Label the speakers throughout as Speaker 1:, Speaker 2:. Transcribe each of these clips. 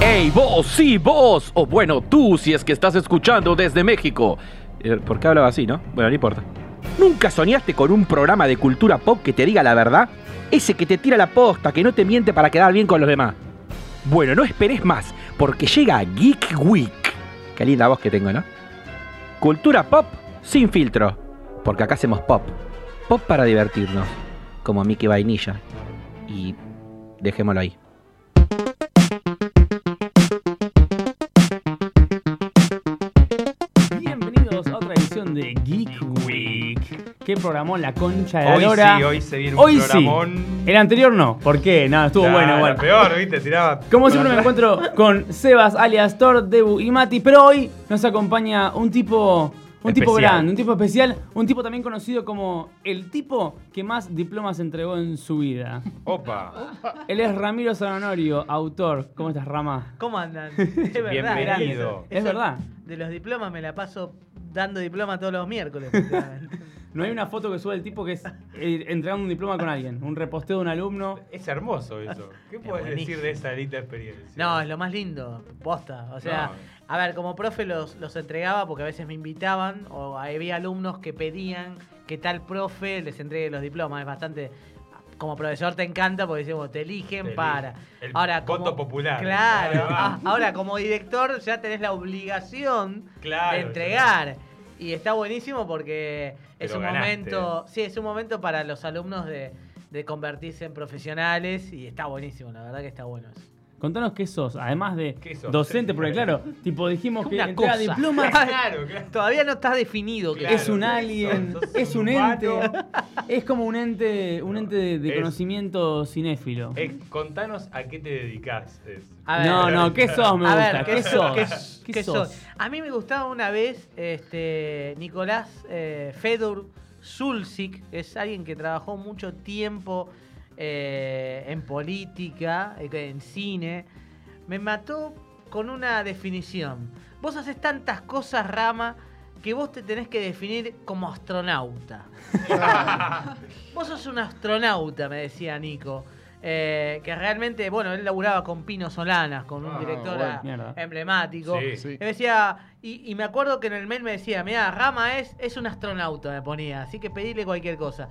Speaker 1: Hey, vos, sí, vos. O bueno, tú, si es que estás escuchando desde México. Eh, ¿Por qué hablaba así, no? Bueno, no importa. ¿Nunca soñaste con un programa de cultura pop que te diga la verdad? Ese que te tira la posta, que no te miente para quedar bien con los demás. Bueno, no esperes más, porque llega Geek Week. Qué linda voz que tengo, ¿no? Cultura pop sin filtro, porque acá hacemos pop. Pop para divertirnos, como Mickey Vainilla. Y dejémoslo ahí.
Speaker 2: Bienvenidos a otra edición de Geek Week. Que programó la concha de la
Speaker 3: Hoy
Speaker 2: lora.
Speaker 3: sí, hoy se viene un
Speaker 2: Hoy sí.
Speaker 3: programón.
Speaker 2: El anterior no. ¿Por qué? Nada, estuvo
Speaker 3: Nah,
Speaker 2: bueno, bueno.
Speaker 3: Era peor, viste, tiraba.
Speaker 2: Como siempre me encuentro con Sebas, alias Thor, Debu y Mati, pero hoy nos acompaña un tipo. Un tipo
Speaker 3: Especial.
Speaker 2: grande, un tipo especial, un tipo también conocido como el tipo que más diplomas entregó en su vida.
Speaker 3: Opa.
Speaker 2: Él es Ramiro Sanonorio, autor. ¿Cómo estás, Rama?
Speaker 4: ¿Cómo andan? Es verdad,
Speaker 3: Bienvenido.
Speaker 4: grande eso.
Speaker 2: Es
Speaker 4: Eso
Speaker 2: verdad.
Speaker 4: De los diplomas me la paso dando diploma todos los miércoles. o sea,
Speaker 2: No hay una foto que sube el tipo que es eh, entregando un diploma con alguien, un reposteo de un alumno.
Speaker 3: Es hermoso eso. ¿Qué puedes
Speaker 4: buenísimo.
Speaker 3: decir de esa linda experiencia?
Speaker 4: no, es lo más lindo, posta. O sea, a ver, como profe los, los entregaba porque a veces me invitaban o había alumnos que pedían que tal profe les entregue los diplomas. Es bastante... Como profesor te encanta porque decimos, te eligen
Speaker 3: Te
Speaker 4: para.
Speaker 3: eligen. El
Speaker 4: como-
Speaker 3: voto popular.
Speaker 4: Claro.
Speaker 3: Ahí va.
Speaker 4: Ah, Ahora, como director, ya tenés la obligación
Speaker 3: Claro,
Speaker 4: de entregar. Y está buenísimo porque
Speaker 3: Te
Speaker 4: es
Speaker 3: lo
Speaker 4: un
Speaker 3: ganaste.
Speaker 4: momento. Sí, es un momento para los alumnos de, de convertirse en profesionales. Y está buenísimo, la verdad que está bueno. eso.
Speaker 2: Contanos qué sos, además de
Speaker 3: ¿Qué sos?
Speaker 2: docente, porque claro, tipo dijimos que
Speaker 4: Una
Speaker 2: entrega
Speaker 4: cosa.
Speaker 2: diplomas.
Speaker 3: Claro, claro.
Speaker 4: Todavía no está definido que
Speaker 3: Claro.
Speaker 2: es un
Speaker 3: sos-
Speaker 2: alien,
Speaker 3: sos
Speaker 2: es un ente,
Speaker 3: humano.
Speaker 2: es como un ente, un ente de, de
Speaker 3: Es-
Speaker 2: conocimiento cinéfilo.
Speaker 3: Eh, contanos a qué te dedicas. Es-
Speaker 4: A ver.
Speaker 2: no, no, ¿qué sos? Me gusta,
Speaker 4: a ver,
Speaker 2: ¿qué,
Speaker 4: ¿qué
Speaker 2: sos?
Speaker 4: sos? ¿Qué,
Speaker 2: ¿Qué
Speaker 4: qué
Speaker 2: sos?
Speaker 4: sos? A mí me gustaba una vez este, Nicolás eh, Fedor Zulcic, es alguien que trabajó mucho tiempo eh, en política, eh, en cine. Me mató con una definición. Vos haces tantas cosas, Rama, que vos te tenés que definir como astronauta. Vos sos un astronauta, me decía Nico. Eh, que realmente, bueno, él laburaba con Pino Solanas, con un
Speaker 3: Ah,
Speaker 4: director
Speaker 5: bueno.
Speaker 4: a-
Speaker 2: Mierda.
Speaker 4: emblemático.
Speaker 3: Sí.
Speaker 5: Sí.
Speaker 4: Me decía, y, y me acuerdo que en el mail me decía, mira, Rama es, es un astronauta, me ponía, así que pedile cualquier cosa.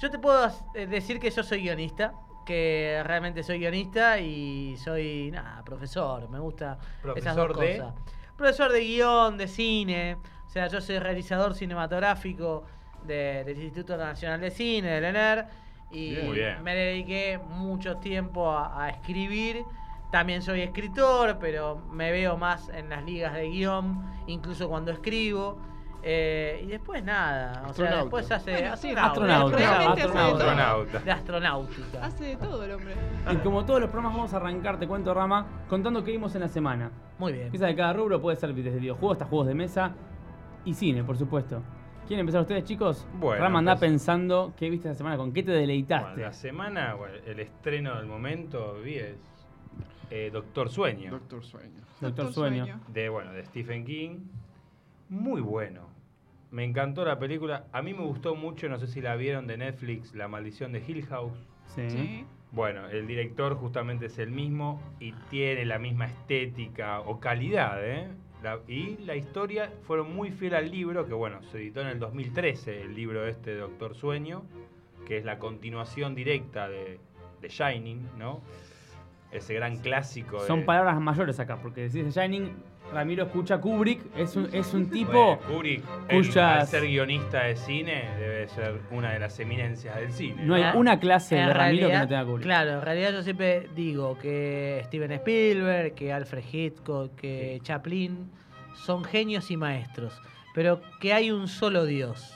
Speaker 4: Yo te puedo as- eh, decir que yo soy guionista, que realmente soy guionista y soy, nada, profesor, me gusta esas dos
Speaker 3: Profesor de-
Speaker 4: cosas. Profesor de guión, de cine, o sea, yo soy realizador cinematográfico de- del Instituto Nacional de Cine, del E ENER, y
Speaker 3: Bien. Muy bien.
Speaker 4: me dediqué mucho tiempo a, a escribir. También soy escritor, pero me veo más en las ligas de guión, incluso cuando escribo. Eh, y después nada, o sea,
Speaker 5: Astronauta.
Speaker 4: después hace
Speaker 6: Bueno, sí,
Speaker 2: astronauta,
Speaker 6: realmente hace de todo.
Speaker 3: Astronauta.
Speaker 4: de astronáutica.
Speaker 6: Hace de todo el hombre.
Speaker 2: Y como todos los programas vamos a arrancar, te cuento Rama, contando qué vimos en la semana.
Speaker 4: Muy bien.
Speaker 2: Empieza de cada rubro, puede ser desde videojuegos hasta juegos de mesa y cine, por supuesto. ¿Quieren empezar ustedes, chicos?
Speaker 3: Bueno,
Speaker 2: Rama anda
Speaker 3: pues-
Speaker 2: pensando qué viste esta semana, con qué te
Speaker 3: Bueno,
Speaker 2: deleitaste.
Speaker 3: la semana, bueno, el estreno del momento, vi es eh, Doctor Sueño.
Speaker 5: Doctor Sueño.
Speaker 2: Doctor Sueño.
Speaker 3: de bueno de Stephen King muy bueno me encantó la película a mí me gustó mucho no sé si la vieron de Netflix La maldición de Hill House
Speaker 2: Sí.
Speaker 6: Sí.
Speaker 3: bueno el director justamente es el mismo y tiene la misma estética o calidad ¿eh? La- y la historia fueron muy fiel al libro que bueno se editó en el 2013 el libro este de Doctor Sueño que es la continuación directa de, de Shining no ese gran clásico de-
Speaker 2: Son palabras mayores acá, porque decís The Shining, Ramiro escucha Kubrick, es un, es un tipo...
Speaker 3: Bueno, Kubrick, el-
Speaker 2: cuyas-
Speaker 3: al ser guionista de cine, debe ser una de las eminencias del cine.
Speaker 2: No hay
Speaker 4: Ah,
Speaker 2: una clase de
Speaker 4: En
Speaker 2: Ramiro que
Speaker 4: realidad-
Speaker 2: no tenga Kubrick.
Speaker 4: Claro, en realidad yo siempre digo que Steven Spielberg, que Alfred Hitchcock, que Chaplin son genios y maestros, pero que hay un solo Dios.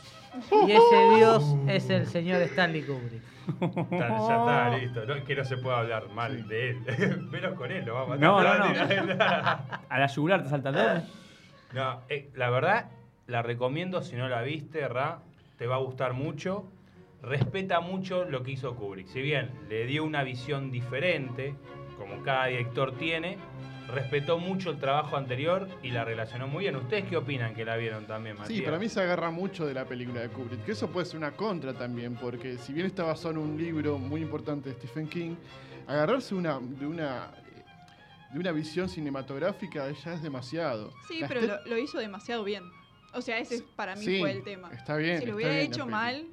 Speaker 4: Y ese Dios es el señor Stanley Kubrick.
Speaker 3: Está- ya está, listo. No, es que no se pueda hablar mal de él. Menos con él, lo vamos a
Speaker 2: No,
Speaker 3: matar.
Speaker 2: no, A la yugular te salta
Speaker 3: Ah,
Speaker 2: todo.
Speaker 3: No, eh, la verdad, la recomiendo si no la viste, Ra. Te va a gustar mucho. Respeta mucho lo que hizo Kubrick. Si bien le dio una visión diferente, como cada director tiene, respetó mucho el trabajo anterior y la relacionó muy bien. ¿Ustedes qué opinan que la vieron también, Matías?
Speaker 5: Sí, para mí se agarra mucho de la película de Kubrick, que eso puede ser una contra también, porque si bien está basado en un libro muy importante de Stephen King, agarrarse una, de una eh, de una visión cinematográfica ya es demasiado.
Speaker 6: Sí,
Speaker 5: La
Speaker 6: pero
Speaker 5: estet-
Speaker 6: lo, lo hizo demasiado bien. O sea, ese para mí
Speaker 5: Sí,
Speaker 6: fue el tema.
Speaker 5: Está bien.
Speaker 6: si lo
Speaker 5: está
Speaker 6: hubiera
Speaker 5: bien la
Speaker 6: hecho
Speaker 5: peli.
Speaker 6: mal,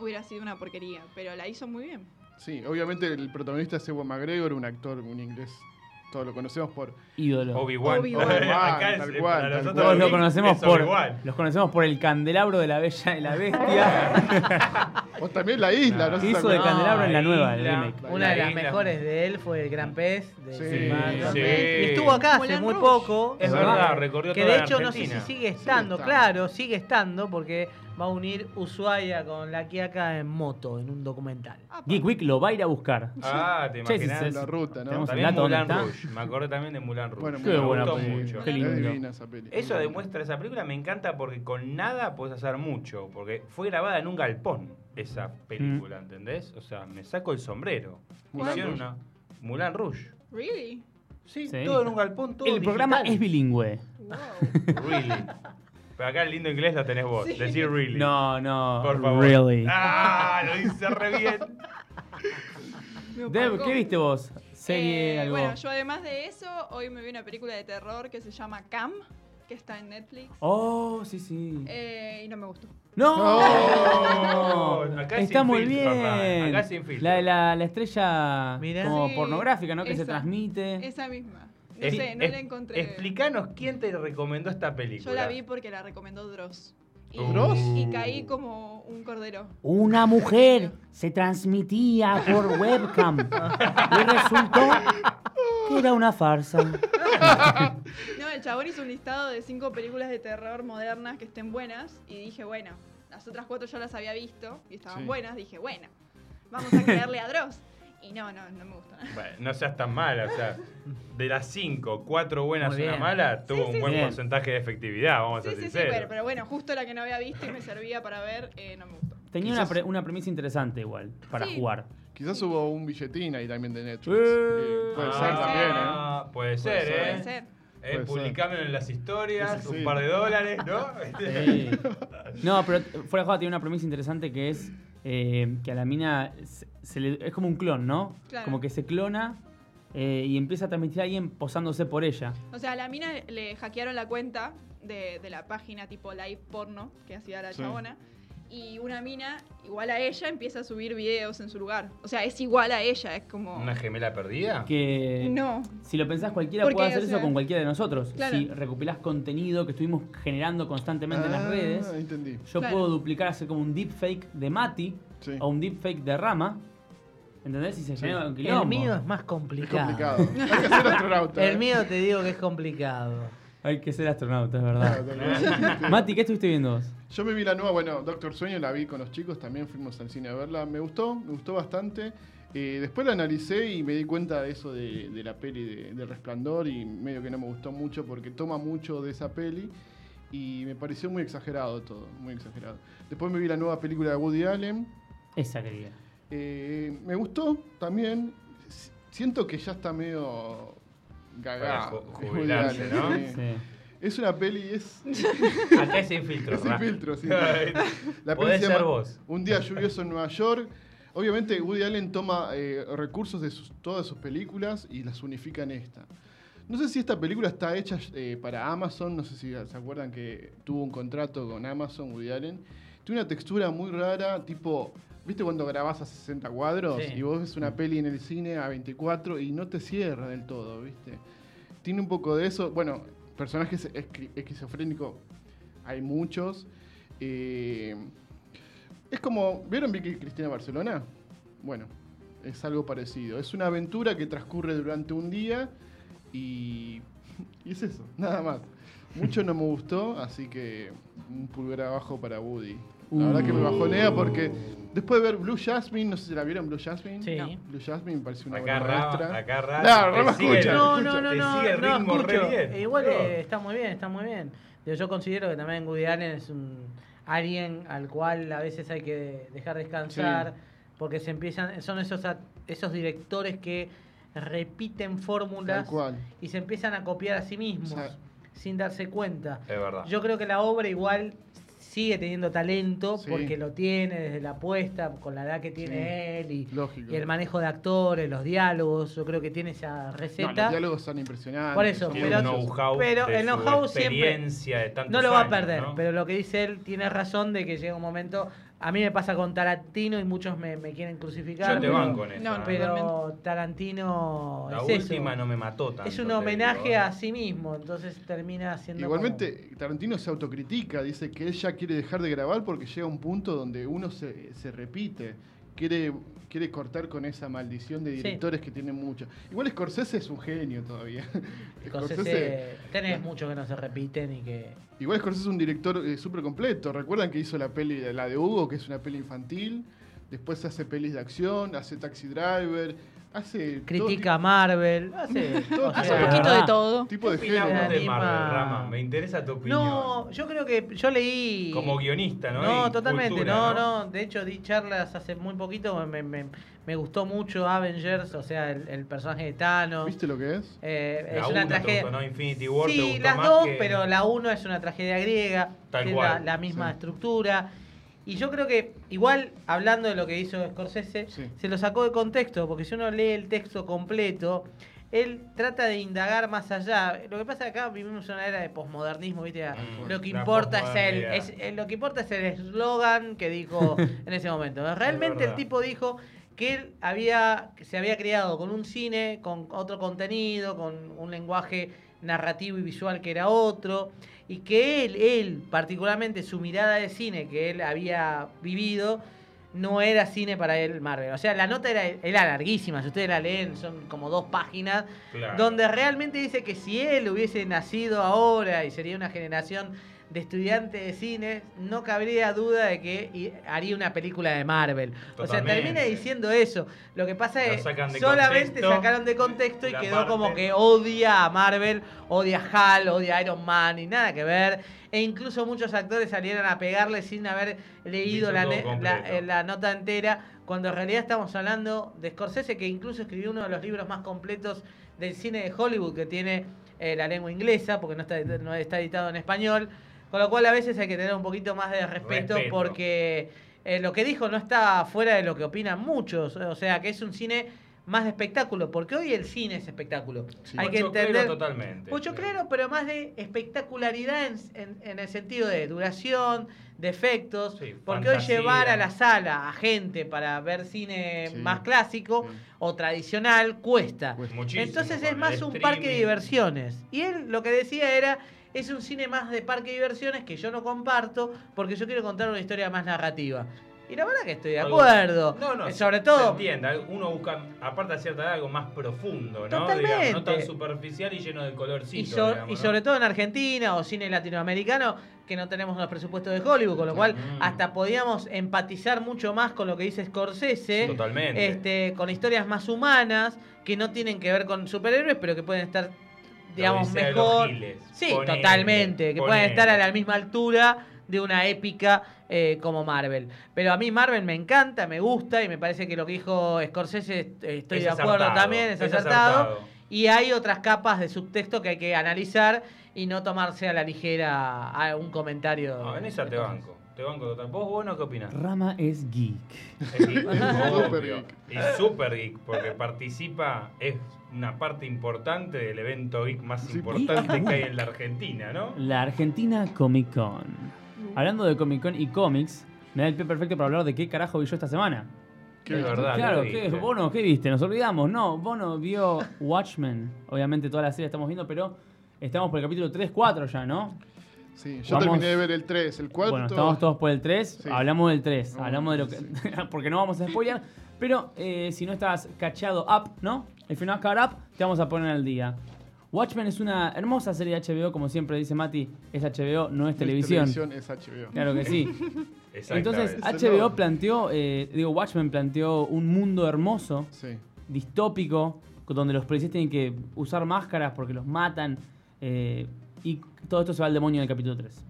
Speaker 6: hubiera sido una porquería, pero la hizo muy bien.
Speaker 5: Sí, obviamente el protagonista es Ewan McGregor, un actor, un inglés. Todos lo conocemos por.
Speaker 2: Ídolo.
Speaker 3: Obi-Wan.
Speaker 6: Obi-Wan.
Speaker 3: es-
Speaker 5: Obi-Wan,
Speaker 3: eh,
Speaker 5: tal cual,
Speaker 3: para
Speaker 5: tal
Speaker 3: nosotros
Speaker 2: Todos lo
Speaker 3: es-
Speaker 2: conocemos
Speaker 3: es
Speaker 2: por.
Speaker 3: Obi-Wan.
Speaker 2: Los conocemos por el candelabro de la bella y la bestia.
Speaker 5: O también la isla,
Speaker 3: Nah.
Speaker 5: ¿no?
Speaker 2: Hizo
Speaker 5: sé
Speaker 2: de
Speaker 5: si-
Speaker 2: candelabro en la nueva, el
Speaker 3: Isla.
Speaker 2: remake.
Speaker 4: Una de las
Speaker 3: Isla.
Speaker 4: mejores de él fue el Gran Pez de
Speaker 5: Sí,
Speaker 4: Silmarillion.
Speaker 5: sí.
Speaker 4: Y estuvo acá hace
Speaker 6: Moulin
Speaker 4: muy
Speaker 6: Rouge.
Speaker 4: poco.
Speaker 3: Es
Speaker 5: Es
Speaker 3: verdad,
Speaker 5: verdad.
Speaker 3: recorrió
Speaker 4: Que
Speaker 3: toda
Speaker 4: de
Speaker 3: la
Speaker 4: hecho no sé si
Speaker 3: Argentina.
Speaker 4: sigue estando,
Speaker 5: estando.
Speaker 4: claro, sigue estando porque va a unir Ushuaia con la Quiaca en moto, en un documental.
Speaker 6: Apa.
Speaker 2: Geek Week lo va a ir a buscar.
Speaker 3: Ah, te
Speaker 2: Che, si
Speaker 3: imaginas.
Speaker 2: se-
Speaker 5: La ruta, ¿no?
Speaker 2: Tenemos el
Speaker 3: También
Speaker 2: dato, ¿dónde
Speaker 3: Mulan
Speaker 2: está?
Speaker 3: Rouge. Me acordé también de Mulan Rouge.
Speaker 5: Bueno,
Speaker 2: Qué
Speaker 5: me
Speaker 2: buena
Speaker 5: gustó
Speaker 2: peli,
Speaker 3: mucho.
Speaker 2: qué
Speaker 5: Es
Speaker 2: lindo.
Speaker 5: divina esa peli.
Speaker 3: Eso demuestra, esa película me encanta porque con nada puedes hacer mucho, porque fue grabada en un galpón esa película, ¿entendés? O sea, me saco el sombrero.
Speaker 5: Moulin
Speaker 3: Hicieron
Speaker 5: Rouge.
Speaker 3: una Mulan Rouge.
Speaker 6: Really?
Speaker 3: Sí,
Speaker 2: Sí.
Speaker 3: todo en un galpón, todo
Speaker 2: El programa es
Speaker 3: digital.
Speaker 2: bilingüe.
Speaker 6: Wow.
Speaker 3: Really. Pero acá el lindo inglés lo tenés vos.
Speaker 6: Sí.
Speaker 3: Decir really.
Speaker 2: No, no.
Speaker 3: Por favor.
Speaker 2: Really.
Speaker 3: Ah, lo hice re bien.
Speaker 6: Me
Speaker 2: Deb,
Speaker 6: opacó.
Speaker 2: ¿qué viste vos? Serie,
Speaker 6: Eh,
Speaker 2: algo.
Speaker 6: Bueno, yo además de eso, hoy me vi una película de terror que se llama Cam, que está en Netflix.
Speaker 2: Oh, sí, sí.
Speaker 6: Eh, y no me gustó.
Speaker 2: ¡No!
Speaker 3: No. Acá es
Speaker 2: Está
Speaker 3: sin
Speaker 2: muy
Speaker 3: filtro,
Speaker 2: bien.
Speaker 3: Hernán. Acá es sin filtro.
Speaker 2: La, la, la estrella
Speaker 4: Mirá.
Speaker 2: como
Speaker 6: Sí,
Speaker 2: pornográfica, ¿no? Que se
Speaker 6: esa.
Speaker 2: transmite.
Speaker 6: Esa misma. No
Speaker 3: Es-
Speaker 6: sé, no
Speaker 3: es-
Speaker 6: la encontré.
Speaker 3: Explicanos quién te recomendó esta película.
Speaker 6: Yo la vi porque la recomendó Dross. Y,
Speaker 3: ¿Dross?
Speaker 6: y caí como un cordero.
Speaker 2: Una mujer se transmitía por webcam y resultó que era una farsa.
Speaker 6: No, el chabón hizo un listado de cinco películas de terror modernas que estén buenas y dije, bueno, las otras cuatro yo las había visto y estaban
Speaker 5: Sí.
Speaker 6: buenas, dije, bueno, vamos a creerle a Dross. Y no, no, no me gusta nada.
Speaker 3: Bueno, no seas tan mala, o sea, de las cinco, cuatro buenas
Speaker 4: Muy
Speaker 3: y una
Speaker 4: bien.
Speaker 3: mala, tuvo un
Speaker 6: sí,
Speaker 3: buen
Speaker 2: sí.
Speaker 3: porcentaje de efectividad, vamos a
Speaker 6: Sí, sí,
Speaker 3: ser
Speaker 6: sí,
Speaker 3: sinceros.
Speaker 6: pero, pero bueno, justo la que no había visto y me servía para ver, eh, no me gustó.
Speaker 2: Tenía una, pre- una premisa interesante igual, para
Speaker 6: Sí.
Speaker 2: jugar.
Speaker 5: Quizás hubo un billetín ahí también de Netflix.
Speaker 2: Eh.
Speaker 5: Eh, puede
Speaker 6: Ah,
Speaker 5: ser también, ¿eh?
Speaker 3: Ah, Puede ser, ¿eh?
Speaker 6: Puede ser.
Speaker 3: Eh,
Speaker 5: Puede
Speaker 3: publicámelo en las historias,
Speaker 5: Sí, sí,
Speaker 3: un
Speaker 5: sí.
Speaker 3: par de dólares, ¿no? Este,
Speaker 2: No, pero fuera de juego tiene una premisa interesante que es eh, que a la mina se- se le- es como un clon, ¿no?
Speaker 6: Claro.
Speaker 2: Como que se clona eh, y empieza a transmitir a alguien posándose por ella.
Speaker 6: O sea, a la mina le hackearon la cuenta de, de la página tipo live porno que hacía la
Speaker 5: Sí.
Speaker 6: chabona. Y una mina, igual a ella, empieza a subir videos en su lugar. O sea, es igual a ella, es como...
Speaker 3: ¿Una gemela perdida?
Speaker 2: Que
Speaker 6: No,
Speaker 2: si lo pensás, cualquiera
Speaker 6: Porque,
Speaker 2: puede hacer
Speaker 6: o
Speaker 2: eso
Speaker 6: sea,
Speaker 2: con cualquiera de nosotros.
Speaker 6: claro.
Speaker 2: Si recopilás contenido que estuvimos generando constantemente en las
Speaker 5: Ah,
Speaker 2: redes,
Speaker 5: Entendí.
Speaker 2: yo
Speaker 6: Claro.
Speaker 2: puedo duplicar, hacer como un deepfake de Mati
Speaker 5: Sí.
Speaker 2: o un deepfake de Rama. ¿Entendés? Y se
Speaker 5: Sí.
Speaker 2: genera un quilombo.
Speaker 4: El mío es más
Speaker 5: Es
Speaker 4: complicado.
Speaker 5: complicado. Hay que ser astronauta.
Speaker 4: El
Speaker 5: ¿eh?
Speaker 4: mío te digo que es complicado.
Speaker 2: Hay que ser astronauta, es verdad.
Speaker 5: Claro, tal cual.
Speaker 2: Mati, ¿qué estuviste viendo vos?
Speaker 5: Yo me vi la nueva, bueno, Doctor Sueño la vi con los chicos, también fuimos al cine a verla. Me gustó, me gustó bastante. Eh, después la analicé y me di cuenta de eso de, de la peli de, de Resplandor y medio que no me gustó mucho porque toma mucho de esa peli y me pareció muy exagerado todo, muy exagerado. Después me vi la nueva película de Woody Allen,
Speaker 2: Esa querida.
Speaker 5: Eh, me gustó también. S- Siento que ya está medio
Speaker 3: Para
Speaker 5: gagá.
Speaker 3: ju- jubilarse,
Speaker 5: Woody Allen,
Speaker 3: ¿no?
Speaker 5: sí. Es una peli, es,
Speaker 3: Acá es sin filtro.
Speaker 5: es sin
Speaker 3: Ra.
Speaker 5: filtro. sí. La
Speaker 3: Podés
Speaker 5: se
Speaker 3: ser
Speaker 5: llama
Speaker 3: vos.
Speaker 5: Un día lluvioso en Nueva York. Obviamente Woody Allen toma eh, recursos de sus- todas sus películas y las unifica en esta. No sé si esta película está hecha eh, para Amazon, no sé si se acuerdan que tuvo un contrato con Amazon, Woody Allen. Tiene una textura muy rara, tipo, ¿viste cuando grabás a 60 cuadros
Speaker 4: Sí.
Speaker 5: y vos ves una peli en el cine a 24 y no te cierra del todo, ¿viste? Tiene un poco de eso. Bueno, personajes esqui- esquizofrénicos hay muchos. Eh, es como, ¿vieron Vicky y Cristina Barcelona? Bueno, es algo parecido. Es una aventura que transcurre durante un día y, y es eso, nada más. Mucho no me gustó, así que un pulgar abajo para Woody. La verdad que me bajonea porque después de ver Blue Jasmine, no sé si la vieron Blue Jasmine.
Speaker 4: Sí.
Speaker 6: No.
Speaker 5: Blue Jasmine me parece una
Speaker 3: Acá
Speaker 5: buena
Speaker 3: Rama,
Speaker 5: maestra.
Speaker 3: acá Rama.
Speaker 5: No,
Speaker 3: te
Speaker 5: Rama
Speaker 3: sigue
Speaker 5: escucha.
Speaker 3: el-
Speaker 4: No, no, no,
Speaker 3: te
Speaker 4: no.
Speaker 3: sigue el
Speaker 4: no,
Speaker 3: ritmo re
Speaker 4: escucho.
Speaker 3: bien.
Speaker 4: Eh, Igual
Speaker 3: No.
Speaker 4: eh, está muy bien, está muy bien. Digo, Yo considero que también Woody Allen es un alguien al cual a veces hay que dejar descansar. Porque se empiezan, son esos act- esos directores que repiten
Speaker 5: Tal
Speaker 4: fórmulas
Speaker 5: cual.
Speaker 4: y se empiezan a copiar a sí mismos
Speaker 5: Sí.
Speaker 4: sin darse cuenta.
Speaker 3: Es verdad.
Speaker 4: Yo creo que la obra igual sigue teniendo talento
Speaker 5: Sí.
Speaker 4: porque lo tiene desde la apuesta, con la edad que tiene él y,
Speaker 5: Lógico.
Speaker 4: y el manejo de actores, los diálogos. Yo creo que tiene esa
Speaker 5: No,
Speaker 4: receta.
Speaker 5: los diálogos son impresionantes.
Speaker 4: Por eso,
Speaker 5: son
Speaker 3: Tiene un
Speaker 4: pero-
Speaker 5: maravillosos.
Speaker 3: know-how
Speaker 4: pero
Speaker 3: de
Speaker 4: el
Speaker 3: su
Speaker 4: know-how siempre-
Speaker 3: experiencia de tantos
Speaker 4: No lo va a
Speaker 3: años,
Speaker 4: perder,
Speaker 3: ¿no?
Speaker 4: pero lo que dice él tiene razón de que llega un momento. A mí me pasa con Tarantino y muchos me, me quieren crucificar.
Speaker 3: Yo te
Speaker 4: pero-
Speaker 3: banco en
Speaker 6: No,
Speaker 3: esa. ¿eh?
Speaker 4: Pero Tarantino
Speaker 3: La
Speaker 4: es
Speaker 3: última
Speaker 4: eso.
Speaker 3: no me mató tanto.
Speaker 4: es un
Speaker 3: te
Speaker 4: homenaje
Speaker 3: digo. ¿eh?
Speaker 4: a sí mismo, entonces termina siendo.
Speaker 5: Igualmente, Tarantino se autocritica, dice que él ya quiere dejar de grabar porque llega un punto donde uno se, se repite, quiere, quiere cortar con esa maldición de
Speaker 4: Sí.
Speaker 5: directores que tienen mucho. Igual Scorsese es un genio todavía.
Speaker 4: como Scorsese, tenés muchos que no se repiten y que.
Speaker 5: Igual Scorsese es un director súper completo. Recuerdan que hizo la peli de la de Hugo, que es una peli infantil. Después hace pelis de acción, hace Taxi Driver, hace todo
Speaker 4: Critica a Marvel. Hace,
Speaker 5: Todo
Speaker 4: o sea,
Speaker 6: Hace
Speaker 5: Eh,
Speaker 6: un poquito
Speaker 4: ¿verdad?
Speaker 6: de todo.
Speaker 5: tipo, tipo de
Speaker 3: ¿Qué opinamos
Speaker 5: género.
Speaker 3: de
Speaker 4: Anima-
Speaker 3: Marvel, Rama? Me interesa tu opinión.
Speaker 4: No, yo creo que yo leí.
Speaker 3: Como guionista, ¿no?
Speaker 4: No,
Speaker 3: Y
Speaker 4: totalmente,
Speaker 3: cultura,
Speaker 4: no, no, De hecho, di charlas hace muy poquito. Me, me- me gustó mucho Avengers, o sea, el, el personaje de Thanos.
Speaker 5: ¿Viste lo que es?
Speaker 4: Eh,
Speaker 3: La
Speaker 4: es
Speaker 3: una
Speaker 4: una
Speaker 3: te
Speaker 4: tragedia.
Speaker 3: gustó, ¿no? Infinity War te
Speaker 4: sí,
Speaker 3: gustó
Speaker 4: las
Speaker 3: más
Speaker 4: dos,
Speaker 3: que-
Speaker 4: pero la uno es una tragedia griega.
Speaker 3: Tal
Speaker 4: tiene
Speaker 3: cual,
Speaker 4: la, la misma
Speaker 5: sí.
Speaker 4: estructura. Y yo creo que, igual, hablando de lo que hizo Scorsese,
Speaker 5: Sí.
Speaker 4: se lo sacó de contexto, porque si uno lee el texto completo, él trata de indagar más allá. Lo que pasa es que acá vivimos una era de posmodernismo, ¿viste?
Speaker 3: Mm,
Speaker 4: lo que
Speaker 3: la
Speaker 4: importa es el,
Speaker 3: posmodernidad.
Speaker 4: es, eh, lo que importa es el eslogan que dijo en ese momento. Realmente el
Speaker 3: verdad.
Speaker 4: tipo dijo que él había, que se había criado con un cine, con otro contenido, con un lenguaje narrativo y visual que era otro, y que él, él, particularmente su mirada de cine que él había vivido, no era cine para él Marvel. O sea, la nota era, era larguísima, si ustedes la leen, son como dos páginas,
Speaker 3: Claro.
Speaker 4: donde realmente dice que si él hubiese nacido ahora y sería una generación de estudiantes de cine, no cabría duda de que i- haría una película de Marvel. O sea,
Speaker 3: Totalmente.
Speaker 4: termina diciendo eso. Lo que pasa
Speaker 3: Lo
Speaker 4: es
Speaker 3: sacan de
Speaker 4: que solamente
Speaker 3: contexto,
Speaker 4: sacaron de contexto y
Speaker 3: la
Speaker 4: quedó
Speaker 3: parte-
Speaker 4: como que odia a Marvel, odia a Hal, odia a Iron Man y nada que ver. E incluso muchos actores salieron a pegarle sin haber leído
Speaker 3: Visto
Speaker 4: la,
Speaker 3: todo
Speaker 4: ne- la-
Speaker 3: completo.
Speaker 4: eh, la nota entera, cuando en realidad estamos hablando de Scorsese, que incluso escribió uno de los libros más completos del cine de Hollywood, que tiene eh, la lengua inglesa, porque no está, edit- no está editado en español. Con lo cual a veces hay que tener un poquito más de respeto,
Speaker 3: Respeto.
Speaker 4: porque eh, lo que dijo no está fuera de lo que opinan muchos. O sea, que es un cine más de espectáculo, porque hoy el cine es espectáculo.
Speaker 5: Sí.
Speaker 4: Hay que
Speaker 3: Pochoclero
Speaker 4: entender...
Speaker 3: totalmente.
Speaker 4: Mucho claro, pero más de espectacularidad en, en- en el sentido de duración, de efectos.
Speaker 3: Sí,
Speaker 4: porque
Speaker 3: fantasía.
Speaker 4: hoy llevar a la sala a gente para ver cine
Speaker 5: Sí.
Speaker 4: más clásico
Speaker 5: Sí.
Speaker 4: o tradicional cuesta.
Speaker 5: Cuesta.
Speaker 3: Muchísimo,
Speaker 4: Entonces
Speaker 3: con
Speaker 4: es
Speaker 3: el
Speaker 4: más un parque de
Speaker 3: streaming.
Speaker 4: diversiones. Y él lo que decía era, es un cine más de parque de diversiones que yo no comparto porque yo quiero contar una historia más narrativa. Y la verdad que estoy de
Speaker 3: Algo-
Speaker 4: acuerdo.
Speaker 3: No, no,
Speaker 4: Eh, Sobre
Speaker 3: Se
Speaker 4: todo...
Speaker 3: entienda, uno busca, aparte de cierta edad, algo más profundo, ¿no?
Speaker 4: Totalmente.
Speaker 3: Digamos, no tan superficial y lleno de colorcito.
Speaker 4: Y, so-
Speaker 3: digamos,
Speaker 4: y
Speaker 3: ¿no?
Speaker 4: sobre todo en Argentina o cine latinoamericano, que no tenemos los presupuestos de Hollywood, con lo cual
Speaker 3: Mm.
Speaker 4: hasta podíamos empatizar mucho más con lo que dice Scorsese,
Speaker 3: Totalmente.
Speaker 4: este, con historias más humanas, que no tienen que ver con superhéroes, pero que pueden estar,
Speaker 3: La
Speaker 4: digamos,
Speaker 3: Odisea de los
Speaker 4: mejor.
Speaker 3: Giles.
Speaker 4: Sí,
Speaker 3: Ponele,
Speaker 4: totalmente, que pueden
Speaker 3: ponele.
Speaker 4: estar a la misma altura de una épica eh, como Marvel. Pero a mí Marvel me encanta, me gusta y me parece que lo que dijo Scorsese eh, estoy
Speaker 3: Es
Speaker 4: de acuerdo
Speaker 3: acertado,
Speaker 4: también, es acertado. Y hay otras capas de subtexto que hay que analizar y no tomarse a la ligera a un comentario.
Speaker 3: No, Ah, en esa te banco. Te banco total. ¿Vos, bueno, qué opinás?
Speaker 2: Rama es geek.
Speaker 3: Es geek, obvio.
Speaker 5: Super geek.
Speaker 3: Y super geek, porque participa, es una parte importante del evento geek más
Speaker 5: Sí,
Speaker 3: importante que hay en la Argentina, ¿no?
Speaker 2: La Argentina Comic Con.
Speaker 6: Mm.
Speaker 2: Hablando de Comic Con y cómics, me da el pie perfecto para hablar de qué carajo vi yo esta semana.
Speaker 5: Qué
Speaker 3: es verdad.
Speaker 2: claro,
Speaker 3: ¿qué
Speaker 2: ¿qué,
Speaker 3: viste?
Speaker 2: Bono, ¿qué viste? Nos olvidamos. No, Bono vio Watchmen. Obviamente toda la serie la estamos viendo, pero estamos por el capítulo 3, 4 ya, ¿no?
Speaker 5: Sí, yo
Speaker 2: Vamos-
Speaker 5: terminé de ver el 3, el 4.
Speaker 2: Bueno, estamos todos por el 3.
Speaker 5: Sí.
Speaker 2: Hablamos del 3.
Speaker 5: No,
Speaker 2: hablamos de lo que.
Speaker 5: sí.
Speaker 2: porque no vamos a spoiler. Pero eh, si no estás cachado up, ¿no? If you're not caught up, te vamos a poner al día. Watchmen es una hermosa serie de HBO, como siempre dice Mati. Es HBO, no es televisión.
Speaker 5: es HBO.
Speaker 2: Claro que sí. Entonces,
Speaker 3: Exactamente.
Speaker 5: Exactamente.
Speaker 2: HBO planteó, eh, digo, Watchmen planteó un mundo hermoso,
Speaker 5: Sí.
Speaker 2: distópico, donde los policías tienen que usar máscaras porque los matan. eh, y todo esto se va al demonio en el capítulo 3.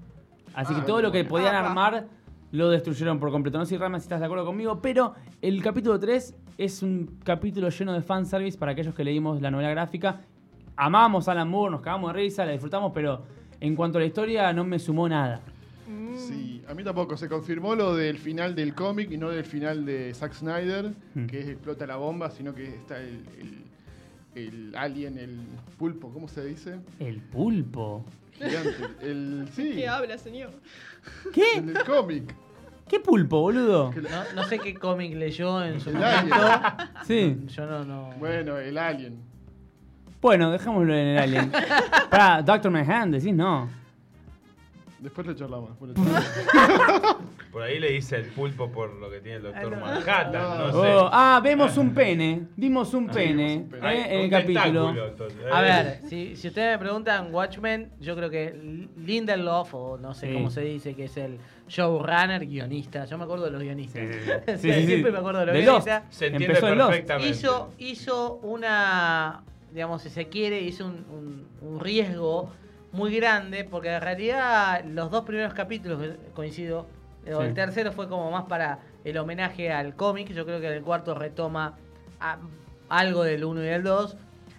Speaker 2: Así que
Speaker 5: Ah,
Speaker 2: todo lo que
Speaker 5: bueno.
Speaker 2: podían
Speaker 6: Apa.
Speaker 2: armar lo destruyeron por completo. No sé, Rama, si estás de acuerdo conmigo, pero el capítulo 3 es un capítulo lleno de fanservice para aquellos que leímos la novela gráfica. Amamos a Alan Moore, nos cagamos de risa, la disfrutamos, pero en cuanto a la historia no me sumó nada.
Speaker 5: Sí, a mí tampoco. Se confirmó lo del final del cómic y no del final de Zack Snyder,
Speaker 2: Hmm.
Speaker 5: que es explota la bomba, sino que está el, el- el alien, el pulpo, ¿cómo se dice?
Speaker 2: El pulpo.
Speaker 5: Gigante. El, sí,
Speaker 6: ¿Qué habla, señor?
Speaker 2: ¿Qué?
Speaker 5: el del cómic.
Speaker 2: ¿Qué pulpo, boludo?
Speaker 5: Que la-
Speaker 4: No, no sé qué cómic leyó en su
Speaker 5: El
Speaker 4: momento.
Speaker 5: alien.
Speaker 2: Sí.
Speaker 4: Yo no, no.
Speaker 5: Bueno, el alien.
Speaker 2: Bueno, dejémoslo en el alien. Para Doctor Manhattan, decís no.
Speaker 5: Después lo charlamos. Después lo charlamos.
Speaker 3: Por ahí le dice el pulpo por lo que tiene el doctor
Speaker 4: Ah, no.
Speaker 3: Manhattan, no,
Speaker 5: No. Ah,
Speaker 3: sé.
Speaker 2: Oh, ah, vemos un pene. Vimos un pene.
Speaker 5: vimos un
Speaker 2: eh,
Speaker 5: pene.
Speaker 3: Hay
Speaker 2: en el
Speaker 3: un tentáculo,
Speaker 2: capítulo.
Speaker 3: entonces.
Speaker 4: A
Speaker 3: Eh,
Speaker 4: ver, si, si ustedes me preguntan Watchmen, yo creo que L- Lindelof, o no sé
Speaker 2: Sí.
Speaker 4: cómo se dice, que es el showrunner, guionista. Yo me acuerdo de los guionistas.
Speaker 3: Sí, sí, sí.
Speaker 4: O sea,
Speaker 2: Sí, sí, sí.
Speaker 4: Siempre me acuerdo de los
Speaker 2: De Lost.
Speaker 4: guionistas.
Speaker 3: Se entiende
Speaker 2: Empezó en Lost.
Speaker 3: perfectamente.
Speaker 4: hizo, hizo una, digamos, si se quiere, hizo un, un- un riesgo muy grande, porque en realidad los dos primeros capítulos, eh, coincido, eh, o
Speaker 2: Sí.
Speaker 4: el tercero fue como más para el homenaje al cómic, yo creo que el cuarto retoma a- algo del 1 y del 2,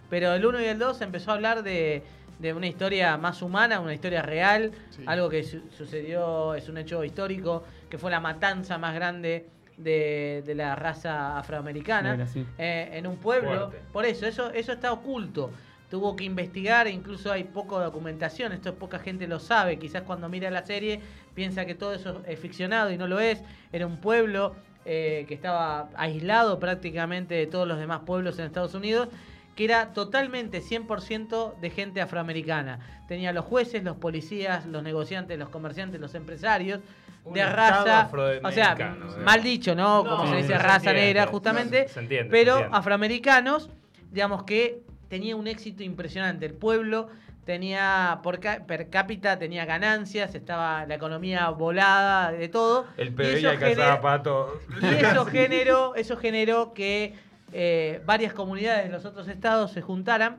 Speaker 4: pero el 1 y el 2 empezó a hablar de, de una historia más humana, una historia real,
Speaker 5: Sí.
Speaker 4: algo que su- sucedió, es un hecho histórico, que fue la matanza más grande de, de la raza afroamericana
Speaker 2: Negra, sí.
Speaker 4: eh, en un pueblo.
Speaker 3: Fuerte.
Speaker 4: Por eso, eso, eso está oculto. Tuvo que investigar, incluso hay poca documentación, esto poca gente lo sabe. Quizás cuando mira la serie piensa que todo eso es ficcionado y no lo es. Era un pueblo eh, que estaba aislado prácticamente de todos los demás pueblos en Estados Unidos, que era totalmente 100% de gente afroamericana. Tenía los jueces, los policías, los negociantes, los comerciantes, los empresarios,
Speaker 3: Un
Speaker 4: de
Speaker 3: estado
Speaker 4: raza. O sea,
Speaker 3: afroamericano, o sea.
Speaker 4: mal dicho, ¿no? Como
Speaker 3: No,
Speaker 4: se dice
Speaker 3: pero se
Speaker 4: raza
Speaker 3: entiende,
Speaker 4: negra,
Speaker 3: claro,
Speaker 4: justamente
Speaker 3: se entiende, se
Speaker 4: pero
Speaker 3: entiende.
Speaker 4: afroamericanos, digamos que tenía un éxito impresionante. El pueblo tenía por ca- per cápita, tenía ganancias, estaba la economía volada, de todo.
Speaker 3: El
Speaker 4: Y
Speaker 3: PBI
Speaker 4: eso
Speaker 3: alcanzaba
Speaker 4: gener-
Speaker 3: pato.
Speaker 4: y eso generó, eso generó que eh, varias comunidades de los otros estados se juntaran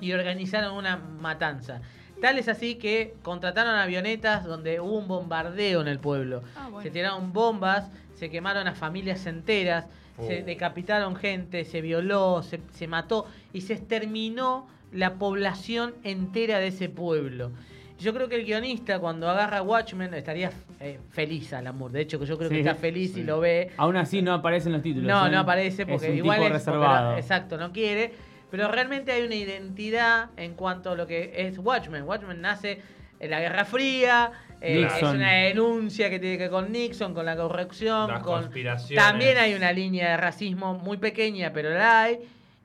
Speaker 4: y organizaron una matanza. Tal es así que contrataron avionetas donde hubo un bombardeo en el pueblo.
Speaker 6: Ah,
Speaker 4: Se
Speaker 6: bueno.
Speaker 4: tiraron bombas, se quemaron a familias enteras, se
Speaker 3: Oh.
Speaker 4: decapitaron gente, se violó, se, se mató y se exterminó la población entera de ese pueblo. Yo creo que el guionista cuando agarra Watchmen estaría eh, feliz al amor. De hecho, que yo creo que
Speaker 2: Sí,
Speaker 4: está feliz
Speaker 5: sí.
Speaker 4: y lo ve.
Speaker 2: Aún así no aparecen los títulos.
Speaker 4: No,
Speaker 2: ¿eh?
Speaker 4: no aparece porque
Speaker 2: es un
Speaker 4: igual
Speaker 2: tipo
Speaker 4: es porque
Speaker 2: reservado.
Speaker 4: no- exacto, no quiere. Pero realmente hay una identidad en cuanto a lo que es Watchmen. Watchmen nace en la Guerra Fría, eh, es
Speaker 2: Nixon.
Speaker 4: una denuncia que tiene que ver con Nixon, con la corrección,
Speaker 3: Las
Speaker 4: con
Speaker 3: conspiraciones.
Speaker 4: también hay una línea de racismo muy pequeña, pero la hay.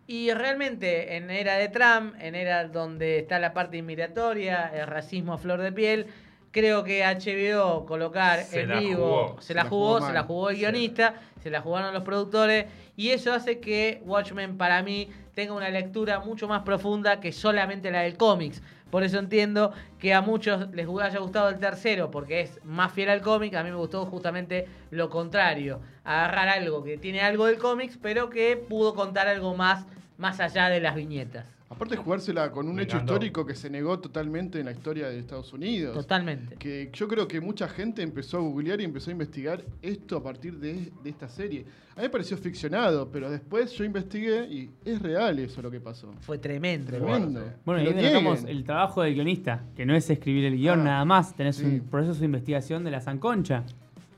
Speaker 4: Y realmente en era de Trump, en era donde está la parte inmigratoria, el racismo a flor de piel, creo que HBO colocar
Speaker 3: Se
Speaker 4: en
Speaker 3: la
Speaker 4: vivo
Speaker 3: jugó.
Speaker 4: se la jugó, se la
Speaker 5: mal.
Speaker 4: jugó el guionista, se la jugaron los productores y eso hace que Watchmen para mí tenga una lectura mucho más profunda que solamente la del cómics. Por eso entiendo que a muchos les haya gustado el tercero porque es más fiel al cómic, a mí me gustó justamente lo contrario, agarrar algo que tiene algo del cómics pero que pudo contar algo más más allá de las viñetas.
Speaker 5: Aparte jugársela con un hecho
Speaker 3: Vengando.
Speaker 5: histórico que se negó totalmente en la historia de Estados Unidos.
Speaker 4: Totalmente.
Speaker 5: que yo creo que mucha gente empezó a googlear y empezó a investigar esto a partir de, de esta serie. A mí me pareció ficcionado, pero después yo investigué y es real eso lo que pasó.
Speaker 4: Fue tremendo.
Speaker 5: Tremendo.
Speaker 2: Bueno,
Speaker 5: Que
Speaker 2: y
Speaker 5: lo
Speaker 2: ahí destacamos
Speaker 5: nieguen.
Speaker 2: el trabajo del guionista, que no es escribir el guión
Speaker 5: Ah,
Speaker 2: nada más, tenés
Speaker 5: sí.
Speaker 2: un proceso de investigación de la zanconcha.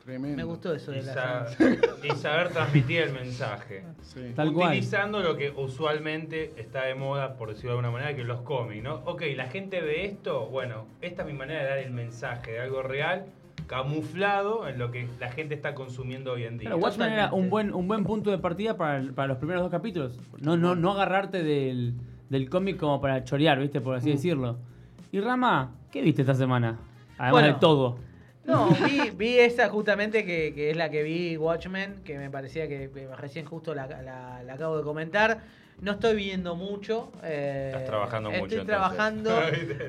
Speaker 5: Tremendo.
Speaker 4: Me gustó eso
Speaker 3: Y,
Speaker 4: de la
Speaker 3: sa- y saber transmitir el mensaje.
Speaker 5: Sí.
Speaker 2: Tal cual.
Speaker 3: Utilizando lo que usualmente está de moda, por decirlo de alguna manera, que los cómics, ¿no? Ok, la gente ve esto, bueno, esta es mi manera de dar el mensaje de algo real, camuflado en lo que la gente está consumiendo hoy en día.
Speaker 2: Claro, Watchmen era un buen, un buen punto de partida para, el- para los primeros dos capítulos. No, no, no agarrarte del, del cómic como para chorear, ¿viste? Por así decirlo. Y Rama, ¿qué viste esta semana? Además
Speaker 4: Bueno.
Speaker 2: de todo.
Speaker 4: No, vi, vi esa justamente que, que es la que vi Watchmen, que me parecía que, que recién justo la, la- la acabo de comentar. No estoy viendo mucho. eh,
Speaker 3: Estás trabajando mucho,
Speaker 4: Estoy
Speaker 3: entonces.
Speaker 4: trabajando.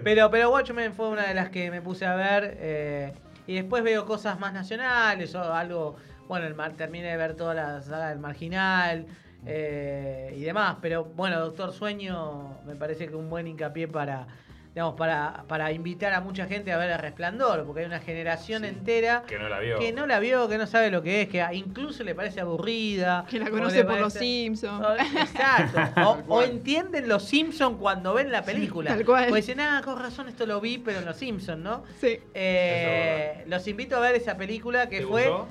Speaker 4: pero, pero Watchmen fue una de las que me puse a ver. eh, y después veo cosas más nacionales o algo. Bueno, el mar, terminé de ver toda la saga del Marginal eh, y demás. Pero bueno, Doctor Sueño me parece que un buen hincapié para digamos, para, para invitar a mucha gente a ver el resplandor, porque hay una generación entera
Speaker 3: Que no la vio.
Speaker 4: que no la vio, que no sabe lo que es, que incluso le parece aburrida.
Speaker 6: Que
Speaker 4: o
Speaker 6: la
Speaker 4: le
Speaker 6: conoce por los
Speaker 4: parece-
Speaker 6: Simpsons.
Speaker 4: O- Exacto.
Speaker 5: Tal
Speaker 4: O, o
Speaker 5: cual.
Speaker 4: entienden los Simpsons cuando ven la película.
Speaker 6: tal cual.
Speaker 4: Pues dicen, ah, con razón esto lo vi, pero en los Simpsons, ¿no?
Speaker 6: Sí.
Speaker 4: Eh,
Speaker 3: Eso es
Speaker 4: los invito a ver esa película que
Speaker 3: ¿Te
Speaker 4: fue.
Speaker 3: gustó?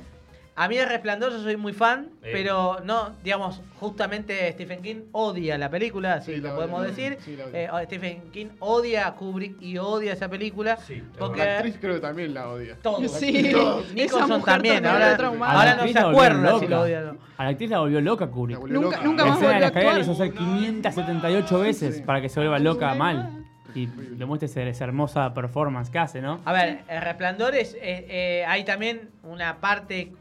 Speaker 4: A mí el resplandor, yo soy muy fan,
Speaker 3: Eh.
Speaker 4: pero no, digamos, justamente Stephen King odia la película, así
Speaker 5: Sí,
Speaker 4: lo
Speaker 5: la odia,
Speaker 4: podemos
Speaker 5: la odia,
Speaker 4: decir.
Speaker 5: sí, la odia.
Speaker 4: Eh, o- Stephen King odia a Kubrick y odia esa película.
Speaker 3: Sí, es
Speaker 4: porque
Speaker 5: La actriz creo que también la odia.
Speaker 4: todos.
Speaker 6: Sí. Esa
Speaker 4: Nicholson también,
Speaker 6: mujer también
Speaker 4: ahora,
Speaker 6: era traumada.
Speaker 4: ahora
Speaker 2: A la
Speaker 4: no se
Speaker 2: actriz la volvió
Speaker 4: acuerda si
Speaker 2: loca.
Speaker 4: lo odia o no.
Speaker 2: A la actriz la volvió loca Kubrick.
Speaker 5: La volvió
Speaker 6: Nunca,
Speaker 5: loca.
Speaker 6: nunca
Speaker 2: La
Speaker 6: más
Speaker 2: escena de
Speaker 6: volvió a
Speaker 2: las caídas
Speaker 6: actuar.
Speaker 2: la hizo hacer 578 veces
Speaker 5: Sí.
Speaker 2: para que se vuelva loca mal. Y
Speaker 5: Horrible.
Speaker 2: demuestre esa, esa hermosa performance que hace, ¿no?
Speaker 4: A ver, el resplandor es, eh, eh, hay también una parte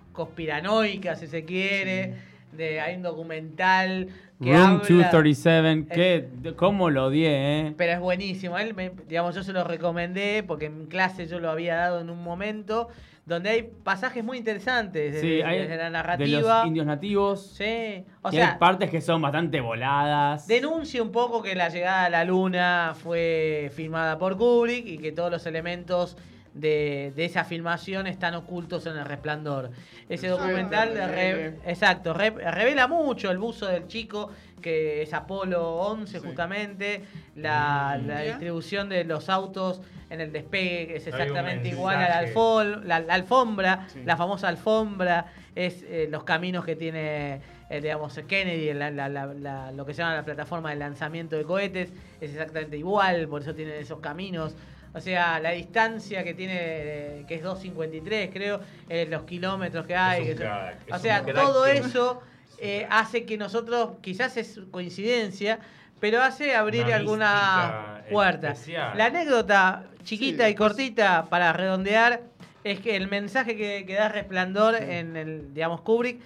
Speaker 4: conspiranoica, si se quiere, de, hay un documental que
Speaker 2: Room
Speaker 4: habla-
Speaker 2: 237, que, de- ¿cómo lo odié, eh?
Speaker 4: Pero es buenísimo. Él me- digamos, yo se lo recomendé porque en clase yo lo había dado en un momento donde hay pasajes muy interesantes desde,
Speaker 2: Sí, hay
Speaker 4: desde la
Speaker 2: De
Speaker 4: narrativa.
Speaker 2: los indios nativos.
Speaker 4: Sí. O
Speaker 2: y hay
Speaker 4: sea,
Speaker 2: partes que son bastante voladas.
Speaker 4: denuncia un poco que la llegada a la luna fue filmada por Kubrick y que todos los elementos de, de esa filmación están ocultos en el resplandor. Ese
Speaker 5: Exacto.
Speaker 4: documental re-
Speaker 5: Sí.
Speaker 4: exacto, re- revela mucho el buzo del chico que es Apolo 11
Speaker 5: Sí.
Speaker 4: justamente, la, la
Speaker 6: Mira.
Speaker 4: distribución de los autos en el despegue que es
Speaker 3: Hay un
Speaker 4: exactamente igual a la,
Speaker 3: mensaje.
Speaker 4: alfol- la- la alfombra,
Speaker 5: Sí.
Speaker 4: la famosa alfombra, es eh, los caminos que tiene, eh, digamos, Kennedy, la- la- la- la- lo que se llama la plataforma de lanzamiento de cohetes, es exactamente igual, por eso tiene esos caminos. O sea, la distancia que tiene, eh, que es 2.53 creo, eh, los kilómetros que hay.
Speaker 3: un
Speaker 4: que son-
Speaker 3: crack, es
Speaker 4: o
Speaker 3: un
Speaker 4: sea,
Speaker 3: crack.
Speaker 4: todo
Speaker 3: Es un
Speaker 4: eso eh, hace que nosotros, quizás es coincidencia, pero hace abrir
Speaker 3: Una
Speaker 4: alguna
Speaker 3: mística
Speaker 4: puerta.
Speaker 3: especial.
Speaker 4: La anécdota chiquita
Speaker 5: Sí,
Speaker 4: y cortita para redondear es que el mensaje que, que da Resplandor en el, digamos, Kubrick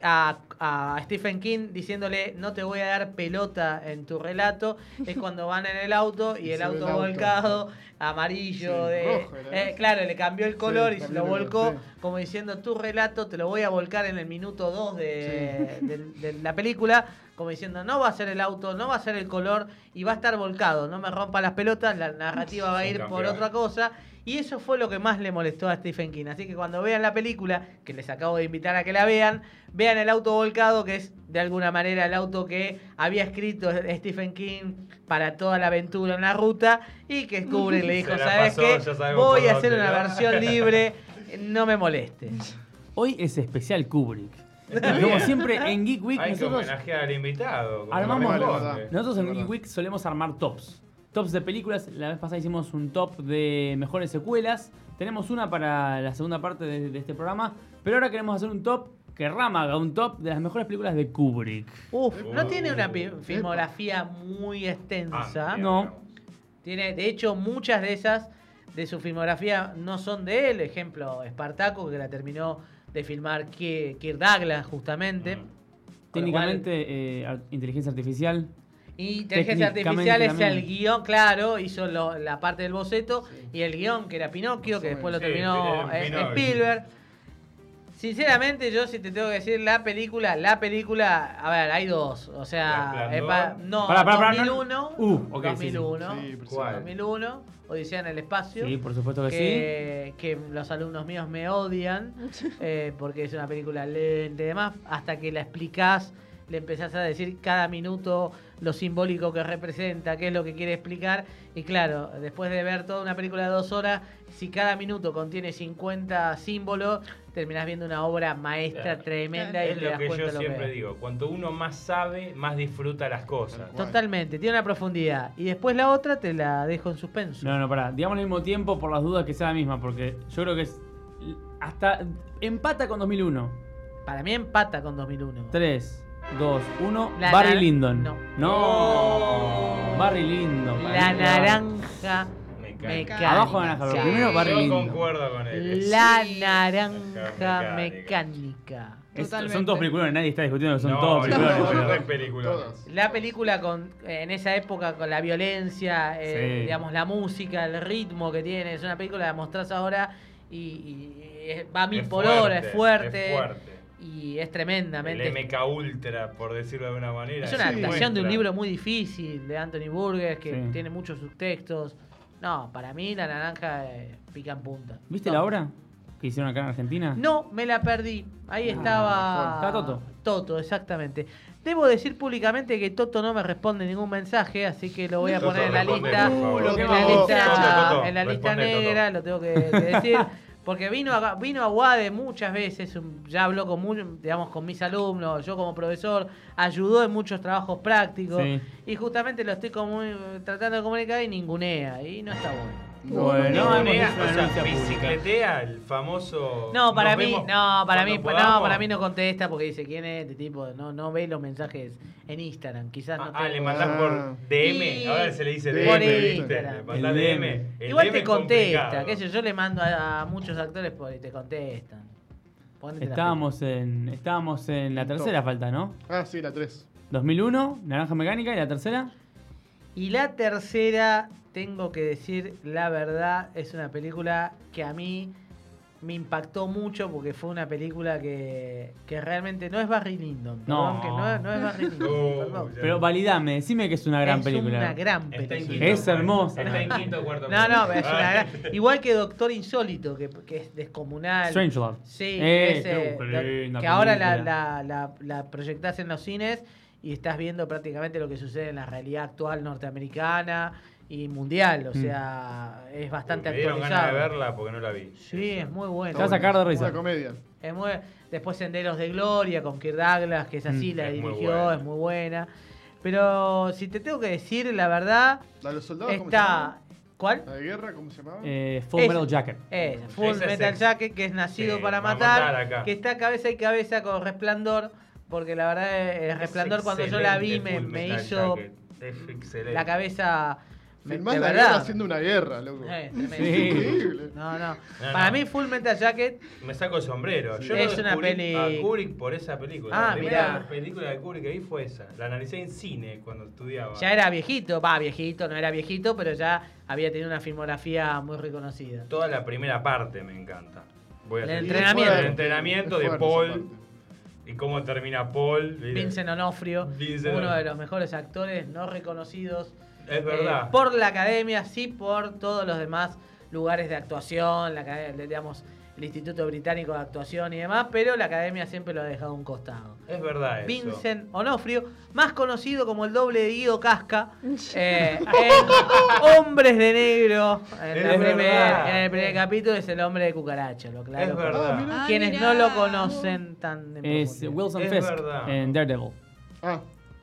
Speaker 4: a, a Stephen King diciéndole no te voy a dar pelota en tu relato es cuando van en el auto y,
Speaker 5: Y
Speaker 4: el
Speaker 5: se ve el
Speaker 4: auto
Speaker 5: auto.
Speaker 4: volcado amarillo
Speaker 5: Sí,
Speaker 4: de
Speaker 5: rojo era,
Speaker 4: eh,
Speaker 5: ¿no?
Speaker 4: claro le cambió el color y se
Speaker 5: cambió
Speaker 4: lo
Speaker 5: el color,
Speaker 4: volcó
Speaker 5: sí.
Speaker 4: como diciendo tu relato te lo voy a volcar en el minuto 2 de, de- de la película, como diciendo no va a ser el auto, no va a ser el color y va a estar volcado, no me rompa las pelotas, la narrativa va a
Speaker 3: Un
Speaker 4: ir por
Speaker 3: campeón.
Speaker 4: otra cosa. Y eso fue lo que más le molestó a Stephen King. Así que cuando vean la película, que les acabo de invitar a que la vean, vean el auto volcado, que es de alguna manera el auto que había escrito Stephen King para toda la aventura en la ruta y que Kubrick le dijo,
Speaker 3: Se la
Speaker 4: ¿sabes
Speaker 3: pasó, ya
Speaker 4: qué?
Speaker 3: sabemos
Speaker 4: Voy
Speaker 3: por
Speaker 4: a hacer
Speaker 3: dónde,
Speaker 4: una
Speaker 3: ¿no?"
Speaker 4: versión libre, no me moleste.
Speaker 2: Hoy es especial Kubrick.
Speaker 3: Está
Speaker 2: Y como
Speaker 3: bien.
Speaker 2: siempre en Geek Week
Speaker 3: Hay que
Speaker 2: nosotros,
Speaker 3: homenajear al invitado. como
Speaker 2: Armamos
Speaker 3: corresponde.
Speaker 5: dos.
Speaker 2: nosotros
Speaker 5: Es
Speaker 2: en Geek
Speaker 5: verdad.
Speaker 2: Week solemos armar tops. Tops de películas. La vez pasada hicimos un top de mejores secuelas. Tenemos una para la segunda parte de, de este programa. Pero ahora queremos hacer un top, que Rama haga un top de las mejores películas de Kubrick.
Speaker 4: Uf, no
Speaker 3: Uh.
Speaker 4: tiene una pi-
Speaker 3: Epa.
Speaker 4: filmografía muy extensa.
Speaker 3: Ah, bien,
Speaker 2: No.
Speaker 3: digamos.
Speaker 4: Tiene, de hecho, muchas de esas de su filmografía no son de él. Ejemplo, Espartaco, que la terminó de filmar Ki- Kirk Douglas, justamente.
Speaker 3: Mm.
Speaker 4: Con lo cual-
Speaker 2: Técnicamente, eh, ar- inteligencia artificial.
Speaker 4: Y inteligencia
Speaker 2: Técnicamente
Speaker 4: artificial es
Speaker 2: también.
Speaker 4: el guión, claro, hizo lo- la parte del boceto y el guión que era Pinocchio,
Speaker 5: Más
Speaker 4: que
Speaker 5: o
Speaker 4: después lo
Speaker 5: menos.
Speaker 3: Sí,
Speaker 4: terminó
Speaker 3: Pin-
Speaker 4: eh,
Speaker 3: Pinocchio.
Speaker 4: Spielberg. Sinceramente, yo si te tengo que decir la película, la película, a ver, hay dos, o sea,
Speaker 3: Resplandor.
Speaker 4: eh, pa- no,
Speaker 2: Pará, pará, pará, no-
Speaker 4: 2001,
Speaker 2: Uh, ok, sí, sí.
Speaker 4: 2001,
Speaker 5: Sí,
Speaker 3: ¿Cuál?
Speaker 4: 2001, Odisea en el espacio.
Speaker 2: ¿Ah, Sí, por supuesto que,
Speaker 4: que, que los alumnos míos me odian eh, porque es una película lenta y demás, hasta que la explicás, le empezás a decir cada minuto lo simbólico que representa, qué es lo que quiere explicar, y claro, después de ver toda una película de dos horas, si cada minuto contiene 50 símbolos, terminás viendo una obra maestra
Speaker 3: Claro.
Speaker 4: tremenda y
Speaker 3: Es
Speaker 4: te das
Speaker 3: lo que
Speaker 4: cuenta
Speaker 3: yo
Speaker 4: lo
Speaker 3: siempre
Speaker 4: que es.
Speaker 3: digo. Cuanto uno más sabe, más disfruta las cosas.
Speaker 5: Tal
Speaker 4: Totalmente, tiene una profundidad. Y después la otra te la dejo en suspenso.
Speaker 2: sí. No, no, pará. Digamos al mismo tiempo por las dudas que sea la misma, porque yo creo que es. Hasta. Empata con 2001.
Speaker 4: Para mí empata con 2001.
Speaker 2: 3, 2, 1.
Speaker 4: La
Speaker 2: Barry
Speaker 4: nar-
Speaker 2: Lyndon.
Speaker 4: no.
Speaker 3: Oh.
Speaker 2: No. Barry Lyndon.
Speaker 4: La
Speaker 2: para mí.
Speaker 4: naranja
Speaker 3: Me encanta.
Speaker 4: mecánica.
Speaker 2: Abajo naranja, pero primero Barry
Speaker 3: Yo
Speaker 2: Lyndon.
Speaker 3: concuerdo con él.
Speaker 4: La
Speaker 6: Sí.
Speaker 4: naranja
Speaker 3: Naranja
Speaker 4: mecánica.
Speaker 2: Es- son
Speaker 6: Totalmente.
Speaker 2: todos películas, nadie está discutiendo que son
Speaker 3: No,
Speaker 2: todos
Speaker 3: no,
Speaker 2: películas.
Speaker 3: no,
Speaker 2: pero-
Speaker 3: re película.
Speaker 5: Todas.
Speaker 4: La película con en esa época con la violencia, eh,
Speaker 2: Sí.
Speaker 4: digamos la música, el ritmo que tiene, es una película que mostrás ahora y, y- y es- va a mil
Speaker 3: Es
Speaker 4: por
Speaker 3: fuerte,
Speaker 4: hora, es fuerte.
Speaker 3: Es fuerte.
Speaker 4: y es
Speaker 3: El
Speaker 4: tremendamente...
Speaker 3: MK Ultra, por decirlo de alguna manera.
Speaker 4: Es una
Speaker 5: Sí.
Speaker 4: adaptación de un
Speaker 3: Muestra.
Speaker 4: libro muy difícil de Anthony Burgess que
Speaker 2: Sí.
Speaker 4: tiene muchos subtextos. No, para mí la naranja eh, pica en punta.
Speaker 2: ¿Viste
Speaker 4: No.
Speaker 2: la obra que hicieron acá en Argentina?
Speaker 4: No, me la perdí. Ahí
Speaker 2: Ah,
Speaker 4: estaba.
Speaker 2: está Toto.
Speaker 4: Toto, exactamente. Debo decir públicamente que Toto no me responde ningún mensaje, así que lo voy a
Speaker 3: Toto,
Speaker 4: poner en la
Speaker 3: responde,
Speaker 4: lista.
Speaker 3: por favor.
Speaker 4: en la
Speaker 2: Toto,
Speaker 4: lista-
Speaker 3: Toto,
Speaker 4: en la lista
Speaker 3: responde, Toto.
Speaker 4: negra, lo tengo que, que decir. Porque vino a, vino a Guade muchas veces, un- ya habló con, mu- digamos, con mis alumnos, yo como profesor, ayudó en muchos trabajos prácticos.
Speaker 2: Sí.
Speaker 4: Y justamente lo estoy comu- tratando de comunicar y ningunea, y no está bueno.
Speaker 5: No,
Speaker 2: Bueno,
Speaker 5: no,
Speaker 3: No,
Speaker 5: no.
Speaker 2: hemos
Speaker 3: nea,
Speaker 2: hecho
Speaker 3: o
Speaker 2: una
Speaker 3: sea,
Speaker 2: denuncia pública.
Speaker 3: bicicletea el famoso.
Speaker 4: No, para
Speaker 3: "Nos
Speaker 4: mí,
Speaker 3: vemos
Speaker 4: no, para mí,
Speaker 3: cuando
Speaker 4: no,
Speaker 3: podamos".
Speaker 4: para mí no contesta porque dice quién es este tipo, no, no ve los mensajes en Instagram, quizás
Speaker 3: Ah,
Speaker 4: no
Speaker 3: ah,
Speaker 4: tengo-
Speaker 3: le mandás
Speaker 5: Ah.
Speaker 3: por DM.
Speaker 4: Y-
Speaker 3: Ahora se le dice
Speaker 5: Por
Speaker 3: DM, ¿viste?
Speaker 4: Instagram.
Speaker 3: Le mandás
Speaker 2: El
Speaker 3: DM.
Speaker 2: DM.
Speaker 3: El
Speaker 4: Igual
Speaker 3: DM
Speaker 4: te
Speaker 3: es
Speaker 4: contesta,
Speaker 3: complicado.
Speaker 4: qué sé yo, yo le mando a, a muchos actores por- y te contestan. Ponete la
Speaker 2: Estábamos en, estábamos en la
Speaker 5: En
Speaker 2: tercera
Speaker 5: top.
Speaker 2: falta, ¿no?
Speaker 5: Ah, sí, la 3.
Speaker 2: 2001, Naranja Mecánica, y la tercera,
Speaker 4: pila. Y la tercera, tengo que decir la verdad, es una película que a mí me impactó mucho porque fue una película que, que realmente no es Barry Lyndon.
Speaker 2: No.
Speaker 4: perdón, que no, es- no es Barry Lyndon.
Speaker 3: No,
Speaker 4: perdón.
Speaker 3: Uh, ya.
Speaker 2: pero validame, decime que es una gran
Speaker 4: es
Speaker 2: película.
Speaker 4: una gran
Speaker 3: Está en
Speaker 4: película.
Speaker 3: quinto
Speaker 2: Es
Speaker 3: cuarto.
Speaker 2: hermosa.
Speaker 3: Está en quinto cuarto.
Speaker 4: No, no, pero es una
Speaker 3: Ah,
Speaker 4: gran- Igual que Doctor Insólito, que, que es descomunal.
Speaker 2: Strange Love.
Speaker 4: Sí,
Speaker 2: Eh,
Speaker 4: ese-
Speaker 2: qué
Speaker 4: la-
Speaker 2: linda
Speaker 4: que ahora la,
Speaker 2: película.
Speaker 4: la- la- la proyectás en los cines y estás viendo prácticamente lo que sucede en la realidad actual norteamericana y mundial. O
Speaker 2: Mm.
Speaker 4: sea, es bastante
Speaker 3: Me dieron ganas de
Speaker 4: actualizado.
Speaker 3: verla porque no la vi.
Speaker 4: Sí, es muy bueno.
Speaker 2: Te vas a sacar de
Speaker 5: Es
Speaker 2: risa.
Speaker 5: Una comedia.
Speaker 4: Es muy- después Senderos de Gloria con Kirk Douglas, que es así,
Speaker 2: Mm.
Speaker 4: la
Speaker 3: Es muy
Speaker 4: dirigió,
Speaker 3: buena.
Speaker 4: es muy buena. Pero si te tengo que decir la verdad,
Speaker 5: La de los soldados, ¿cómo se
Speaker 4: está...
Speaker 5: llamaba?
Speaker 4: ¿Cuál?
Speaker 5: La de guerra, ¿cómo se llamaba?
Speaker 2: Eh, Full
Speaker 4: Esa.
Speaker 2: Metal Jacket.
Speaker 4: Es, Eh, Full
Speaker 3: Ese es
Speaker 4: Metal
Speaker 3: ex.
Speaker 4: Jacket, que es nacido
Speaker 3: Sí,
Speaker 4: para
Speaker 3: va a
Speaker 4: matar,
Speaker 3: matar acá.
Speaker 4: que está cabeza y cabeza con Resplandor, porque la verdad es,
Speaker 3: Es
Speaker 4: Resplandor cuando yo la vi
Speaker 3: excelente
Speaker 4: me,
Speaker 3: Full
Speaker 4: me
Speaker 3: Metal
Speaker 4: hizo
Speaker 3: Jacket. Es excelente.
Speaker 4: la cabeza... me-
Speaker 5: Filmás
Speaker 4: de
Speaker 5: la
Speaker 4: verdad.
Speaker 5: guerra haciendo una guerra, loco.
Speaker 4: Eh,
Speaker 2: Sí.
Speaker 4: tremendo.
Speaker 5: Increíble.
Speaker 4: No, no.
Speaker 3: No,
Speaker 4: Para
Speaker 3: no.
Speaker 4: mí Full Metal Jacket,
Speaker 3: Me saco el sombrero. Yo
Speaker 4: Es
Speaker 3: lo
Speaker 4: una
Speaker 3: descubrí
Speaker 4: peli-
Speaker 3: a Kubrick por esa película.
Speaker 4: Ah,
Speaker 3: la primera
Speaker 4: mirá.
Speaker 3: película de Kubrick que vi fue esa. La analicé en cine cuando estudiaba.
Speaker 4: ya era viejito, va, viejito, no era viejito, pero ya había tenido una filmografía muy reconocida.
Speaker 3: Toda la primera parte me encanta. Voy a
Speaker 4: El
Speaker 3: hacer-
Speaker 4: entrenamiento.
Speaker 3: El entrenamiento de
Speaker 5: Es fuerte esa
Speaker 3: Paul
Speaker 5: parte.
Speaker 3: y cómo termina Paul. ¿viste?
Speaker 4: Vincent Onofrio,
Speaker 3: Vincent
Speaker 4: uno de
Speaker 3: Onofrio.
Speaker 4: los mejores actores no reconocidos
Speaker 3: Es
Speaker 4: Eh,
Speaker 3: verdad.
Speaker 4: por la academia, sí por todos los demás lugares de actuación, la, acade- le- digamos, el Instituto Británico de Actuación y demás, pero la academia siempre lo ha dejado a un costado.
Speaker 3: Es verdad eso.
Speaker 4: Vincent Onofrio, más conocido como el doble de Guido Casca, eh, en Hombres de Negro, en, la
Speaker 3: Es
Speaker 4: primer-
Speaker 3: verdad.
Speaker 4: en el primer capítulo es el hombre de cucaracha, lo claro.
Speaker 3: Es verdad.
Speaker 5: Ah,
Speaker 6: Ah,
Speaker 4: Quienes no
Speaker 6: mirá.
Speaker 4: lo conocen tan en
Speaker 2: Es eh,
Speaker 4: profundidad.
Speaker 2: Wilson
Speaker 3: Es
Speaker 2: Fisk
Speaker 3: verdad.
Speaker 2: en Daredevil.
Speaker 5: Ah,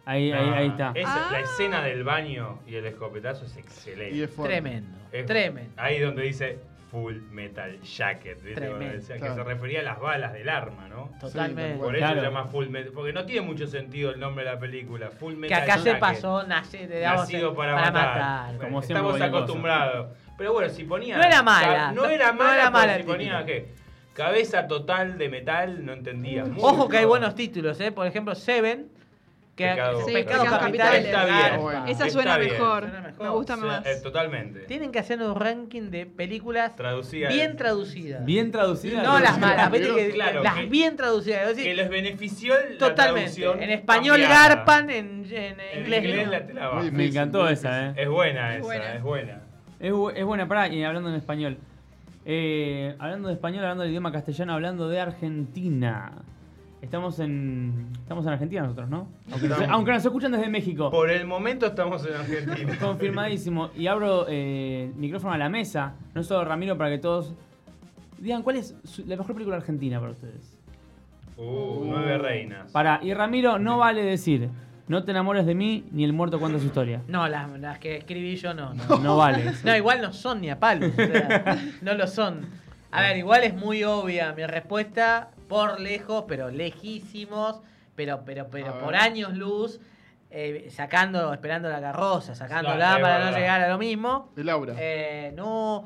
Speaker 2: Ahí, ahí, ahí está.
Speaker 3: Esa- La
Speaker 6: Ah.
Speaker 3: escena del baño y el escopetazo es excelente.
Speaker 5: y es fuerte.
Speaker 4: Tremendo,
Speaker 3: Es-
Speaker 4: tremendo.
Speaker 3: Ahí donde dice Full Metal Jacket. ¿viste?
Speaker 4: Tremendo.
Speaker 3: Cuando decían Que
Speaker 5: Claro.
Speaker 3: se refería a las balas del arma, ¿no?
Speaker 4: Totalmente.
Speaker 3: Por
Speaker 2: Claro.
Speaker 3: eso se llama Full Metal. Porque no tiene mucho sentido el nombre de la película. Full
Speaker 4: Que
Speaker 3: Metal
Speaker 4: acá se
Speaker 3: Jacket.
Speaker 4: pasó, nace, digamos,
Speaker 3: Nacido para, matar.
Speaker 4: matar.
Speaker 2: Como siempre,
Speaker 3: Estamos
Speaker 2: cualquier cosa.
Speaker 3: acostumbrados. Pero bueno, si ponía.
Speaker 4: No era mala.
Speaker 3: No era
Speaker 4: No
Speaker 3: mala,
Speaker 4: era
Speaker 3: pero
Speaker 4: mala
Speaker 3: si
Speaker 4: el
Speaker 3: ponía qué. Cabeza total de metal, no entendía. mucho.
Speaker 4: Ojo que hay buenos títulos, ¿eh? Por ejemplo, Seven, que
Speaker 3: Pecados
Speaker 6: Sí,
Speaker 4: Pecados
Speaker 6: Pecados
Speaker 4: Capitales.
Speaker 6: Capitales.
Speaker 3: Está
Speaker 5: bien.
Speaker 4: garpa.
Speaker 6: Esa
Speaker 3: Está
Speaker 6: suena
Speaker 3: bien.
Speaker 6: mejor.
Speaker 4: Suena mejor.
Speaker 6: Me gusta
Speaker 3: O sea,
Speaker 6: más.
Speaker 3: eh, totalmente.
Speaker 4: Tienen que hacer un ranking de películas
Speaker 3: Traducía.
Speaker 4: bien traducidas.
Speaker 2: Bien traducida.
Speaker 4: no las malas, viste
Speaker 5: Pero,
Speaker 4: que
Speaker 3: claro,
Speaker 4: las
Speaker 3: que-
Speaker 4: bien traducidas. es
Speaker 3: que
Speaker 4: decir,
Speaker 3: les benefició la
Speaker 4: totalmente.
Speaker 3: traducción
Speaker 4: En español
Speaker 3: cambiada.
Speaker 4: garpan, en, en
Speaker 3: En
Speaker 4: inglés,
Speaker 3: inglés
Speaker 4: no.
Speaker 3: la te la baja.
Speaker 5: Muy bien.
Speaker 2: Me encantó esa, eh.
Speaker 3: Es buena
Speaker 6: Es
Speaker 3: esa,
Speaker 6: buena.
Speaker 3: es buena.
Speaker 2: Es, bu- es buena, pará, y hablando en español. Eh, hablando de español, hablando del idioma castellano, hablando de Argentina. Estamos en. Estamos en Argentina nosotros, ¿no? Aunque, nos,
Speaker 5: Estamos.
Speaker 2: aunque nos escuchan desde México.
Speaker 3: Por el momento estamos en Argentina.
Speaker 2: Confirmadísimo. Y abro eh, micrófono a la mesa, no solo Ramiro, para que todos digan cuál es su- la mejor película argentina para ustedes.
Speaker 3: Uh, nueve reinas.
Speaker 2: Para, y Ramiro, no vale decir, no te enamores de mí ni el muerto cuenta su historia.
Speaker 4: No, las, las que escribí yo no. no.
Speaker 2: No vale. eso.
Speaker 4: No, igual no son ni a palos. o sea, no lo son. A ver, igual es muy obvia mi respuesta. Por lejos, pero lejísimos. Pero, pero,
Speaker 5: A
Speaker 4: pero
Speaker 5: ver.
Speaker 4: por años luz. eh, sacando, esperando la carroza, sacándola
Speaker 3: Claro, es
Speaker 4: para no
Speaker 3: verdad.
Speaker 4: llegar a lo mismo.
Speaker 5: De Laura.
Speaker 4: Eh, no,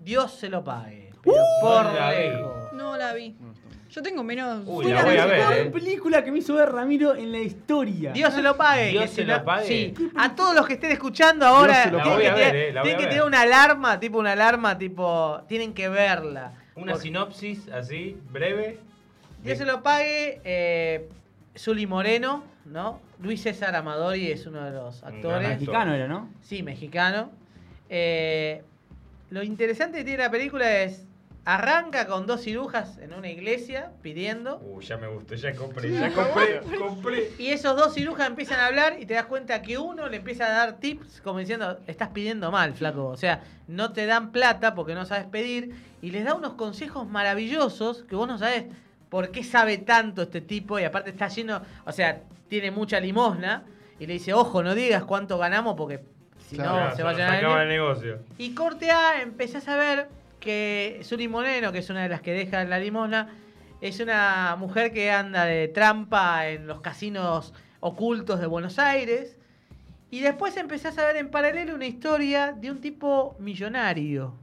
Speaker 4: Dios se lo pague.
Speaker 3: Uh,
Speaker 4: Pero por
Speaker 3: No la vi.
Speaker 4: lejos.
Speaker 6: No la vi.
Speaker 5: No, está bien.
Speaker 6: Yo tengo menos.
Speaker 3: Uy,
Speaker 6: Fui
Speaker 3: la voy
Speaker 6: de-
Speaker 3: a ver,
Speaker 2: mejor
Speaker 3: eh.
Speaker 2: película que me hizo ver Ramiro en la historia.
Speaker 4: Dios se lo pague.
Speaker 3: Dios
Speaker 4: que
Speaker 3: se
Speaker 4: si
Speaker 3: lo
Speaker 4: no-
Speaker 3: pague.
Speaker 4: sí. A todos los que estén escuchando ahora,
Speaker 5: Dios se lo
Speaker 4: tienen que
Speaker 5: pague. La voy a
Speaker 4: tirar-
Speaker 3: ver, eh, la voy
Speaker 4: tienen
Speaker 3: a
Speaker 4: que
Speaker 3: ver.
Speaker 4: tener una alarma, tipo una alarma, tipo. Tienen que verla.
Speaker 3: Una
Speaker 4: Porque-
Speaker 3: sinopsis así, breve.
Speaker 4: Que se lo pague eh, Zully Moreno, ¿no? Luis César Amadori es uno de los
Speaker 3: gran
Speaker 4: actores.
Speaker 3: actor.
Speaker 2: Mexicano era, ¿no?
Speaker 4: Sí, mexicano. Eh, lo interesante que tiene la película es. Arranca con dos cirujas en una iglesia pidiendo.
Speaker 3: Uh, ya me gustó, ya compré, ya compré, compré.
Speaker 4: Y esos dos cirujas empiezan a hablar y te das cuenta que uno le empieza a dar tips como diciendo, estás pidiendo mal, flaco. O sea, no te dan plata porque no sabes pedir. Y les da unos consejos maravillosos que vos no sabes por qué sabe tanto este tipo. Y aparte está lleno, o sea, tiene mucha limosna. Y le dice, ojo, no digas cuánto ganamos porque si
Speaker 5: Claro,
Speaker 3: Ya,
Speaker 4: no se
Speaker 3: nos
Speaker 4: va a llenar
Speaker 3: acaba el
Speaker 4: el-
Speaker 3: negocio.
Speaker 4: Y corte A, empezás a ver que Suri Moreno, que es una de las que deja la limosna, es una mujer que anda de trampa en los casinos ocultos de Buenos Aires. Y después empezás a ver en paralelo una historia de un tipo millonario,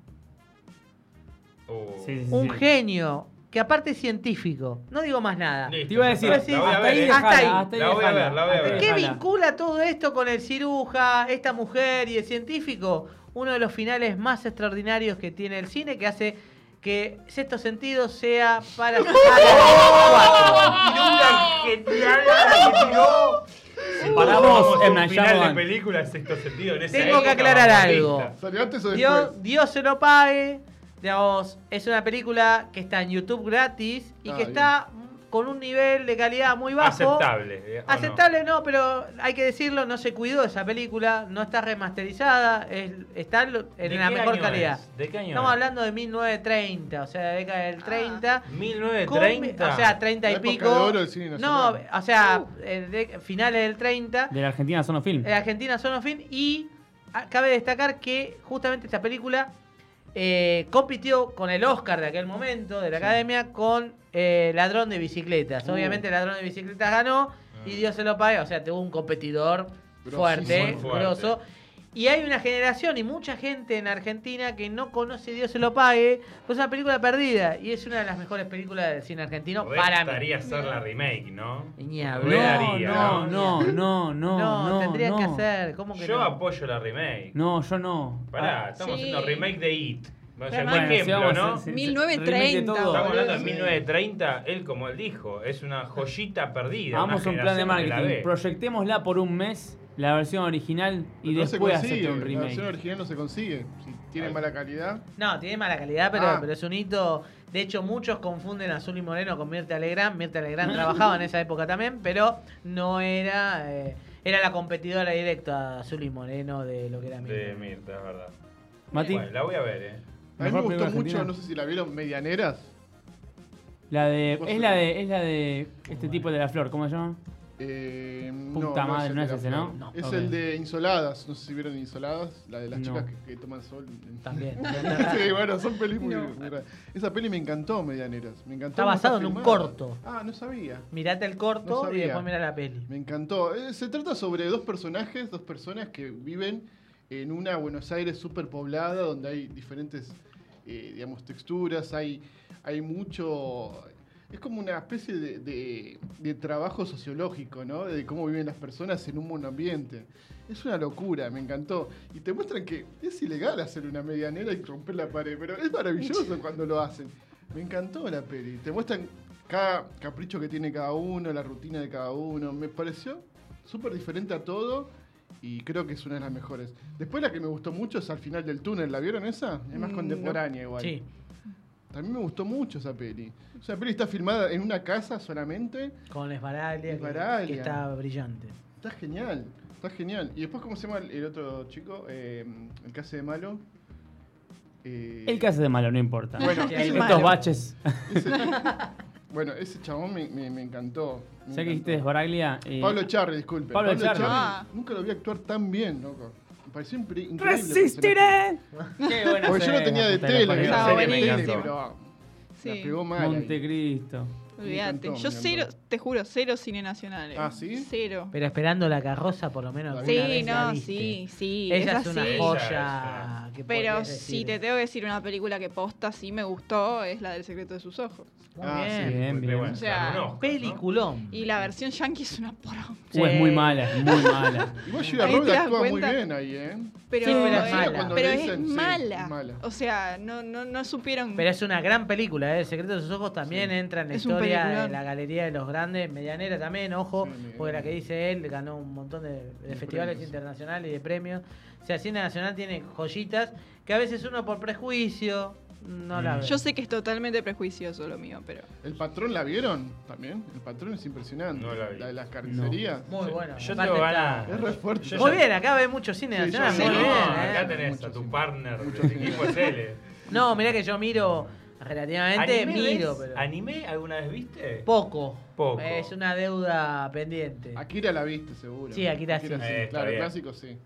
Speaker 3: Uh.
Speaker 2: Sí, sí, sí.
Speaker 4: un genio, que aparte es científico. No digo más nada.
Speaker 3: Listo,
Speaker 2: Te iba a
Speaker 3: ya
Speaker 2: decir,
Speaker 3: está. La voy a
Speaker 2: hasta
Speaker 3: ver,
Speaker 2: ahí
Speaker 3: eh.
Speaker 4: deja-
Speaker 2: dejala,
Speaker 4: ahí.
Speaker 2: hasta ahí
Speaker 3: La voy a
Speaker 2: dejala,
Speaker 3: ver, la voy a
Speaker 2: hasta ahí
Speaker 3: ver.
Speaker 4: ¿Qué
Speaker 2: dejala.
Speaker 4: vincula todo esto con el ciruja, esta mujer y el científico? Uno de los finales más extraordinarios que tiene el cine que hace que sexto sentido sea para
Speaker 3: Tiró una genial, la tiró.
Speaker 2: Para
Speaker 3: Vamos
Speaker 2: vos,
Speaker 3: a un
Speaker 2: M. Night
Speaker 3: final de
Speaker 2: Shyamalan.
Speaker 3: película en sexto sentido. En esa
Speaker 4: Tengo que
Speaker 3: época,
Speaker 4: aclarar
Speaker 3: mamá,
Speaker 4: algo.
Speaker 3: lista.
Speaker 5: ¿Salió antes o después?
Speaker 4: Dios, Dios se lo pague. Digamos, es una película que está en YouTube gratis y
Speaker 5: Ah,
Speaker 4: que
Speaker 5: bien.
Speaker 4: está con un nivel de calidad muy bajo.
Speaker 3: Aceptable. eh, ¿o no?
Speaker 4: Aceptable no, pero hay que decirlo, no se cuidó esa película, no está remasterizada, es- está
Speaker 3: ¿De
Speaker 4: en
Speaker 3: qué
Speaker 4: la mejor
Speaker 3: año
Speaker 4: calidad.
Speaker 3: es? ¿De qué año?
Speaker 4: Estamos
Speaker 3: es?
Speaker 4: hablando de 1930, o sea, la década del 30. Con-
Speaker 3: 1930.
Speaker 4: O sea, 30 y
Speaker 5: La época
Speaker 4: pico.
Speaker 5: de oro del cine
Speaker 4: no,
Speaker 5: nacional.
Speaker 4: o sea, eh, de- finales del 30.
Speaker 2: De la Argentina son los films.
Speaker 4: En Argentina son los fin. Y ah, cabe destacar que justamente esta película eh, compitió con el Oscar de aquel momento, de la academia, con eh, Ladrón de Bicicletas.
Speaker 3: Uh.
Speaker 4: Obviamente, Ladrón de Bicicletas ganó
Speaker 3: Ah.
Speaker 4: y Dios se lo pague. O sea, tuvo un competidor
Speaker 5: Grosísimo.
Speaker 4: fuerte,
Speaker 5: Muy
Speaker 3: fuerte.
Speaker 4: grosso. Y hay una generación y mucha gente en Argentina que no conoce Dios se lo pague. Pues es una película perdida y es una de las mejores películas del cine argentino
Speaker 3: Re
Speaker 4: para mí.
Speaker 3: estaría hacer la remake, ¿no?
Speaker 4: Ni hablar.
Speaker 2: No,
Speaker 3: Daría,
Speaker 2: no,
Speaker 4: ¿no?
Speaker 2: no, no, no,
Speaker 4: No,
Speaker 2: no.
Speaker 4: tendrían
Speaker 2: no.
Speaker 4: que hacer. ¿Cómo que
Speaker 3: Yo
Speaker 4: no?
Speaker 3: apoyo la remake.
Speaker 2: No, yo no. Ah,
Speaker 3: Pará, estamos
Speaker 6: sí.
Speaker 3: haciendo remake de It. Vamos a
Speaker 6: Pero
Speaker 3: hacer
Speaker 6: bueno,
Speaker 3: un
Speaker 2: si
Speaker 3: ejemplo,
Speaker 2: vamos a
Speaker 3: ¿no?
Speaker 2: hacer- sí,
Speaker 6: 1930.
Speaker 2: remake de todo.
Speaker 3: Estamos hablando de
Speaker 5: Sí.
Speaker 3: 1930, él como él dijo, es una joyita perdida.
Speaker 2: Hagamos
Speaker 3: una
Speaker 2: un plan de
Speaker 3: generación que la
Speaker 2: marketing.
Speaker 3: ve.
Speaker 2: Proyectémosla por un mes, la versión original, y
Speaker 5: No se
Speaker 2: después
Speaker 5: consigue,
Speaker 2: hacerte un
Speaker 5: La versión
Speaker 2: remake.
Speaker 5: original no se consigue. Si tiene mala calidad.
Speaker 4: No, tiene mala calidad, pero,
Speaker 5: Ah.
Speaker 4: pero es un hito. De hecho, muchos confunden a Zully Moreno con Mirta Legrand. Mirta Legrand trabajaba en esa época también, pero no era. eh, era la competidora directa a Zully Moreno de lo que era Mirta.
Speaker 3: De Mirta, es verdad.
Speaker 2: Mati,
Speaker 3: Bueno, la voy a ver, eh.
Speaker 5: A mí
Speaker 2: Mejor
Speaker 5: me gustó
Speaker 2: película
Speaker 5: mucho,
Speaker 2: argentina.
Speaker 5: no sé si la vieron, Medianeras.
Speaker 2: la de.
Speaker 5: Vos
Speaker 2: Es la de. Es la de. Este tipo de la flor, ¿cómo se llama?
Speaker 5: Eh,
Speaker 2: Puta madre,
Speaker 5: el
Speaker 2: no
Speaker 5: de
Speaker 2: es
Speaker 5: la
Speaker 2: ese, ¿no?
Speaker 5: flor.
Speaker 2: No.
Speaker 5: Es
Speaker 2: Ok.
Speaker 5: el de Insoladas, no sé si vieron Insoladas, la de las
Speaker 2: No.
Speaker 5: chicas que, que toman sol.
Speaker 4: También.
Speaker 5: sí, bueno, son pelis muy,
Speaker 6: No.
Speaker 5: muy raras. Esa peli me encantó, Medianeras. Me encantó.
Speaker 4: Está
Speaker 5: cómo
Speaker 4: basado en un
Speaker 5: filmada.
Speaker 4: corto.
Speaker 5: Ah, no sabía.
Speaker 4: Mirate el
Speaker 5: No
Speaker 4: corto y
Speaker 5: sabía.
Speaker 4: después mirá la peli.
Speaker 5: Me encantó. Eh, Se trata sobre dos personajes, dos personas que viven en una Buenos Aires súper poblada, donde hay diferentes, eh, digamos, texturas, hay, hay mucho... Es como una especie de, de- de trabajo sociológico, ¿no? De cómo viven las personas en un monoambiente. Es una locura, me encantó. Y te muestran que es ilegal hacer una medianera y romper la pared, pero es maravilloso cuando lo hacen. Me encantó la peli. Te muestran cada capricho que tiene cada uno, la rutina de cada uno. Me pareció súper diferente a todo y creo que es una de las mejores. Después la que me gustó mucho es Al final del túnel. ¿La vieron esa? Es más
Speaker 4: Mm,
Speaker 5: contemporánea igual.
Speaker 4: Sí.
Speaker 5: También me gustó mucho esa peli. O sea, la peli está filmada en una casa solamente.
Speaker 4: Con Les Baraglia, que-
Speaker 5: Baraglia.
Speaker 4: que está brillante.
Speaker 5: Está genial, está genial. Y después, ¿cómo se llama el, el otro chico? Eh, el que hace de malo. Eh,
Speaker 2: El que hace de malo, no importa.
Speaker 5: Bueno,
Speaker 4: El
Speaker 5: ese-
Speaker 2: Estos
Speaker 4: malo.
Speaker 2: baches.
Speaker 5: ese- bueno, ese chabón me, me- me encantó. me
Speaker 2: Ya que dijiste
Speaker 5: encantó.
Speaker 2: Baraglia. eh,
Speaker 5: Pablo Charri, disculpe.
Speaker 2: Pablo Charri.
Speaker 6: Ah.
Speaker 5: Nunca lo vi actuar tan bien, loco. Me pareció impre- increíble. el personaje.
Speaker 2: ¡Resistiré! Qué buena
Speaker 5: Porque yo
Speaker 2: serie,
Speaker 5: lo tenía de
Speaker 2: puta la
Speaker 5: tele,
Speaker 2: parió.
Speaker 6: Estaba
Speaker 5: lo tenía de
Speaker 6: buenísimo.
Speaker 5: tele, pero la
Speaker 6: Sí.
Speaker 5: pegó mal. ahí.
Speaker 2: Montecristo.
Speaker 5: Me
Speaker 6: Olvídate.
Speaker 5: encantó,
Speaker 6: Yo
Speaker 5: me
Speaker 6: cero,
Speaker 5: encantó.
Speaker 6: te juro, cero cine nacional. eh.
Speaker 5: Ah, ¿sí?
Speaker 6: Cero.
Speaker 4: Pero esperando la carroza, por lo menos.
Speaker 5: Sí,
Speaker 4: alguna
Speaker 6: Sí,
Speaker 4: vez la
Speaker 6: no,
Speaker 4: viste.
Speaker 6: sí, sí.
Speaker 4: Ella
Speaker 6: es
Speaker 4: es una
Speaker 6: así.
Speaker 3: Ella es
Speaker 4: joya
Speaker 3: una-
Speaker 4: que
Speaker 6: Pero
Speaker 4: podrías
Speaker 6: si
Speaker 4: decir.
Speaker 6: te tengo que decir una película que posta sí me gustó, es la del secreto de sus ojos.
Speaker 4: Muy
Speaker 5: Ah,
Speaker 4: bien.
Speaker 5: sí.
Speaker 2: Bien, bien.
Speaker 6: O sea,
Speaker 3: ganó un Oscar, ¿no?
Speaker 4: Peliculón.
Speaker 6: Y la versión yankee es una porra.
Speaker 2: Uh, es muy mala, es muy mala.
Speaker 5: Igual Julia
Speaker 6: Ahí te
Speaker 5: Roberts
Speaker 6: das
Speaker 5: actúa muy
Speaker 6: cuenta.
Speaker 5: bien ahí, ¿eh?
Speaker 6: Pero,
Speaker 4: Sí, pero es
Speaker 6: es,
Speaker 4: mala.
Speaker 6: pero
Speaker 5: Cuando le
Speaker 6: es
Speaker 5: dicen, sí,
Speaker 6: mala.
Speaker 5: es mala.
Speaker 6: O sea, no, no, no supieron.
Speaker 4: Pero es una gran película, ¿eh? El secreto de sus ojos también entra en la
Speaker 6: Es un
Speaker 4: historia de
Speaker 6: peliculón.
Speaker 4: la Galería de los Grandes, Medianera también, ojo,
Speaker 5: Sí, Medianera.
Speaker 4: porque la que dice él ganó un montón de, de
Speaker 5: De
Speaker 4: festivales
Speaker 5: premios.
Speaker 4: internacionales y de premios. O sea, Cine Nacional tiene joyitas que a veces uno por prejuicio no la ve.
Speaker 6: Mm. Yo sé que es totalmente prejuicioso lo mío, pero.
Speaker 5: ¿El patrón la vieron también? El patrón es impresionante.
Speaker 3: No la vi.
Speaker 5: de las carnicerías.
Speaker 4: Muy bueno.
Speaker 3: Yo
Speaker 4: aparte
Speaker 3: tengo
Speaker 4: está-
Speaker 3: ganas.
Speaker 5: Es re fuerte.
Speaker 3: Yo
Speaker 4: Muy
Speaker 3: ya-
Speaker 4: bien, acá ve mucho cine
Speaker 5: Sí, yo
Speaker 4: nacional,
Speaker 5: sé.
Speaker 4: muy
Speaker 3: No,
Speaker 4: bien. ¿eh?
Speaker 3: acá tenés a tu
Speaker 5: Muchísimo.
Speaker 3: partner del equipo es él.
Speaker 4: No, mirá que yo miro relativamente,
Speaker 3: ¿Anime
Speaker 4: miro,
Speaker 3: ves?
Speaker 4: pero
Speaker 3: ¿Anime alguna vez viste?
Speaker 4: poco.
Speaker 3: Poco.
Speaker 4: Es una deuda pendiente.
Speaker 5: Akira la viste, seguro.
Speaker 4: Sí, Akira sí.
Speaker 5: sí.
Speaker 3: Eh, está
Speaker 5: claro, el
Speaker 3: bien.
Speaker 5: clásico sí.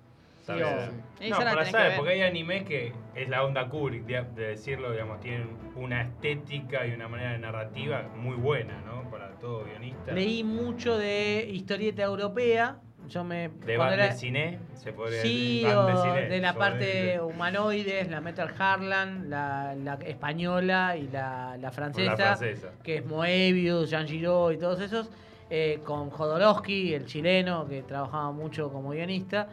Speaker 3: Sabés.
Speaker 5: Sí,
Speaker 6: sí.
Speaker 3: No,
Speaker 6: Esa
Speaker 3: para
Speaker 6: la tenés que
Speaker 3: saber,
Speaker 6: ver.
Speaker 3: porque hay animes que es la onda Kubrick, de, de decirlo, digamos, tienen una estética y una manera de narrativa muy buena, ¿no? Para todo guionista.
Speaker 4: Leí mucho de historieta europea. Yo me.
Speaker 3: De
Speaker 4: cuando
Speaker 3: band
Speaker 4: era-
Speaker 3: de cine, se podría
Speaker 4: Sí,
Speaker 3: decir. bande
Speaker 4: o
Speaker 3: ciné,
Speaker 4: de la
Speaker 3: sobre-
Speaker 4: parte humanoides, la Metal Harlan, la, la española y la, la francesa,
Speaker 3: La francesa.
Speaker 4: que es Moebius, Jean Giraud y todos esos, eh, con Jodorowsky, el chileno, que trabajaba mucho como guionista,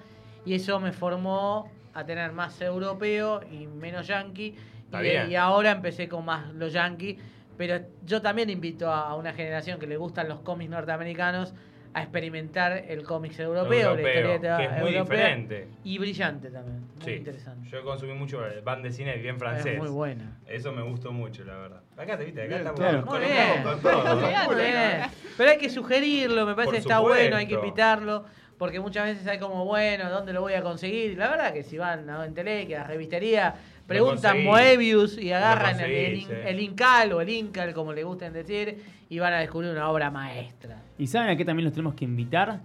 Speaker 4: y eso me formó a tener más europeo y menos yanqui,
Speaker 3: Está
Speaker 4: y,
Speaker 3: bien.
Speaker 4: y ahora empecé con más los yanqui, pero yo también invito a una generación que le gustan los cómics norteamericanos a experimentar el cómics europeo, la historieta
Speaker 3: que es muy
Speaker 4: europea.
Speaker 3: diferente.
Speaker 4: Y brillante también. Muy
Speaker 3: Sí.
Speaker 4: interesante.
Speaker 3: Yo consumí mucho el band de cine bien francés.
Speaker 4: Es muy buena.
Speaker 3: Eso me gustó mucho, la verdad. Acá te viste, acá
Speaker 5: Bien,
Speaker 3: estamos
Speaker 5: claro.
Speaker 4: Muy
Speaker 3: conectados
Speaker 4: bien.
Speaker 3: con todo.
Speaker 6: Muy bien.
Speaker 4: Muy bien. Pero hay que sugerirlo, me parece
Speaker 3: Por
Speaker 4: que está bueno, hay que
Speaker 3: supuesto.
Speaker 4: invitarlo. Porque muchas veces hay como, bueno, ¿dónde lo voy a conseguir? Y La verdad que si van a Tele, que a la revistería, preguntan
Speaker 3: conseguís.
Speaker 4: Moebius y agarran el, el,
Speaker 3: conseguís,
Speaker 4: in-
Speaker 3: eh.
Speaker 4: el Incal o el Incal, como le gusten decir, y van a descubrir una obra maestra.
Speaker 2: ¿Y saben a qué también los tenemos que invitar?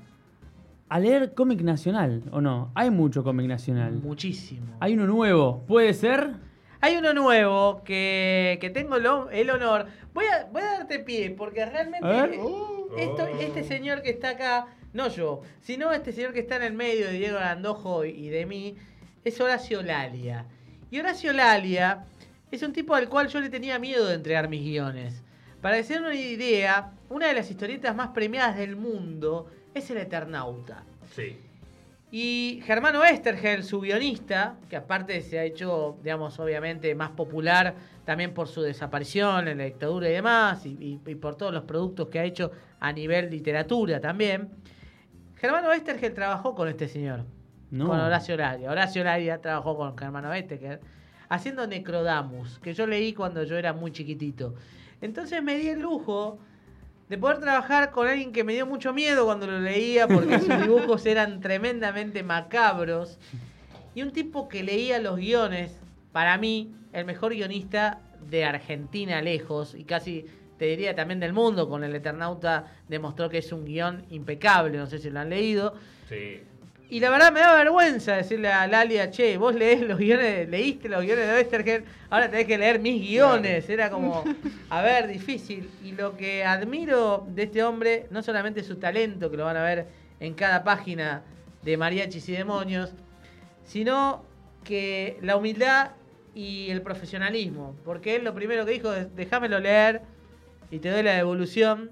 Speaker 2: A leer cómic nacional, ¿o no? Hay mucho cómic nacional.
Speaker 4: Muchísimo.
Speaker 2: Hay uno nuevo, ¿puede ser?
Speaker 4: Hay uno nuevo que, que tengo el, hon- el honor. Voy a, voy a darte pie, porque realmente
Speaker 2: A ver.
Speaker 5: Oh,
Speaker 4: Esto-
Speaker 3: Oh.
Speaker 4: Este señor que está acá, no yo, sino este señor que está en el medio de Diego Landojo y de mí, es Horacio Lalia. Y Horacio Lalia es un tipo al cual yo le tenía miedo de entregar mis guiones. Para que se den una idea, una de las historietas más premiadas del mundo es El Eternauta.
Speaker 3: Sí.
Speaker 4: Y Germán Oestergel, su guionista, que aparte se ha hecho, digamos, obviamente más popular también por su desaparición en la dictadura y demás, y, y- y por todos los productos que ha hecho a nivel literatura también. Germán Oestergel trabajó con este señor,
Speaker 2: No.
Speaker 4: con Horacio Laria. Horacio Laria trabajó con Germán Oestergel, haciendo Necrodamus, que yo leí cuando yo era muy chiquitito. Entonces me di el lujo de poder trabajar con alguien que me dio mucho miedo cuando lo leía porque sus dibujos eran tremendamente macabros y un tipo que leía los guiones, para mí, el mejor guionista de Argentina lejos y casi te diría también del mundo, con el Eternauta demostró que es un guión impecable, no sé si lo han leído.
Speaker 3: Sí.
Speaker 4: Y la verdad me da vergüenza decirle a Lalia, che, vos leés los guiones, leíste los guiones de Westergel, ahora tenés que leer mis guiones. Era como, a ver, difícil. Y lo que admiro de este hombre, no solamente su talento, que lo van a ver en cada página de Mariachis y Demonios, sino que la humildad y el profesionalismo. Porque él lo primero que dijo es, déjamelo leer y te doy la devolución.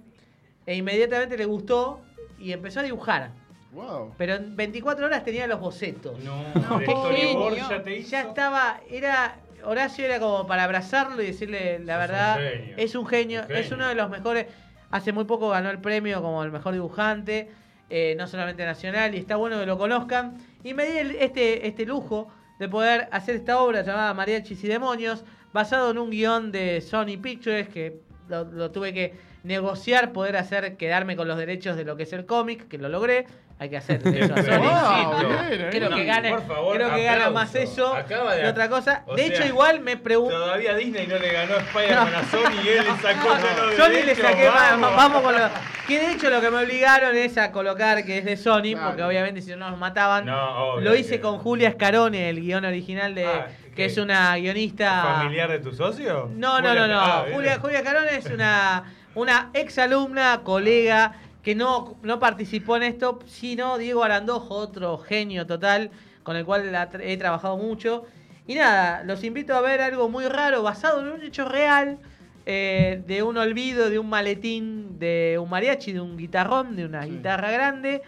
Speaker 4: E inmediatamente le gustó y empezó a dibujar.
Speaker 5: wow.
Speaker 4: Pero en 24 horas tenía los bocetos.
Speaker 3: No, de storyboard
Speaker 6: genio.
Speaker 3: ya te
Speaker 4: Y
Speaker 3: hizo.
Speaker 4: ya estaba, era, Horacio era como para abrazarlo y decirle, la
Speaker 3: Es un
Speaker 4: verdad,
Speaker 3: genio.
Speaker 4: es un genio,
Speaker 3: Un genio.
Speaker 4: es uno de los mejores. Hace muy poco ganó el premio como el mejor dibujante, eh, no solamente nacional, y está bueno que lo conozcan. Y me di el- este, este lujo de poder hacer esta obra llamada Mariachis y Demonios, basado en un guión de Sony Pictures que lo, lo tuve que negociar, poder hacer quedarme con los derechos de lo que es el cómic, que lo logré. Hay que hacer eso a Sony.
Speaker 5: Wow,
Speaker 3: felicito.
Speaker 5: bien, ¿eh?
Speaker 4: Creo
Speaker 3: No,
Speaker 4: que gana,
Speaker 3: por favor,
Speaker 4: creo que gana
Speaker 3: aplauso.
Speaker 4: más eso
Speaker 3: Acaba de-
Speaker 4: que otra cosa.
Speaker 3: o
Speaker 4: de
Speaker 3: sea,
Speaker 4: hecho, igual me pregunto.
Speaker 3: Todavía Disney no le ganó a Spider-Man a Sony y él le sacó ya los
Speaker 4: Yo ni le
Speaker 3: derechos,
Speaker 4: saqué más,
Speaker 3: vamos.
Speaker 4: vamos con lo. Que de hecho lo que me obligaron es a colocar que es de Sony,
Speaker 5: Claro.
Speaker 4: porque obviamente si no nos mataban.
Speaker 3: No, obvio
Speaker 4: lo hice
Speaker 3: que-
Speaker 4: con Julia Scarone, el guión original de.
Speaker 3: Ah,
Speaker 4: que
Speaker 3: ¿qué?
Speaker 4: es una guionista.
Speaker 3: ¿Familiar de tu socio?
Speaker 4: No, no,
Speaker 3: Julia-
Speaker 4: no, no.
Speaker 3: Ah, bien.
Speaker 4: Julia, Julia Carona es una, una ex alumna, colega, que no, no participó en esto, sino Diego Arandojo, otro genio total, con el cual la tra- he trabajado mucho. Y nada, los invito a ver algo muy raro basado en un hecho real. eh, de un olvido, de un maletín, de un mariachi, de un guitarrón, de una
Speaker 5: Sí.
Speaker 4: guitarra grande.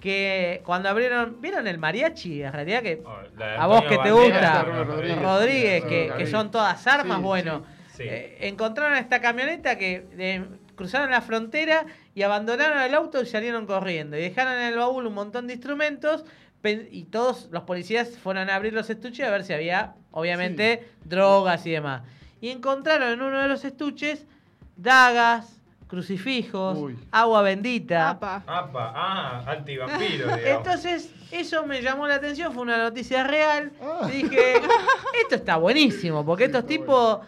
Speaker 4: Que cuando abrieron. ¿Vieron el mariachi? En realidad que
Speaker 3: Oh, la de
Speaker 4: A vos
Speaker 3: Antonio
Speaker 4: que te
Speaker 3: Banderas,
Speaker 5: gusta.
Speaker 3: Antonio Rodríguez.
Speaker 4: Rodríguez, que, que
Speaker 5: Rodríguez.
Speaker 4: son todas armas,
Speaker 5: Sí,
Speaker 4: bueno.
Speaker 3: Sí.
Speaker 4: Eh, encontraron esta camioneta que eh, cruzaron la frontera y abandonaron el auto y salieron corriendo. Y dejaron en el baúl un montón de instrumentos. pen- Y todos los policías fueron a abrir los estuches a ver si había, obviamente, drogas y demás. Y encontraron en uno de los estuches dagas, crucifijos,
Speaker 5: Uy.
Speaker 4: agua bendita.
Speaker 6: Apa.
Speaker 3: Apa, ah, antivampiro, digamos.
Speaker 4: Entonces, eso me llamó la atención, fue una noticia real.
Speaker 5: Ah.
Speaker 4: Y Dije, esto está buenísimo, porque
Speaker 5: Sí,
Speaker 4: estos
Speaker 5: está
Speaker 4: tipos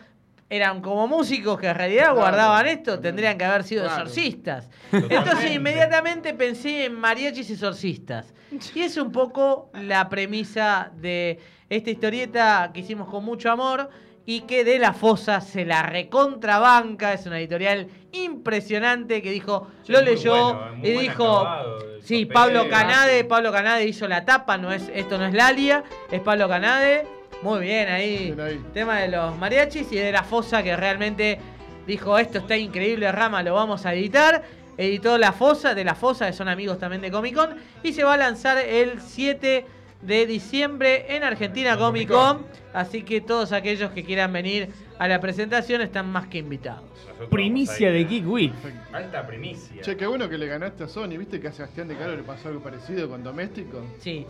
Speaker 4: eran como músicos que en realidad
Speaker 5: Claro,
Speaker 4: guardaban esto,
Speaker 5: claro.
Speaker 4: tendrían que haber sido
Speaker 5: Claro.
Speaker 4: exorcistas.
Speaker 3: Totalmente.
Speaker 4: Entonces, inmediatamente pensé en mariachis y exorcistas. Y es un poco la premisa de esta historieta que hicimos con mucho amor. Y que de la fosa se la recontrabanca. Es una editorial impresionante que dijo,
Speaker 3: Sí,
Speaker 4: lo
Speaker 3: muy
Speaker 4: leyó
Speaker 3: bueno, muy
Speaker 4: y
Speaker 3: buen
Speaker 4: dijo,
Speaker 3: acabado, el
Speaker 4: Sí,
Speaker 3: papel.
Speaker 4: Pablo
Speaker 3: Ah,
Speaker 4: Canade,
Speaker 3: sí.
Speaker 4: Pablo Canade hizo la tapa, no es, esto no es Lalia, es Pablo Canade. Muy bien ahí.
Speaker 5: Bien ahí.
Speaker 4: Tema de los mariachis y de la fosa que realmente dijo esto está increíble, Rama, lo vamos a editar. Editó La Fosa, de La Fosa, que son amigos también de Comic Con, y se va a lanzar el 7 de diciembre en Argentina Comic Con. Así que todos aquellos que quieran venir a la presentación están más que invitados.
Speaker 3: Nosotros
Speaker 2: Primicia de
Speaker 3: vamos a ir.
Speaker 2: Geek Week.
Speaker 5: Perfecto.
Speaker 3: Alta primicia.
Speaker 5: Che, qué bueno que le ganaste a Sony. Viste que a Sebastián de Caro le pasó algo parecido con Doméstico.
Speaker 4: Sí,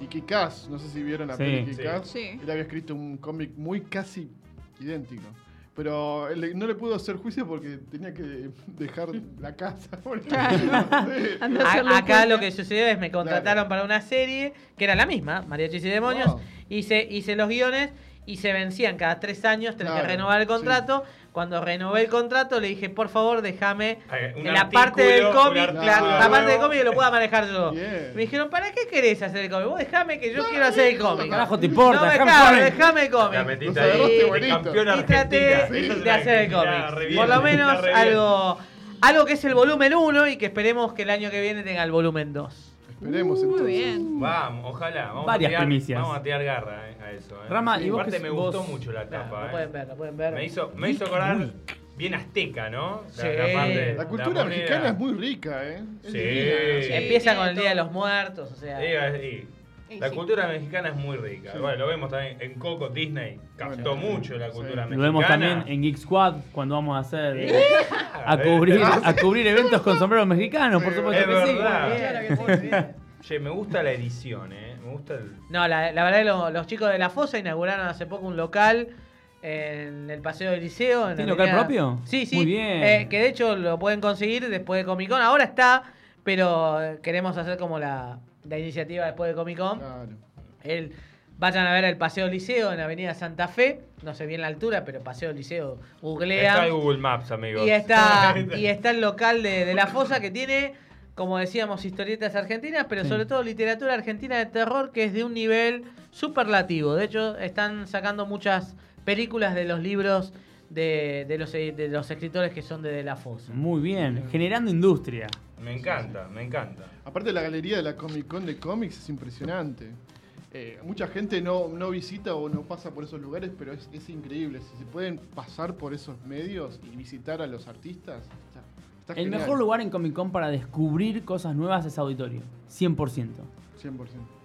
Speaker 5: Y Kikaz, no sé si vieron la
Speaker 2: Sí.
Speaker 5: peli Kikaz.
Speaker 6: Sí.
Speaker 5: Él había escrito un cómic muy casi idéntico. Pero él no le pudo hacer juicio porque tenía que dejar la casa. porque- Sí.
Speaker 6: Andá a
Speaker 4: A-
Speaker 6: hacerlo en
Speaker 4: acá lo
Speaker 6: cuenta.
Speaker 4: que sucedió es me contrataron
Speaker 5: Claro.
Speaker 4: para una serie que era la misma, Mariachis y Demonios.
Speaker 5: Wow.
Speaker 4: Hice, hice los guiones y se vencían cada tres años, tenés que
Speaker 5: Claro,
Speaker 4: renovar el
Speaker 5: sí.
Speaker 4: contrato. Cuando renové el contrato le dije, por favor, déjame
Speaker 3: Eh, un
Speaker 4: la parte del
Speaker 3: artículo,
Speaker 4: cómic,
Speaker 3: un
Speaker 4: la,
Speaker 5: artículo
Speaker 4: la parte del
Speaker 3: nuevo.
Speaker 4: cómic que lo pueda manejar yo.
Speaker 5: Bien.
Speaker 4: Me dijeron, ¿para qué querés hacer el cómic? Vos déjame que yo quiero hacer el cómic.
Speaker 2: Carajo, te
Speaker 4: No
Speaker 2: importa.
Speaker 4: me
Speaker 2: déjame
Speaker 4: cabe,
Speaker 2: joder.
Speaker 4: déjame el
Speaker 3: La
Speaker 4: cómic.
Speaker 3: metiste
Speaker 5: Nos agarraste
Speaker 3: ahí, de
Speaker 5: bonito.
Speaker 3: campeona
Speaker 4: Y traté
Speaker 3: argentina. Eso es
Speaker 4: de
Speaker 3: la
Speaker 4: hacer el
Speaker 3: que está re
Speaker 4: cómic.
Speaker 3: bien,
Speaker 4: Por lo
Speaker 3: está
Speaker 4: menos
Speaker 3: re bien.
Speaker 4: algo, algo que es el volumen 1 y que esperemos que el año que viene tenga el volumen 2.
Speaker 5: Esperemos
Speaker 6: Muy
Speaker 5: entonces.
Speaker 6: bien.
Speaker 3: Vamos, ojalá. Vamos
Speaker 2: Varias
Speaker 3: a tirar,
Speaker 2: primicias.
Speaker 3: Vamos a tirar garra eh, a eso. eh.
Speaker 2: Rama,
Speaker 3: Sí,
Speaker 2: ¿y vos
Speaker 3: aparte
Speaker 2: qué-
Speaker 3: me
Speaker 2: vos-
Speaker 3: gustó mucho la
Speaker 4: Nah,
Speaker 3: tapa.
Speaker 4: lo
Speaker 3: eh.
Speaker 4: pueden ver, lo pueden ver.
Speaker 3: Me hizo, me hizo acordar bien azteca, ¿no?
Speaker 4: Sí.
Speaker 5: La
Speaker 3: moneda.
Speaker 5: cultura mexicana es muy rica, ¿eh? Es
Speaker 3: Sí.
Speaker 5: divina.
Speaker 3: Sí.
Speaker 4: Empieza con el
Speaker 6: tiene
Speaker 4: Día de
Speaker 6: todo.
Speaker 4: los Muertos, o sea.
Speaker 3: Sí, ah, sí.
Speaker 6: Y
Speaker 3: La
Speaker 6: sí.
Speaker 3: cultura mexicana es muy rica.
Speaker 5: Sí.
Speaker 3: Bueno, lo vemos también en Coco Disney. Captó
Speaker 5: Bueno,
Speaker 3: mucho la
Speaker 5: sí.
Speaker 3: cultura mexicana.
Speaker 2: Lo vemos también en Geek Squad cuando vamos a hacer. eh, a,
Speaker 3: Eh,
Speaker 2: cubrir,
Speaker 3: eh,
Speaker 2: a cubrir eventos con sombreros mexicanos, por
Speaker 5: Sí,
Speaker 2: supuesto
Speaker 3: es
Speaker 2: que sí.
Speaker 3: verdad.
Speaker 4: Muy bien.
Speaker 3: Che, me gusta la edición, ¿eh? Me gusta el.
Speaker 4: No, la, la verdad que lo- los chicos de La Fosa inauguraron hace poco un local en el Paseo del Liceo. en
Speaker 2: ¿Tiene
Speaker 4: la
Speaker 2: local
Speaker 4: avenida-
Speaker 2: propio?
Speaker 4: Sí, sí.
Speaker 2: Muy bien.
Speaker 4: Eh, que de hecho lo pueden conseguir después de Comic Con. Ahora está, pero eh, queremos hacer como la, la iniciativa después de Comic Con.
Speaker 5: Claro.
Speaker 4: El- vayan a ver el Paseo del Liceo en la Avenida Santa Fe. No sé bien la altura, pero Paseo del Liceo, googlean.
Speaker 3: Está en Google Maps, amigos.
Speaker 4: Y está, y está el local de, de La Fosa que tiene, como decíamos, historietas argentinas, pero
Speaker 2: Sí.
Speaker 4: sobre todo literatura argentina de terror que es de un nivel superlativo. De hecho, están sacando muchas películas de los libros de, de los, de los escritores que son de, De La Fosa.
Speaker 2: Muy bien, generando industria.
Speaker 3: Me encanta, me encanta.
Speaker 5: Aparte la galería de la Comic Con de cómics es impresionante. Eh, mucha gente no, no visita o no pasa por esos lugares, pero es, es increíble. Si se pueden pasar por esos medios y visitar a los artistas, está, está
Speaker 2: El
Speaker 5: genial.
Speaker 2: mejor lugar en Comic Con para descubrir cosas nuevas es auditorio, 100%.
Speaker 5: 100%.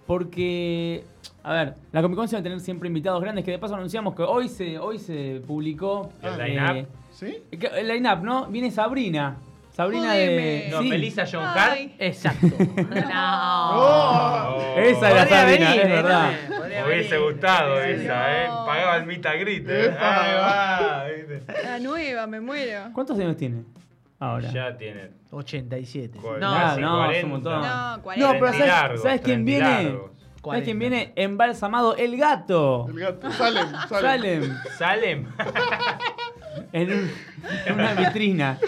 Speaker 2: Porque, a ver, la Comic Con se va a tener siempre invitados grandes, que de paso anunciamos que hoy se, hoy se publicó...
Speaker 5: El
Speaker 3: line-up.
Speaker 5: ¿Sí?
Speaker 2: eh, que- el line-up, ¿no? Viene Sabrina. Sabrina de...
Speaker 6: Jodeme.
Speaker 3: No,
Speaker 2: sí.
Speaker 3: Melissa John Hart.
Speaker 6: Ay,
Speaker 4: Exacto.
Speaker 2: Ah.
Speaker 5: ¡Oh!
Speaker 2: Esa era
Speaker 4: Podría
Speaker 2: Sabrina,
Speaker 4: venir,
Speaker 2: es
Speaker 4: eh,
Speaker 2: verdad.
Speaker 4: también, podría
Speaker 3: Me hubiese
Speaker 4: venir.
Speaker 3: gustado
Speaker 4: Podría venir.
Speaker 3: esa, ¿eh?
Speaker 6: No.
Speaker 3: Pagaba el mita grite.
Speaker 5: Epa.
Speaker 3: eh. Ahí va, ¿viste?
Speaker 6: la nueva, me muero.
Speaker 2: ¿Cuántos años tiene ahora?
Speaker 3: Ya tiene.
Speaker 4: 87.
Speaker 3: cu-
Speaker 4: No,
Speaker 2: Ah,
Speaker 3: casi
Speaker 2: no,
Speaker 3: 40.
Speaker 2: es un montón.
Speaker 6: No, 40.
Speaker 2: No, pero
Speaker 3: Treinta y
Speaker 2: ¿sabes,
Speaker 3: Eh, largos,
Speaker 2: ¿sabes quién
Speaker 3: treinta y
Speaker 2: viene?
Speaker 3: largos.
Speaker 2: ¿Sabes quién
Speaker 4: 40.
Speaker 2: viene? Embalsamado el gato.
Speaker 5: ¡Oh! El gato. Salen, salen.
Speaker 2: Salem.
Speaker 3: Salem.
Speaker 2: En, un- en una vitrina.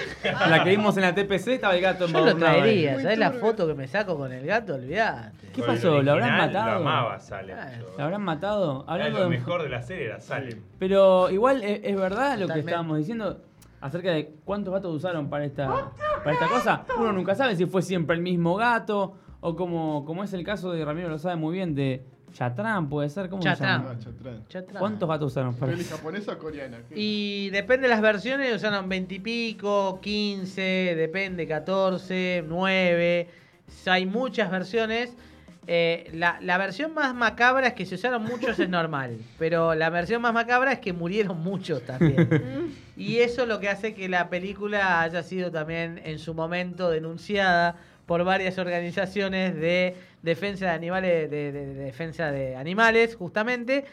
Speaker 2: La que vimos en la TPC estaba el gato
Speaker 4: Yo lo
Speaker 2: embadurnado ahí.
Speaker 4: traería,
Speaker 5: Muy
Speaker 4: ¿sabés la
Speaker 5: turbio.
Speaker 4: foto que me saco con el gato? Olvidate.
Speaker 2: ¿Qué
Speaker 3: Con
Speaker 2: pasó?
Speaker 3: el
Speaker 2: ¿Lo habrán
Speaker 3: original,
Speaker 2: matado?
Speaker 3: Lo amaba Salem.
Speaker 4: Ah,
Speaker 3: yo.
Speaker 2: ¿Lo habrán matado?
Speaker 3: Era
Speaker 2: Hablando
Speaker 3: lo
Speaker 2: de-
Speaker 3: mejor de la serie era Salem.
Speaker 2: Pero igual es, es verdad lo que
Speaker 4: Totalmente.
Speaker 2: estábamos diciendo acerca de cuántos gatos usaron para esta, para esta cosa. Uno nunca sabe si fue siempre el mismo gato o como, como es el caso de Ramiro lo sabe muy bien de Chatrán puede ser, ¿cómo
Speaker 4: Chatrán.
Speaker 2: se llama?
Speaker 5: Ah, chatrán.
Speaker 4: Chatra.
Speaker 2: ¿Cuántos gatos usaron? para-
Speaker 5: ¿Peli japonesa o coreana? ¿Qué?
Speaker 4: Y depende de las versiones, usaron 20 y pico, 15, depende, 14, 9. Hay muchas versiones. Eh, la, la versión más macabra es que se usaron muchos, es normal. Pero la versión más macabra es que murieron muchos también. Y eso lo que hace que la película haya sido también en su momento denunciada por varias organizaciones de defensa de animales, de, de- de defensa de animales, justamente,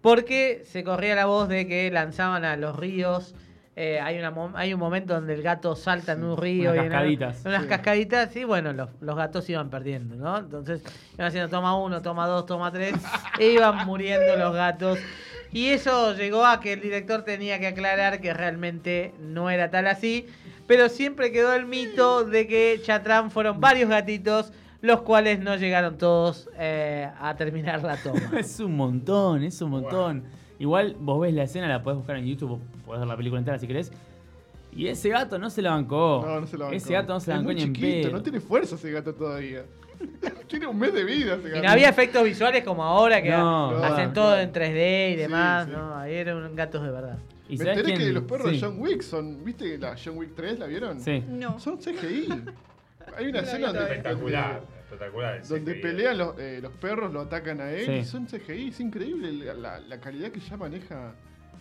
Speaker 4: porque se corría la voz de que lanzaban a los ríos. eh, hay, una, mom- hay un momento donde el gato salta en un río
Speaker 2: unas
Speaker 4: y en-
Speaker 2: cascaditas.
Speaker 4: unas
Speaker 5: Sí.
Speaker 4: cascaditas y bueno, los, los gatos iban perdiendo, ¿no? Entonces iban haciendo toma uno, toma dos, toma tres, e iban muriendo los gatos. Y eso llegó a que el director tenía que aclarar que realmente no era tal así, pero siempre quedó el mito de que Chatrán fueron varios gatitos, los cuales no llegaron todos eh, a terminar la toma.
Speaker 2: Es un montón, es un montón. Igual vos ves la escena, la podés buscar en YouTube, vos podés ver la película entera si querés. Y ese gato no se la bancó.
Speaker 5: No, no se la bancó.
Speaker 2: Ese gato no se la
Speaker 5: Es
Speaker 2: bancó
Speaker 5: muy
Speaker 2: ni en
Speaker 5: chiquito,
Speaker 2: pedo.
Speaker 5: no tiene fuerza ese gato todavía. tiene un mes de vida ese
Speaker 4: Y
Speaker 5: gato.
Speaker 4: no había efectos visuales como ahora que
Speaker 2: No,
Speaker 4: hacen
Speaker 5: no.
Speaker 4: todo en 3D y demás,
Speaker 5: sí.
Speaker 4: ¿no? Ahí eran gatos de verdad.
Speaker 2: ¿Y
Speaker 5: Me
Speaker 2: sabés
Speaker 5: enteré
Speaker 2: quién?
Speaker 5: que los perros
Speaker 2: Sí,
Speaker 5: de John Wick son. ¿Viste la John Wick 3? ¿La vieron?
Speaker 2: Sí.
Speaker 6: No.
Speaker 5: Son CGI. Hay una
Speaker 6: No la
Speaker 5: escena
Speaker 6: vi
Speaker 5: donde.
Speaker 6: todavía.
Speaker 3: Espectacular, espectacular. el
Speaker 5: eh, Donde
Speaker 3: CGI.
Speaker 5: pelean los, eh, los perros, lo atacan a él
Speaker 2: Sí.
Speaker 5: y son CGI. Es increíble la, la- la calidad que ya maneja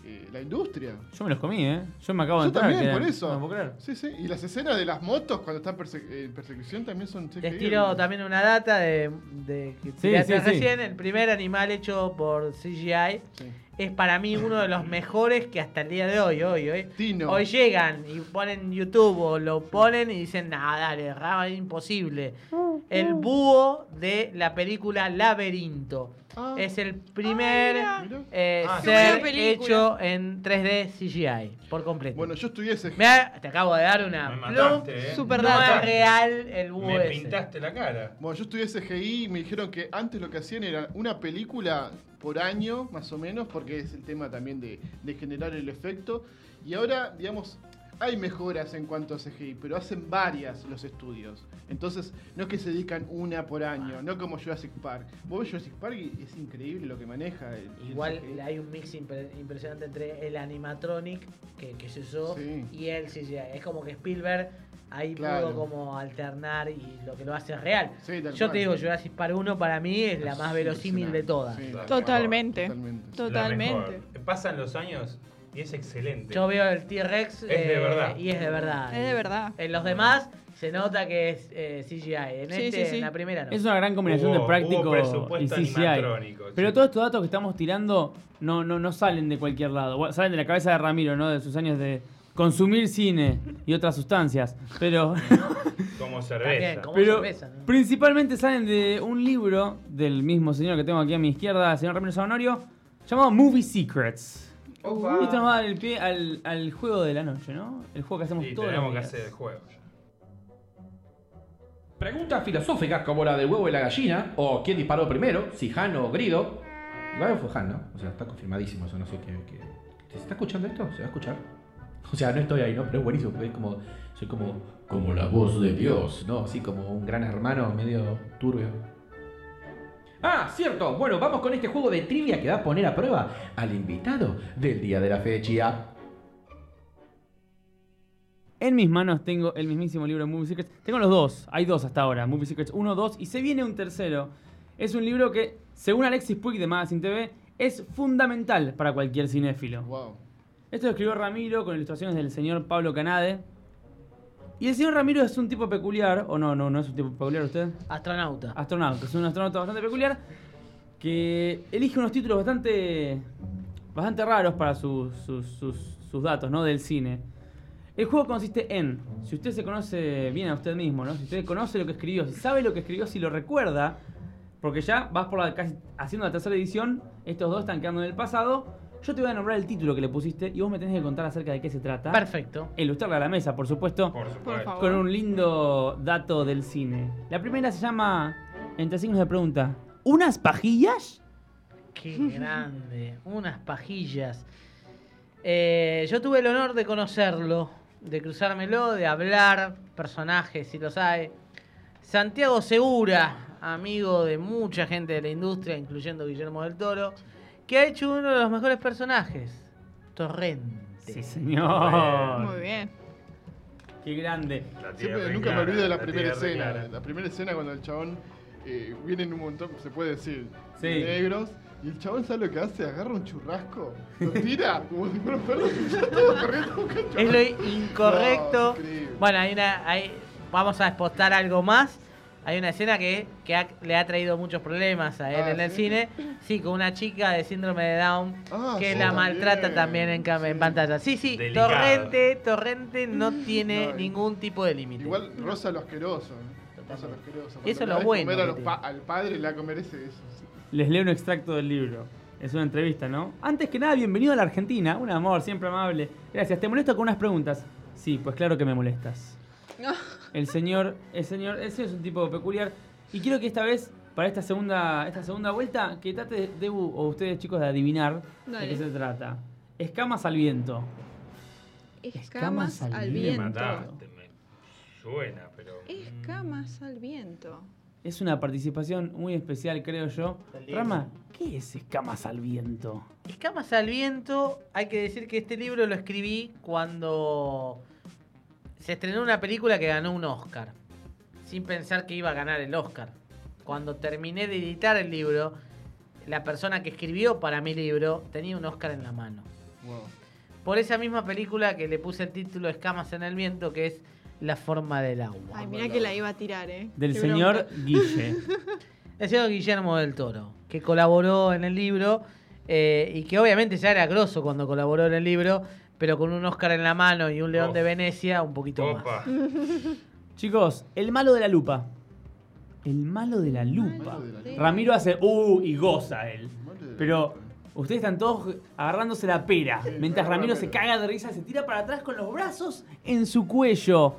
Speaker 5: eh, la industria.
Speaker 2: Yo me los comí, ¿eh? Yo me acabo de
Speaker 5: Yo
Speaker 2: entrar.
Speaker 5: también,
Speaker 2: que
Speaker 5: por
Speaker 2: era-
Speaker 5: eso.
Speaker 2: No, puedo creer.
Speaker 5: Sí, sí. Y las escenas de las motos cuando están perse- eh, en persecución también son CGI.
Speaker 4: Les tiro también una data de, de que tiraste
Speaker 2: sí, sí.
Speaker 4: recién. El primer animal hecho por CGI
Speaker 5: Sí.
Speaker 4: es para mí uno de los mejores que hasta el día de hoy, hoy, hoy.
Speaker 5: Tino.
Speaker 4: Hoy llegan y ponen YouTube o lo ponen y dicen, nada, dale, Raba, es imposible. El búho de la película Laberinto.
Speaker 5: Ah,
Speaker 4: Es el primer
Speaker 6: Ah,
Speaker 5: mirá.
Speaker 4: eh,
Speaker 3: Ah, qué
Speaker 4: ser
Speaker 6: buena película.
Speaker 4: hecho en 3D CGI, por completo.
Speaker 5: Bueno, yo estudié CGI.
Speaker 4: Mirá, te acabo de dar una...
Speaker 3: Me
Speaker 4: plum.
Speaker 3: mataste, ¿eh?
Speaker 6: Super
Speaker 4: no
Speaker 6: data.
Speaker 4: es real el búho
Speaker 3: Me
Speaker 4: ese.
Speaker 3: pintaste la cara.
Speaker 5: Bueno, yo estudié CGI y me dijeron que antes lo que hacían era una película por año, más o menos, porque es el tema también de, de generar el efecto. Y ahora, digamos, hay mejoras en cuanto a CGI, pero hacen varias los estudios. Entonces, no es que se dedican una por año, no como Jurassic Park. Vos ves Jurassic Park y es increíble lo que maneja. el- el CGI.
Speaker 4: Igual hay un mix impre- impresionante entre el animatronic que, que se usó
Speaker 5: Sí.
Speaker 4: y el CGI. Es como que Spielberg ahí
Speaker 5: Claro.
Speaker 4: pudo como alternar y lo que lo hace es real.
Speaker 5: Sí, tal
Speaker 4: Yo
Speaker 5: cual.
Speaker 4: te digo, Jurassic Park 1 para mí es la
Speaker 5: Es
Speaker 4: más verosímil de
Speaker 5: impresionante.
Speaker 4: todas.
Speaker 5: Sí,
Speaker 6: Totalmente.
Speaker 5: totalmente.
Speaker 3: La
Speaker 6: Totalmente.
Speaker 3: mejor. Pasan los años y es excelente.
Speaker 4: Yo veo el T-Rex eh,
Speaker 3: Es de verdad.
Speaker 4: y es de verdad.
Speaker 6: Es de verdad.
Speaker 4: En los demás se nota que es eh, CGI. En,
Speaker 6: Sí,
Speaker 4: este,
Speaker 6: sí, sí.
Speaker 4: en la primera no.
Speaker 2: Es una gran combinación
Speaker 3: Hubo-
Speaker 2: de práctico
Speaker 3: hubo
Speaker 2: y
Speaker 3: presupuesto
Speaker 2: CGI.
Speaker 3: animatrónico,
Speaker 2: Pero
Speaker 3: sí.
Speaker 2: todos estos datos que estamos tirando no, no, no salen de cualquier lado. Bueno, Salen de la cabeza de Ramiro, ¿no? De sus años de consumir cine y otras sustancias. Pero,
Speaker 3: Como cerveza.
Speaker 4: También, como-
Speaker 2: pero
Speaker 4: cerveza, ¿no?
Speaker 2: principalmente salen de un libro del mismo señor que tengo aquí a mi izquierda, el señor Ramiro Sanorio, llamado Movie Secrets.
Speaker 3: Opa.
Speaker 2: Y esto nos va a dar el pie al, al juego de la noche, ¿no? El juego que hacemos
Speaker 3: Y
Speaker 2: todos los
Speaker 3: tenemos que
Speaker 2: días.
Speaker 3: hacer el juego.
Speaker 1: Preguntas filosóficas como la del huevo y la gallina, o quién disparó primero, si Han o Grido. Igual fue Han, ¿no? O sea, está confirmadísimo eso, no sé qué. qué- ¿Se está escuchando esto? ¿Se va a escuchar? O sea, no estoy ahí, ¿no? Pero es buenísimo, porque es como, soy como, como la voz de Dios, ¿no? Así como un gran hermano medio turbio. Ah, cierto. Bueno, vamos con este juego de trivia que va a poner a prueba al invitado del día de la fecha.
Speaker 2: En mis manos tengo el mismísimo libro de Movie Secrets. Tengo los dos, hay dos hasta ahora, Movie Secrets 1, 2 y se viene un tercero. Es un libro que, según Alexis Puig de Magazine TV, es fundamental para cualquier cinéfilo.
Speaker 5: Wow.
Speaker 2: Esto lo escribió Ramiro con ilustraciones del señor Pablo Canade. Y el señor Ramiro es un tipo peculiar, o no, no, no es un tipo peculiar usted.
Speaker 4: Astronauta.
Speaker 6: Ah.
Speaker 2: Astronauta, es un astronauta bastante peculiar que elige unos títulos bastante bastante raros para sus, sus, sus- sus datos, ¿no? Del cine. El juego consiste en, si usted se conoce bien a usted mismo, ¿no? Si usted conoce lo que escribió, si sabe lo que escribió, si lo recuerda, porque ya vas por la casi haciendo la tercera edición, estos dos están quedando en el pasado, yo te voy a nombrar el título que le pusiste y vos me tenés que contar acerca de qué se trata. E
Speaker 4: Perfecto.
Speaker 2: Ilustrarle a la mesa, por supuesto
Speaker 3: Por supuesto.
Speaker 6: Por favor.
Speaker 2: con un lindo dato del cine. La primera se llama, entre signos de pregunta, ¿unas pajillas?
Speaker 4: Qué grande. Unas pajillas. Eh, yo tuve el honor de conocerlo, de cruzármelo, de hablar, personajes, si los hay. Santiago Segura, amigo de mucha gente de la industria, incluyendo Guillermo del Toro, que ha hecho uno de los mejores personajes, Torrente.
Speaker 2: Sí, señor.
Speaker 6: Muy bien.
Speaker 2: Qué grande.
Speaker 3: La
Speaker 5: Siempre,
Speaker 3: tierra
Speaker 5: nunca me
Speaker 3: clara,
Speaker 5: olvido de la,
Speaker 3: la
Speaker 5: primera
Speaker 3: tierra
Speaker 5: escena.
Speaker 3: clara.
Speaker 5: La primera escena cuando el chabón eh, viene en un montón, se puede decir,
Speaker 2: Sí.
Speaker 5: de negros. Y el chabón sabe lo que hace, agarra un churrasco, lo tira, como si fuera un perro, y ya todo corriendo a buscar el
Speaker 4: Es
Speaker 5: churrasco.
Speaker 4: lo incorrecto.
Speaker 5: No, increíble.
Speaker 4: bueno, hay una, hay- vamos a expostar algo más. Hay una escena que, que ha- le ha traído muchos problemas a él
Speaker 5: Ah,
Speaker 4: en el
Speaker 5: ¿sí?
Speaker 4: cine. Sí, con una chica de síndrome de Down
Speaker 5: Ah,
Speaker 4: que
Speaker 5: sí,
Speaker 4: la
Speaker 5: también.
Speaker 4: maltrata también en, cam- en
Speaker 5: Sí. Mm,
Speaker 4: pantalla. Sí, sí,
Speaker 3: Delicado.
Speaker 4: Torrente, Torrente no tiene
Speaker 5: No, y-
Speaker 4: ningún tipo de límite.
Speaker 5: Igual rosa lo asqueroso. ¿no? Te pasa lo
Speaker 4: Eso
Speaker 5: asqueroso.
Speaker 4: es lo
Speaker 5: Cuando le das de
Speaker 4: bueno
Speaker 5: comer a
Speaker 4: que
Speaker 5: los
Speaker 4: tiene.
Speaker 5: pa- al padre le da a comer ese. Eso.
Speaker 2: Les leo un extracto del libro. Es una entrevista, ¿no? Antes que nada, bienvenido a la Argentina. Un amor, siempre amable. Gracias. ¿Te molesto con unas preguntas? Sí, pues claro que me molestas.
Speaker 6: No.
Speaker 2: El señor, el señor, ese es un tipo peculiar. Y quiero que esta vez, para esta segunda, esta segunda vuelta, que trate de, o ustedes chicos de adivinar de
Speaker 6: Dale.
Speaker 2: qué se trata. Escamas al viento.
Speaker 6: Escamas al
Speaker 3: Me
Speaker 6: viento.
Speaker 3: mataste, me suena, pero.
Speaker 6: Escamas al viento.
Speaker 2: Es una participación muy especial, creo yo.
Speaker 4: Del libro.
Speaker 2: Rama, ¿qué es escamas al viento?
Speaker 4: Escamas al viento, hay que decir que este libro lo escribí cuando se estrenó una película que ganó un Oscar, sin pensar que iba a ganar el Oscar. Cuando terminé de editar el libro, la persona que escribió para mi libro tenía un Oscar en la mano.
Speaker 5: Wow.
Speaker 4: Por esa misma película que le puse el título Escamas en el viento, que es La forma del agua.
Speaker 6: Ay, mira que la iba a tirar, ¿eh?
Speaker 2: Del
Speaker 6: Qué
Speaker 2: señor
Speaker 6: bronca.
Speaker 2: Guille.
Speaker 4: El señor Guillermo del Toro, que colaboró en el libro eh, y que obviamente ya era grosso cuando colaboró en el libro, pero con un Oscar en la mano y un León
Speaker 3: Oh.
Speaker 4: de Venecia un poquito
Speaker 3: Opa.
Speaker 4: más.
Speaker 2: Chicos, el malo de la lupa. El malo de la lupa.
Speaker 5: malo de la lupa.
Speaker 2: Ramiro hace uh y goza él.
Speaker 5: Madre de
Speaker 2: Pero
Speaker 5: la puta.
Speaker 2: ustedes están todos agarrándose la pera.
Speaker 5: Sí,
Speaker 2: Mientras
Speaker 5: agarra la
Speaker 2: Ramiro se
Speaker 5: pera.
Speaker 2: caga de risa, se tira para atrás con los brazos en su cuello.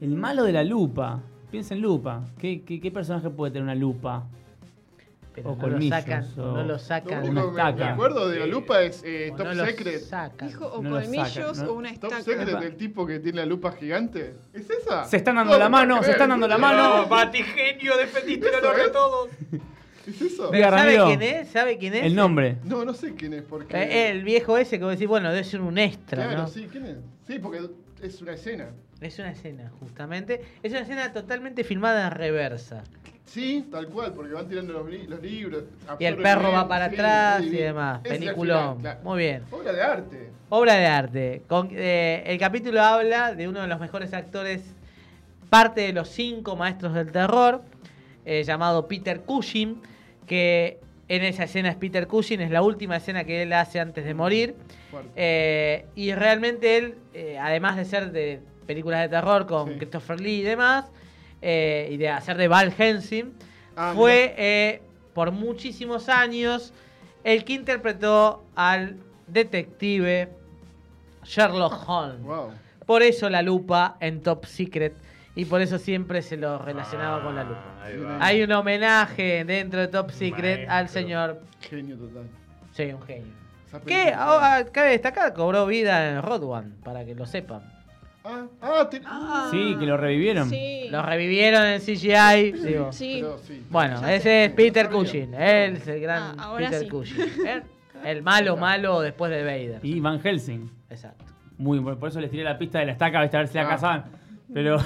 Speaker 2: El malo de la lupa. Piensa en lupa. ¿Qué, qué, qué personaje puede tener una lupa?
Speaker 4: Pero
Speaker 2: O
Speaker 4: no,
Speaker 2: colmillos,
Speaker 4: lo sacan,
Speaker 2: o-
Speaker 4: no lo
Speaker 5: Lo
Speaker 4: sacan,
Speaker 5: único que me- me
Speaker 2: estaca.
Speaker 5: acuerdo de la
Speaker 3: Sí.
Speaker 5: lupa es eh,
Speaker 4: o
Speaker 5: Top
Speaker 4: no lo
Speaker 5: Secret.
Speaker 4: sacan.
Speaker 6: Dijo o
Speaker 2: No lo sacan,
Speaker 6: colmillos
Speaker 2: ¿no?
Speaker 6: o una
Speaker 5: Top
Speaker 6: estaca.
Speaker 5: Secret del tipo que tiene la lupa gigante. ¿Es esa?
Speaker 2: Se están dando
Speaker 5: No,
Speaker 2: la
Speaker 5: no
Speaker 2: mano,
Speaker 5: puedo
Speaker 2: se están
Speaker 5: creer.
Speaker 2: dando la mano.
Speaker 3: No, Batigenio, defendiste el honor de todos.
Speaker 5: ¿Es eso?
Speaker 2: Diga,
Speaker 4: Pero ¿Sabe
Speaker 2: Ramiro.
Speaker 4: quién es? ¿Sabe quién es?
Speaker 2: El nombre.
Speaker 5: No, no sé quién es porque.
Speaker 4: Eh, el viejo ese que vos decís, bueno, debe ser un extra,
Speaker 5: Claro,
Speaker 4: ¿no?
Speaker 5: sí, ¿quién es? Sí, porque es una escena.
Speaker 4: Es una escena, justamente. Es una escena totalmente filmada en reversa.
Speaker 5: Sí, tal cual, porque van tirando los, li- los libros.
Speaker 4: Y el
Speaker 5: absorben
Speaker 4: perro
Speaker 5: bien,
Speaker 4: va para
Speaker 5: sí,
Speaker 4: atrás
Speaker 5: sí,
Speaker 4: y
Speaker 5: bien.
Speaker 4: demás.
Speaker 5: Es la
Speaker 4: Peliculón.
Speaker 5: final, claro.
Speaker 4: Muy bien.
Speaker 5: Obra de arte.
Speaker 4: Obra de arte. Con- eh, el capítulo habla de uno de los mejores actores, parte de los cinco maestros del terror, eh, llamado Peter Cushing, que en esa escena es Peter Cushing, es la última escena que él hace antes de morir.
Speaker 5: Fuerte.
Speaker 4: Eh, y realmente él, eh, además de ser de películas de terror con
Speaker 5: Sí.
Speaker 4: Christopher Lee y demás, eh, y de hacer de Val Hensing,
Speaker 5: Ah,
Speaker 4: fue eh, por muchísimos años el que interpretó al detective Sherlock Holmes.
Speaker 5: Wow.
Speaker 4: Por eso la lupa en Top Secret y por eso siempre se lo relacionaba con la lupa.
Speaker 3: Ahí va.
Speaker 4: Hay un homenaje dentro de Top Secret al
Speaker 3: Ah. Maestro.
Speaker 4: señor.
Speaker 5: Genio total.
Speaker 4: Sí, un genio.
Speaker 5: Esa
Speaker 4: Que
Speaker 5: película.
Speaker 4: ah, cabe destacar, cobró vida en Rod One, para que lo sepan.
Speaker 5: Ah, ah, te...
Speaker 6: Ah.
Speaker 2: Sí, que lo revivieron.
Speaker 6: Sí.
Speaker 4: Lo revivieron en CGI. digo.
Speaker 6: Sí.
Speaker 5: Pero sí.
Speaker 4: Bueno,
Speaker 5: Ya
Speaker 4: ese
Speaker 5: sé,
Speaker 4: es
Speaker 5: no
Speaker 4: Peter
Speaker 5: sabía.
Speaker 4: Cushing. Él es el gran
Speaker 6: Ah, ahora
Speaker 4: Peter
Speaker 6: sí.
Speaker 4: Cushing. ¿eh? El malo, malo después de Vader.
Speaker 2: Y Van Helsing.
Speaker 4: Exacto.
Speaker 2: Muy bueno. Por eso les tiré la pista de la estaca, ¿viste? a ver si la
Speaker 5: Ah.
Speaker 2: cazaban. Pero.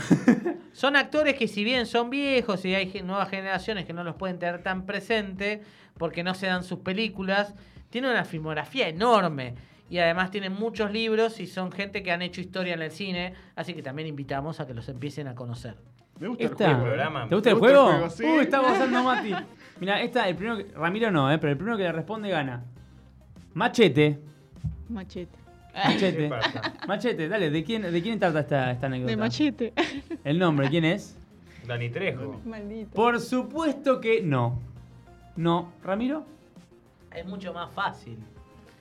Speaker 4: Son actores que si bien son viejos y hay gen- nuevas generaciones que no los pueden tener tan presente porque no se dan sus películas, tienen una filmografía enorme y además tienen muchos libros y son gente que han hecho historia en el cine, así que también invitamos a que los empiecen a conocer.
Speaker 5: Me gusta
Speaker 2: Esta.
Speaker 5: el juego.
Speaker 3: programa.
Speaker 2: ¿Te gusta el
Speaker 5: Me gusta el
Speaker 2: juego?
Speaker 5: juego, sí.
Speaker 2: Uy, está gozando Mati. Mira, esta, el primero que, Ramiro no, eh, pero el primero que le responde gana. Machete.
Speaker 6: Machete.
Speaker 3: ¿Qué
Speaker 2: Machete.
Speaker 3: pasa?
Speaker 2: Machete, dale, ¿de quién, ¿de quién trata esta, esta anécdota?
Speaker 6: De machete.
Speaker 2: El nombre, ¿quién es?
Speaker 3: Dani Trejo.
Speaker 6: Maldito.
Speaker 2: Por supuesto que no. No. ¿Ramiro?
Speaker 4: Es mucho más fácil.
Speaker 5: Viernes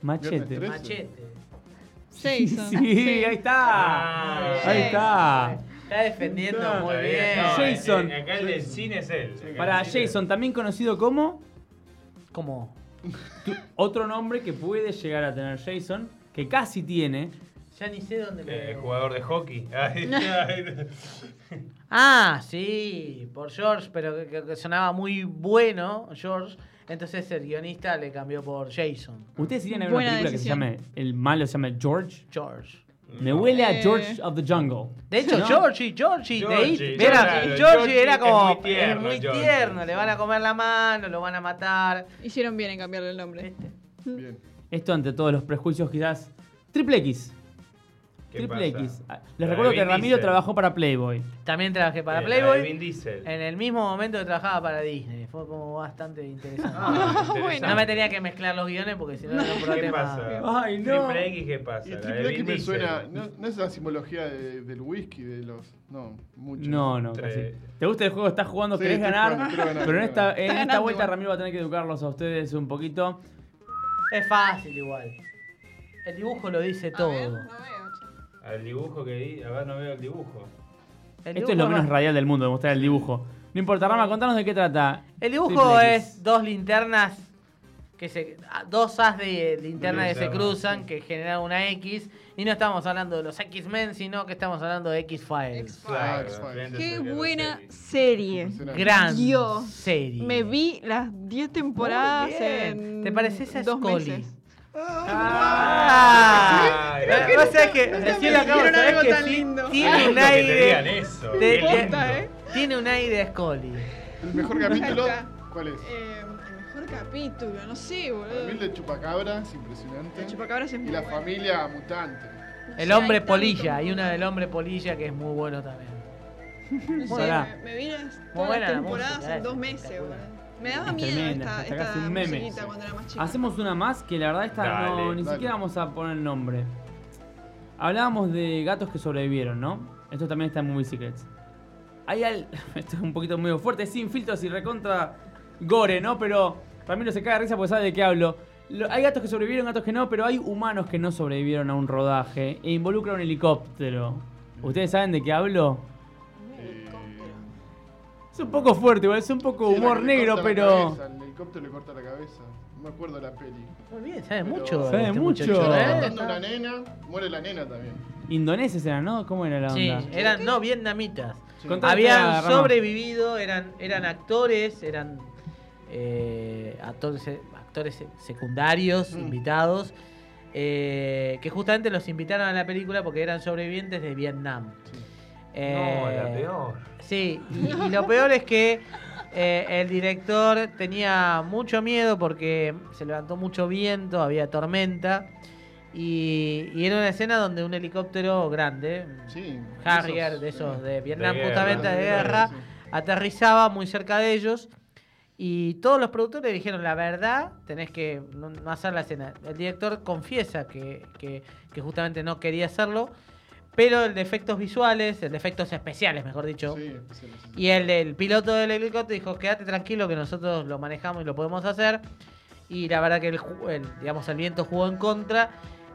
Speaker 2: Machete.
Speaker 5: tres.
Speaker 4: Machete.
Speaker 2: Sí,
Speaker 6: Jason.
Speaker 2: ahí está.
Speaker 3: Ah,
Speaker 2: Ahí está.
Speaker 4: Está defendiendo
Speaker 2: Está
Speaker 4: muy
Speaker 3: Está
Speaker 4: bien.
Speaker 3: bien. No,
Speaker 2: Jason.
Speaker 3: eh, Acá el del cine es él. Acá el
Speaker 2: Para
Speaker 3: del cine es
Speaker 2: Jason, también conocido como
Speaker 4: Como
Speaker 2: otro nombre que puede llegar a tener Jason, que casi tiene.
Speaker 4: ya ni sé dónde
Speaker 3: él. Eh,
Speaker 4: me
Speaker 3: jugador de hockey. Ay, ay.
Speaker 4: Ah, sí, por George, pero que- que, que sonaba muy bueno, George. Entonces el guionista le cambió por Jason.
Speaker 2: ¿Ustedes irían a ver
Speaker 6: Buena
Speaker 2: una película
Speaker 6: decisión.
Speaker 2: que se llame El malo se llama George?
Speaker 4: George.
Speaker 2: Me huele a
Speaker 6: Eh.
Speaker 2: George of the Jungle.
Speaker 4: De hecho,
Speaker 2: ¿No?
Speaker 4: Georgie, Georgie, de ahí-
Speaker 3: Georgie,
Speaker 4: era,
Speaker 3: claro,
Speaker 4: Georgie
Speaker 3: Georgie
Speaker 4: era
Speaker 3: es
Speaker 4: como.
Speaker 3: muy tierno,
Speaker 4: es muy
Speaker 3: Georgie.
Speaker 4: tierno, le van a comer la mano, lo van a matar.
Speaker 6: Hicieron bien en cambiarle el nombre.
Speaker 4: Este.
Speaker 5: Bien.
Speaker 2: Esto ante todos los prejuicios quizás. Triple X.
Speaker 3: ¿Qué
Speaker 2: Triple
Speaker 3: pasa?
Speaker 2: X. Ah,
Speaker 3: La
Speaker 2: Les
Speaker 3: de
Speaker 2: recuerdo que
Speaker 3: Vin
Speaker 2: Ramiro
Speaker 3: Diesel.
Speaker 2: trabajó para Playboy.
Speaker 4: También trabajé para
Speaker 3: Eh, la de Vin
Speaker 4: Playboy
Speaker 3: Diesel.
Speaker 4: en el mismo momento que trabajaba para Disney. Fue como bastante interesante.
Speaker 3: Ah,
Speaker 6: Bueno.
Speaker 3: interesante.
Speaker 4: No me tenía que mezclar los guiones porque si no, no era un
Speaker 3: ¿Qué
Speaker 4: problema.
Speaker 3: pasa?
Speaker 2: Ay, no.
Speaker 3: Triple X, ¿qué pasa?
Speaker 5: Y
Speaker 3: La de
Speaker 5: triple X
Speaker 3: Vin
Speaker 5: me
Speaker 3: Diesel.
Speaker 5: suena. No, no es la simbología de- del whisky, de los. No, mucho.
Speaker 2: No, no, casi.
Speaker 3: Tres.
Speaker 2: ¿Te gusta el juego? ¿Estás jugando?
Speaker 5: Sí,
Speaker 2: ¿Querés
Speaker 5: estoy
Speaker 2: ganar?
Speaker 5: jugando, quiero ganar,
Speaker 2: Pero en
Speaker 5: quiero
Speaker 2: esta,
Speaker 5: ganar.
Speaker 2: en
Speaker 6: Está
Speaker 2: esta
Speaker 6: ganando
Speaker 2: vuelta
Speaker 6: igual.
Speaker 2: Ramiro va a tener que educarlos a ustedes un poquito.
Speaker 4: Es fácil igual. El dibujo lo dice
Speaker 6: A
Speaker 4: todo.
Speaker 6: ver, no veo, che.
Speaker 3: Al dibujo que di, a ver, no veo el dibujo.
Speaker 2: Esto
Speaker 4: El
Speaker 2: es
Speaker 4: dibujo
Speaker 2: lo menos
Speaker 4: no-
Speaker 2: radial del mundo, demostrar el dibujo. No importa, Rama, contanos de qué trata.
Speaker 4: El dibujo
Speaker 2: Triple X.
Speaker 4: es dos linternas que se ah, dos as de linterna que se
Speaker 3: Linterna,
Speaker 4: cruzan que generan una X y no estamos hablando de los X-Men, sino que estamos hablando de X-Files.
Speaker 6: X-Files. Qué buena
Speaker 3: serie.
Speaker 6: serie.
Speaker 5: Impresionante.
Speaker 4: Gran
Speaker 6: Dios.
Speaker 4: serie.
Speaker 6: Me vi las 10 temporadas
Speaker 4: Muy bien.
Speaker 6: en
Speaker 4: ¿Te pareces a
Speaker 6: dos
Speaker 4: Scully?
Speaker 6: meses.
Speaker 4: Ah,
Speaker 3: Ay,
Speaker 4: Eh,
Speaker 3: qué
Speaker 4: vos sabés que
Speaker 6: nunca
Speaker 4: recién
Speaker 6: me
Speaker 4: lo acabo de
Speaker 6: dijeron
Speaker 4: saber
Speaker 6: algo
Speaker 4: que
Speaker 6: tan
Speaker 4: sí
Speaker 6: lindo.
Speaker 4: tiene un
Speaker 3: lindo Ah, que te digan ¿eh?
Speaker 4: aire
Speaker 3: eso.
Speaker 4: de-
Speaker 3: qué
Speaker 4: de-
Speaker 3: lindo.
Speaker 6: ¿eh?
Speaker 4: tiene un aire de Scully.
Speaker 5: El mejor capítulo,
Speaker 6: Ahí está.
Speaker 5: ¿cuál es?
Speaker 6: Eh, el mejor capítulo, no sé,
Speaker 5: Para mí el
Speaker 6: boludo.
Speaker 5: de Chupacabras, impresionante.
Speaker 6: El chupacabras es
Speaker 5: y
Speaker 6: muy
Speaker 5: la
Speaker 6: bueno.
Speaker 5: familia mutante.
Speaker 6: No
Speaker 4: El
Speaker 6: sé,
Speaker 4: hombre
Speaker 6: hay tanto.
Speaker 4: polilla, hay una del hombre polilla que es muy bueno también.
Speaker 6: No sé,
Speaker 2: Pará.
Speaker 6: me, me vi las,
Speaker 4: Muy
Speaker 6: todas
Speaker 4: buena
Speaker 6: las
Speaker 4: la
Speaker 6: temporadas
Speaker 4: música,
Speaker 6: en dos
Speaker 4: es
Speaker 6: meses,
Speaker 4: espectacular.
Speaker 6: boludo. Me daba
Speaker 2: Es
Speaker 6: miedo
Speaker 2: tremenda,
Speaker 6: esta,
Speaker 2: hasta acá
Speaker 6: esta
Speaker 2: hace un meme.
Speaker 6: musiquita cuando era más chica.
Speaker 2: Hacemos una más que la verdad esta no-
Speaker 3: Dale,
Speaker 2: ni
Speaker 5: dale.
Speaker 2: siquiera vamos a poner el nombre. Hablábamos de gatos que sobrevivieron, ¿no? Esto también está en Movie Secrets. Hay al... Esto es un poquito medio fuerte, sin filtros y recontra gore, ¿no? Pero Ramiro se cae de risa porque sabe de qué hablo. Lo- hay gatos que sobrevivieron, gatos que no, pero hay humanos que no sobrevivieron a un rodaje e involucra un helicóptero. ¿Ustedes saben de qué hablo? Es un poco fuerte, igual, es un poco
Speaker 5: Eh, Sí, la
Speaker 2: humor
Speaker 5: que le
Speaker 2: negro,
Speaker 5: corta la
Speaker 2: pero...
Speaker 5: cabeza, el helicóptero le corta la cabeza. No me acuerdo la peli.
Speaker 4: Muy bien, sabe
Speaker 5: Pero-
Speaker 4: mucho.
Speaker 2: Sabe
Speaker 4: este
Speaker 2: mucho.
Speaker 4: muchacho,
Speaker 2: Está
Speaker 4: ¿eh?
Speaker 5: Matando una nena, muere la nena también.
Speaker 2: Indoneses eran, ¿no? ¿Cómo era la
Speaker 4: Sí,
Speaker 2: onda?
Speaker 4: eran no vietnamitas.
Speaker 5: Sí.
Speaker 2: Contá-
Speaker 4: Habían
Speaker 2: Rama.
Speaker 4: sobrevivido, eran, eran actores, eran eh, actores, actores secundarios,
Speaker 5: Mm.
Speaker 4: invitados, eh, que justamente los invitaron a la película porque eran sobrevivientes de Vietnam.
Speaker 5: Sí.
Speaker 4: Eh,
Speaker 3: No, la peor.
Speaker 4: Sí, y, y lo peor es que eh, el director tenía mucho miedo porque se levantó mucho viento, había tormenta. Y, y era una escena donde un helicóptero grande,
Speaker 5: Sí.
Speaker 4: Harrier, de esos eh, de Vietnam,
Speaker 3: guerra.
Speaker 4: justamente de
Speaker 5: Sí,
Speaker 4: guerra,
Speaker 5: sí.
Speaker 4: aterrizaba muy cerca de ellos. Y todos los productores dijeron, la verdad, tenés que no, no hacer la escena. El director confiesa que, que- que justamente no quería hacerlo, pero el de efectos visuales, el de efectos especiales, mejor dicho,
Speaker 5: Sí, especiales.
Speaker 4: y el, el piloto del helicóptero dijo, quédate tranquilo que nosotros lo manejamos y lo podemos hacer. Y la verdad que el, ju- el, digamos, el viento jugó en contra.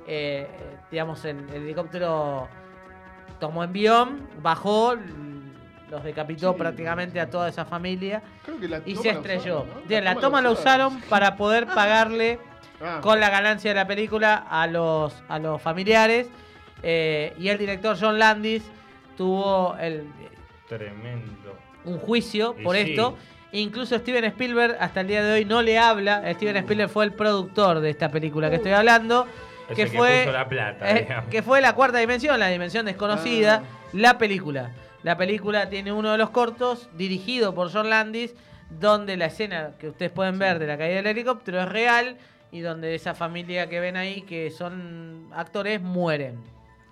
Speaker 4: Eh, digamos, el, el helicóptero tomó envión, bajó, l- los decapitó
Speaker 5: Sí,
Speaker 4: prácticamente a toda esa familia
Speaker 5: Creo que la
Speaker 4: y
Speaker 5: toma
Speaker 4: se
Speaker 5: la
Speaker 4: estrelló.
Speaker 5: usaron, ¿no?
Speaker 4: Bien, La toma la usaron para poder pagarle
Speaker 5: Ah,
Speaker 4: con la ganancia de la película a los, a los familiares. Eh, y el director John Landis tuvo el,
Speaker 3: Tremendo.
Speaker 4: un juicio
Speaker 3: Y
Speaker 4: por
Speaker 3: sí.
Speaker 4: esto. Incluso Steven Spielberg hasta el día de hoy no le habla. Steven
Speaker 3: Mm.
Speaker 4: Spielberg fue el productor de esta película que estoy hablando,
Speaker 3: Ese
Speaker 4: que
Speaker 3: Uh. que
Speaker 4: fue,
Speaker 3: puso la plata,
Speaker 4: eh,
Speaker 3: digamos.
Speaker 4: que fue la cuarta dimensión, la dimensión desconocida,
Speaker 5: Ah.
Speaker 4: la película. La película tiene uno de los cortos dirigido por John Landis, donde la escena que ustedes pueden ver de la caída del helicóptero es real y donde esa familia que ven ahí, que son actores, mueren.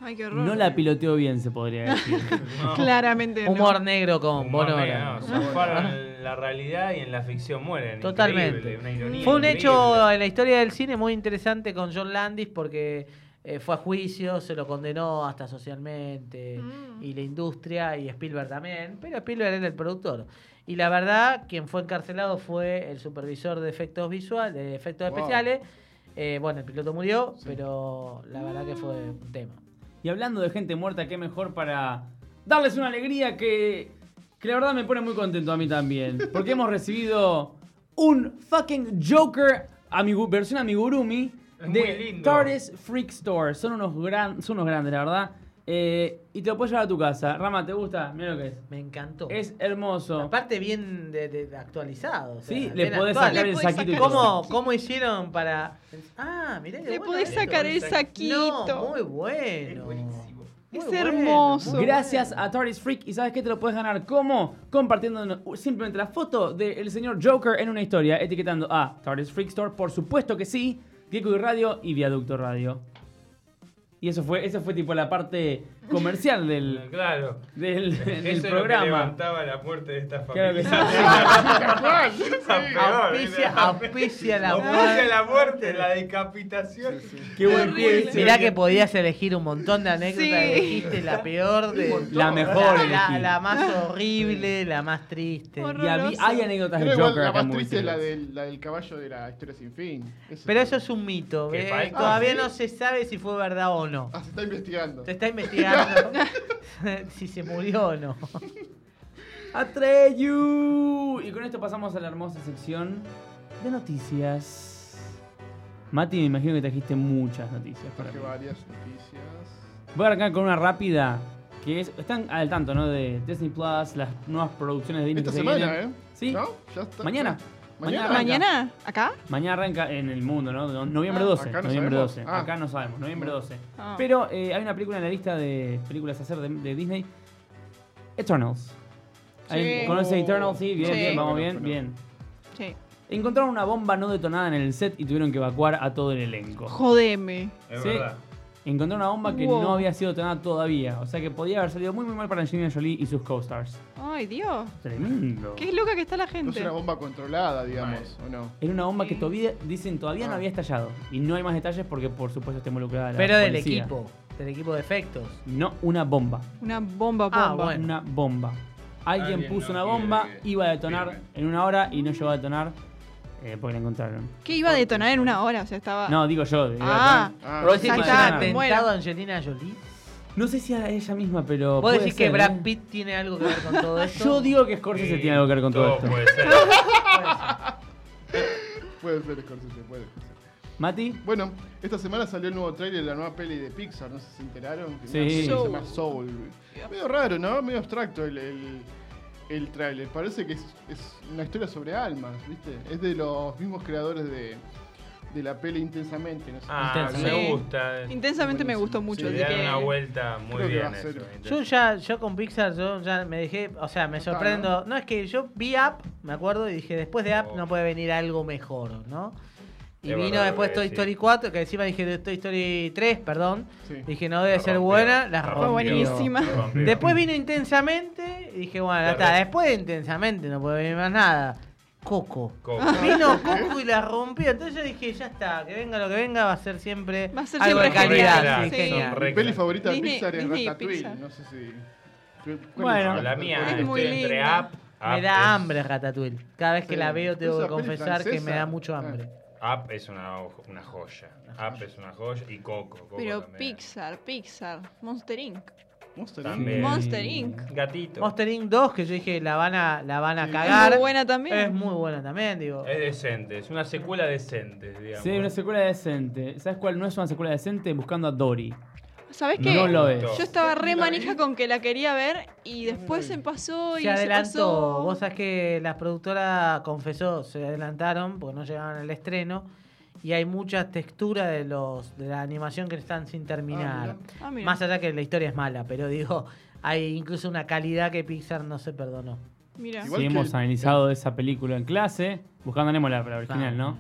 Speaker 6: Ay, qué horror.
Speaker 2: No
Speaker 3: eh.
Speaker 2: la piloteó bien, se podría decir.
Speaker 3: No.
Speaker 6: Claramente no.
Speaker 4: Humor negro con
Speaker 3: Humor
Speaker 4: Bonora.
Speaker 3: negro, no, zafaron en la realidad y en la ficción mueren.
Speaker 4: Totalmente.
Speaker 3: Increíble, una ironía
Speaker 4: Fue un
Speaker 3: increíble.
Speaker 4: hecho en la historia del cine muy interesante con John Landis porque eh, fue a juicio, se lo condenó hasta socialmente
Speaker 6: Mm.
Speaker 4: y la industria y Spielberg también, pero Spielberg era el productor. Y la verdad, quien fue encarcelado fue el supervisor de efectos visuales, de efectos
Speaker 5: Wow.
Speaker 4: especiales. Eh, bueno, el piloto murió,
Speaker 5: Sí.
Speaker 4: pero la verdad que fue un tema.
Speaker 2: y hablando de gente muerta, qué mejor para darles una alegría que, que la verdad me pone muy contento a mí también. Porque hemos recibido un fucking Joker amigu- versión amigurumi
Speaker 3: Es muy
Speaker 2: de
Speaker 3: lindo.
Speaker 2: TARDIS Freak Store. Son unos, gran, son unos grandes, la verdad. Eh, y te lo puedes llevar a tu casa. Rama, ¿te gusta? Mira lo que es.
Speaker 4: Me encantó.
Speaker 2: Es hermoso.
Speaker 4: Aparte bien de, de- de actualizado. o sea,
Speaker 2: Sí, le
Speaker 4: bien
Speaker 2: podés
Speaker 4: actual.
Speaker 2: sacar
Speaker 6: Le
Speaker 2: el
Speaker 6: podés
Speaker 2: saquito. y
Speaker 6: sacar-
Speaker 2: todo.
Speaker 4: ¿Cómo, ¿Cómo hicieron para...? Ah, mirá. qué
Speaker 6: Le
Speaker 4: bueno
Speaker 6: podés
Speaker 4: esto.
Speaker 6: sacar el saquito.
Speaker 4: No, muy bueno. Muy
Speaker 6: Es
Speaker 4: bueno,
Speaker 6: hermoso.
Speaker 4: muy
Speaker 2: Gracias
Speaker 4: bueno.
Speaker 2: a Tourist Freak. ¿Y sabes qué te lo puedes ganar? ¿Cómo? Compartiendo uh, simplemente la foto del señor Joker en una historia, etiquetando a Tourist Freak Store, por supuesto que sí, Gecko y Radio y Viaducto Radio. Y eso fue, esa fue tipo la parte comercial del,
Speaker 3: Claro.
Speaker 2: del, del
Speaker 3: Eso es lo que
Speaker 2: programa.
Speaker 3: levantaba la muerte de esta
Speaker 2: Claro que
Speaker 3: familia.
Speaker 2: sí.
Speaker 5: Actual, sí, sí.
Speaker 4: Auspicia, auspicia la
Speaker 3: Auspicia
Speaker 4: muerte.
Speaker 3: la muerte, la decapitación.
Speaker 2: Qué buen
Speaker 6: Terrible.
Speaker 2: juicio.
Speaker 4: Mirá que podías elegir un montón de anécdotas.
Speaker 6: Sí.
Speaker 4: Elegiste la peor de...
Speaker 2: La mejor
Speaker 4: La,
Speaker 2: elegí.
Speaker 4: la- la más horrible, la más triste.
Speaker 6: Horror.
Speaker 2: Y habí- hay anécdotas
Speaker 5: Creo
Speaker 2: de
Speaker 5: igual
Speaker 2: Joker
Speaker 5: la
Speaker 2: acá
Speaker 5: más
Speaker 2: muy
Speaker 5: triste es la
Speaker 2: serias.
Speaker 5: del, la del caballo de la historia sin fin.
Speaker 4: Pero eso es un mito.
Speaker 3: Que
Speaker 4: eh,
Speaker 3: parece-
Speaker 4: Todavía
Speaker 5: Ah, ¿sí?
Speaker 4: no se sabe si fue verdad o no.
Speaker 5: Ah, se está investigando.
Speaker 4: Se está investigando si se murió o no.
Speaker 2: Atreyu. Y con esto pasamos a la hermosa sección de noticias. Mati, me imagino que trajiste muchas noticias para
Speaker 5: Traje
Speaker 2: mí.
Speaker 5: varias noticias.
Speaker 2: Voy a arrancar con una rápida que es, están al tanto, ¿no? De Disney Plus, las nuevas producciones de Disney.
Speaker 5: Esta
Speaker 2: que se
Speaker 5: semana,
Speaker 2: vienen.
Speaker 5: ¿eh?
Speaker 2: Sí.
Speaker 5: ¿No? ¿Ya está?
Speaker 2: Mañana.
Speaker 5: ¿Mañana?
Speaker 2: arranca.
Speaker 6: ¿Mañana? ¿Acá?
Speaker 2: Mañana arranca en el mundo, ¿no? No- Noviembre
Speaker 5: Ah,
Speaker 2: 12.
Speaker 5: acá no
Speaker 2: noviembre
Speaker 5: sabemos.
Speaker 2: 12.
Speaker 5: Ah.
Speaker 2: Acá no sabemos, noviembre 12.
Speaker 6: Ah.
Speaker 2: Pero eh, hay una película en la lista de películas a hacer de, de Disney. Eternals. ¿Alguien
Speaker 6: Sí.
Speaker 2: ¿Conoce Eternals? Sí, bien,
Speaker 6: Sí.
Speaker 2: bien, vamos bien,
Speaker 5: Conozco, no.
Speaker 2: bien.
Speaker 6: Sí.
Speaker 2: Encontraron una bomba no detonada en el set y tuvieron que evacuar a todo el elenco.
Speaker 6: Jodeme.
Speaker 3: Es
Speaker 2: Sí.
Speaker 3: verdad.
Speaker 2: Encontraron una bomba que
Speaker 6: Wow.
Speaker 2: no había sido detonada todavía. O sea que podía haber salido muy muy mal para Angelina Jolie y sus co-stars.
Speaker 6: Ay, Dios.
Speaker 2: Tremendo.
Speaker 6: Qué loca que está la
Speaker 5: No es
Speaker 6: gente.
Speaker 5: una bomba controlada, digamos, ¿o no?
Speaker 2: Era una bomba que todavía, dicen, todavía no
Speaker 5: Ah.
Speaker 2: había estallado. Y no hay más detalles porque por supuesto está involucrada la
Speaker 4: Pero del
Speaker 2: policía.
Speaker 4: equipo, del equipo de efectos.
Speaker 2: No, una bomba.
Speaker 6: Una bomba, bomba.
Speaker 4: Ah, bueno.
Speaker 2: Una bomba. Alguien,
Speaker 3: Alguien
Speaker 2: puso
Speaker 3: no
Speaker 2: una
Speaker 3: quiere
Speaker 2: bomba,
Speaker 3: que
Speaker 2: iba a detonar
Speaker 3: firme.
Speaker 2: en una hora y no llegó a detonar eh, porque la encontraron.
Speaker 6: ¿Qué iba a detonar en una hora? O sea,
Speaker 4: Ah.
Speaker 6: estaba.
Speaker 2: No, digo yo. iba a
Speaker 6: Ah.
Speaker 2: detonar.
Speaker 5: Ah,
Speaker 4: ¿Vos decís
Speaker 6: Ya
Speaker 4: que es un
Speaker 6: está,
Speaker 4: atentado
Speaker 6: bueno.
Speaker 4: a Angelina Jolie?
Speaker 2: No sé si a ella misma, pero.
Speaker 4: ¿Vos
Speaker 2: puede
Speaker 4: decís que
Speaker 2: ser,
Speaker 4: Brad
Speaker 2: ¿eh?
Speaker 4: Pitt tiene algo que ver con todo esto?
Speaker 2: Yo digo que Scorsese
Speaker 3: Sí,
Speaker 2: tiene algo que ver con todo, esto.
Speaker 3: puede ser.
Speaker 5: Puede ser Scorsese, puede ser.
Speaker 2: Mati,
Speaker 5: Bueno, esta semana salió el nuevo tráiler de la nueva peli de Pixar, no sé si se enteraron. Que
Speaker 2: Sí.
Speaker 5: una peli que se
Speaker 6: Soul.
Speaker 5: llama Soul. Medio raro, ¿no? Medio abstracto el, el, el tráiler. Parece que es, es una historia sobre almas, ¿viste? Es de los mismos creadores de, de la peli Intensamente, no sé.
Speaker 3: Ah,
Speaker 2: Intenso.
Speaker 3: me
Speaker 6: Sí.
Speaker 3: gusta.
Speaker 6: Intensamente me
Speaker 5: Buenísimo.
Speaker 6: gustó mucho.
Speaker 5: Sí,
Speaker 3: Le
Speaker 6: así
Speaker 3: dan
Speaker 6: que-
Speaker 3: una vuelta muy
Speaker 5: Creo que va
Speaker 3: bien
Speaker 5: a ser.
Speaker 3: eso.
Speaker 4: Yo ya, yo con Pixar, yo ya me dejé, o sea, me
Speaker 5: Ya está,
Speaker 4: sorprendo. No, es que yo vi App, me acuerdo, y dije, después de App
Speaker 3: Oh.
Speaker 4: no puede venir algo mejor, ¿no? Y
Speaker 3: Es
Speaker 4: vino
Speaker 3: verdad,
Speaker 4: después
Speaker 3: porque
Speaker 4: Toy
Speaker 3: sí.
Speaker 4: Story 4, que encima dije Toy Story 3, perdón.
Speaker 5: Sí.
Speaker 4: Dije, no debe
Speaker 3: La
Speaker 4: ser
Speaker 3: rompió,
Speaker 4: buena,
Speaker 3: la
Speaker 4: la
Speaker 3: rompió.
Speaker 6: Fue
Speaker 4: rompió.
Speaker 6: buenísima.
Speaker 3: La rompió.
Speaker 4: Después vino intensamente y dije, bueno, ya está,
Speaker 3: Claro.
Speaker 4: después de intensamente no puede venir más nada. Coco.
Speaker 3: Coco.
Speaker 4: Vino Coco y la rompió. Entonces yo dije, ya está, que venga lo que venga, va a ser siempre
Speaker 6: Va a ser
Speaker 4: algo de
Speaker 6: siempre
Speaker 4: calidad.
Speaker 6: genial,
Speaker 4: Sí,
Speaker 6: sí.
Speaker 4: genial.
Speaker 3: Son re-
Speaker 5: Mi peli favorita
Speaker 6: Disney-
Speaker 5: de Pixar es
Speaker 6: Disney y
Speaker 5: Ratatouille,
Speaker 6: Pixar.
Speaker 5: no sé si... ¿cuál
Speaker 2: Bueno.
Speaker 5: es?
Speaker 3: La mía,
Speaker 6: Es
Speaker 3: estoy
Speaker 6: muy
Speaker 3: entre
Speaker 6: linda.
Speaker 3: app,
Speaker 4: Me
Speaker 3: app
Speaker 4: da
Speaker 3: es-
Speaker 4: hambre Ratatouille. Cada vez que
Speaker 5: Sí.
Speaker 4: la veo tengo
Speaker 5: Esa
Speaker 4: que
Speaker 5: peli
Speaker 4: confesar que me
Speaker 5: francesa.
Speaker 4: da mucho hambre.
Speaker 3: App es una, una joya. App es una joya. Y Coco. Coco
Speaker 6: Pero
Speaker 3: también.
Speaker 6: Pixar, Pixar, Monster Inc.
Speaker 5: Monster
Speaker 3: También.
Speaker 5: Inc.
Speaker 3: Eh,
Speaker 6: Monster Inc.
Speaker 3: Gatito.
Speaker 4: Monster Inc 2, que yo dije, la van a, la van a
Speaker 5: Sí.
Speaker 4: cagar.
Speaker 6: Es muy buena también.
Speaker 4: Es muy buena también, digo.
Speaker 3: Es decente, es una secuela decente, digamos.
Speaker 2: sí, una secuela decente. ¿Sabes cuál no es una secuela decente? Buscando a Dory.
Speaker 6: ¿Sabés
Speaker 2: No
Speaker 6: qué?
Speaker 2: lo es.
Speaker 6: Yo estaba re manija con que la quería ver y después se pasó y
Speaker 4: Se
Speaker 6: se
Speaker 4: adelantó.
Speaker 6: pasó.
Speaker 4: Vos sabés que las productoras, confesó, se adelantaron porque no llegaban al estreno. Y hay mucha textura de los de la animación que están sin terminar.
Speaker 5: Ah,
Speaker 6: Ah, mira.
Speaker 4: Más allá que la historia es mala, pero digo, hay incluso una calidad que Pixar no se perdonó.
Speaker 6: Mira.
Speaker 5: Igual
Speaker 2: sí,
Speaker 5: que
Speaker 2: hemos
Speaker 5: el-
Speaker 2: analizado esa película en clase. Buscando a Nemo, la, la original, ¿no?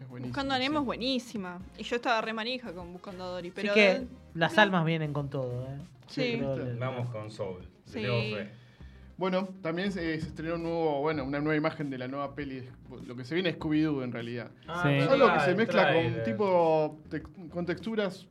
Speaker 5: Es buenísimo,
Speaker 6: Buscando a Nemo es
Speaker 5: sí.
Speaker 6: buenísima. Y yo estaba re manija con Buscando a Dory.
Speaker 4: Así
Speaker 6: Pero
Speaker 4: que las almas vienen con todo, ¿eh?
Speaker 6: Sí.
Speaker 4: Creo que-
Speaker 3: Vamos con Soul. le
Speaker 6: Sí.
Speaker 3: tengo fe.
Speaker 5: Bueno, también se, se estrenó un nuevo, bueno, una nueva imagen de la nueva peli, de- lo que se viene es Scooby-Doo en realidad.
Speaker 2: Sí.
Speaker 3: pero
Speaker 5: Solo que
Speaker 3: ah,
Speaker 5: se
Speaker 3: el
Speaker 5: mezcla con
Speaker 3: tráiler.
Speaker 5: tipo tec- con texturas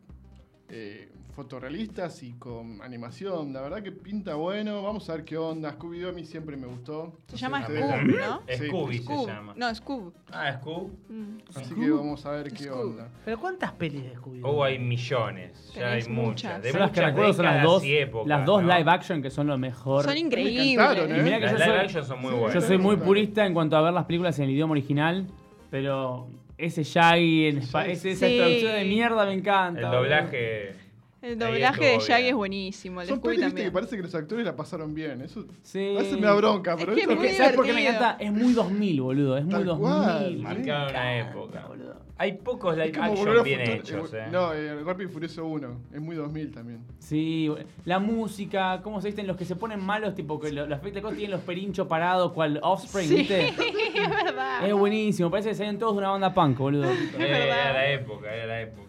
Speaker 5: eh, fotorrealistas y con animación. La verdad que pinta bueno. Vamos a ver qué onda. Scooby-Doo a mí siempre me gustó. eh,
Speaker 6: Se llama
Speaker 5: ustedes
Speaker 6: Scoob,
Speaker 5: también.
Speaker 6: Ah, ¿no?
Speaker 5: Sí.
Speaker 3: Scooby se
Speaker 6: Scoob.
Speaker 3: llama.
Speaker 6: No, Scoob.
Speaker 3: Ah, Scoob.
Speaker 6: Mm.
Speaker 5: Así que vamos a ver qué
Speaker 6: Scoob.
Speaker 5: onda.
Speaker 4: Pero ¿cuántas pelis de Scooby-Doo?
Speaker 3: Oh, hay millones. Ya hay
Speaker 6: Tenés
Speaker 3: muchas.
Speaker 6: muchas.
Speaker 3: De
Speaker 2: Son las que
Speaker 3: muchas
Speaker 2: recuerdo son las
Speaker 3: décadas
Speaker 2: dos,
Speaker 3: y épocas,
Speaker 2: las dos
Speaker 3: ¿no?
Speaker 2: live action que son lo mejor.
Speaker 6: Son increíbles.
Speaker 5: encantaron, ¿eh?
Speaker 2: Y mirá que
Speaker 3: Las
Speaker 2: yo
Speaker 3: live
Speaker 2: soy-
Speaker 3: action son muy buenas.
Speaker 2: Yo soy muy
Speaker 5: Claro.
Speaker 2: purista en cuanto a ver las películas en el idioma original, pero ese Shaggy en espa-
Speaker 5: Shaggy.
Speaker 2: ese- esa
Speaker 6: Sí.
Speaker 2: traducción de mierda me encanta.
Speaker 3: El
Speaker 2: boludo.
Speaker 3: doblaje.
Speaker 6: El
Speaker 3: Ahí
Speaker 6: doblaje de
Speaker 3: estuvo
Speaker 6: Shaggy
Speaker 3: bien.
Speaker 6: es buenísimo. El de
Speaker 5: Son
Speaker 6: Scooby
Speaker 5: pelis, viste,
Speaker 6: también.
Speaker 5: que parece que los actores la pasaron bien. Eso
Speaker 2: Sí.
Speaker 5: a veces me da bronca,
Speaker 6: Es
Speaker 5: pero
Speaker 6: que
Speaker 5: esto
Speaker 6: es muy
Speaker 2: ¿Sabes por qué me
Speaker 6: divertido.
Speaker 2: encanta? Es muy 2000, boludo. Es muy
Speaker 5: Tal
Speaker 2: 2000.
Speaker 5: cual.
Speaker 2: Me
Speaker 3: Marcaron una
Speaker 2: encanta,
Speaker 3: época.
Speaker 2: boludo.
Speaker 3: Hay pocos
Speaker 5: es
Speaker 3: live
Speaker 5: como volver
Speaker 3: action
Speaker 5: a
Speaker 3: bien
Speaker 5: futuro-
Speaker 3: hechos, eh.
Speaker 5: No, el Rápido y Furioso 1. Es muy 2000 también.
Speaker 2: Sí, bol- la música, cómo se visten los que se ponen malos, tipo que lo- los Fate Deco tienen los perinchos parados, cual Offspring,
Speaker 6: Sí,
Speaker 2: ¿viste?
Speaker 6: es verdad.
Speaker 2: Es buenísimo, parece que salen todos de una banda punk, boludo.
Speaker 3: Eh,
Speaker 6: verdad.
Speaker 3: era la época, era la época.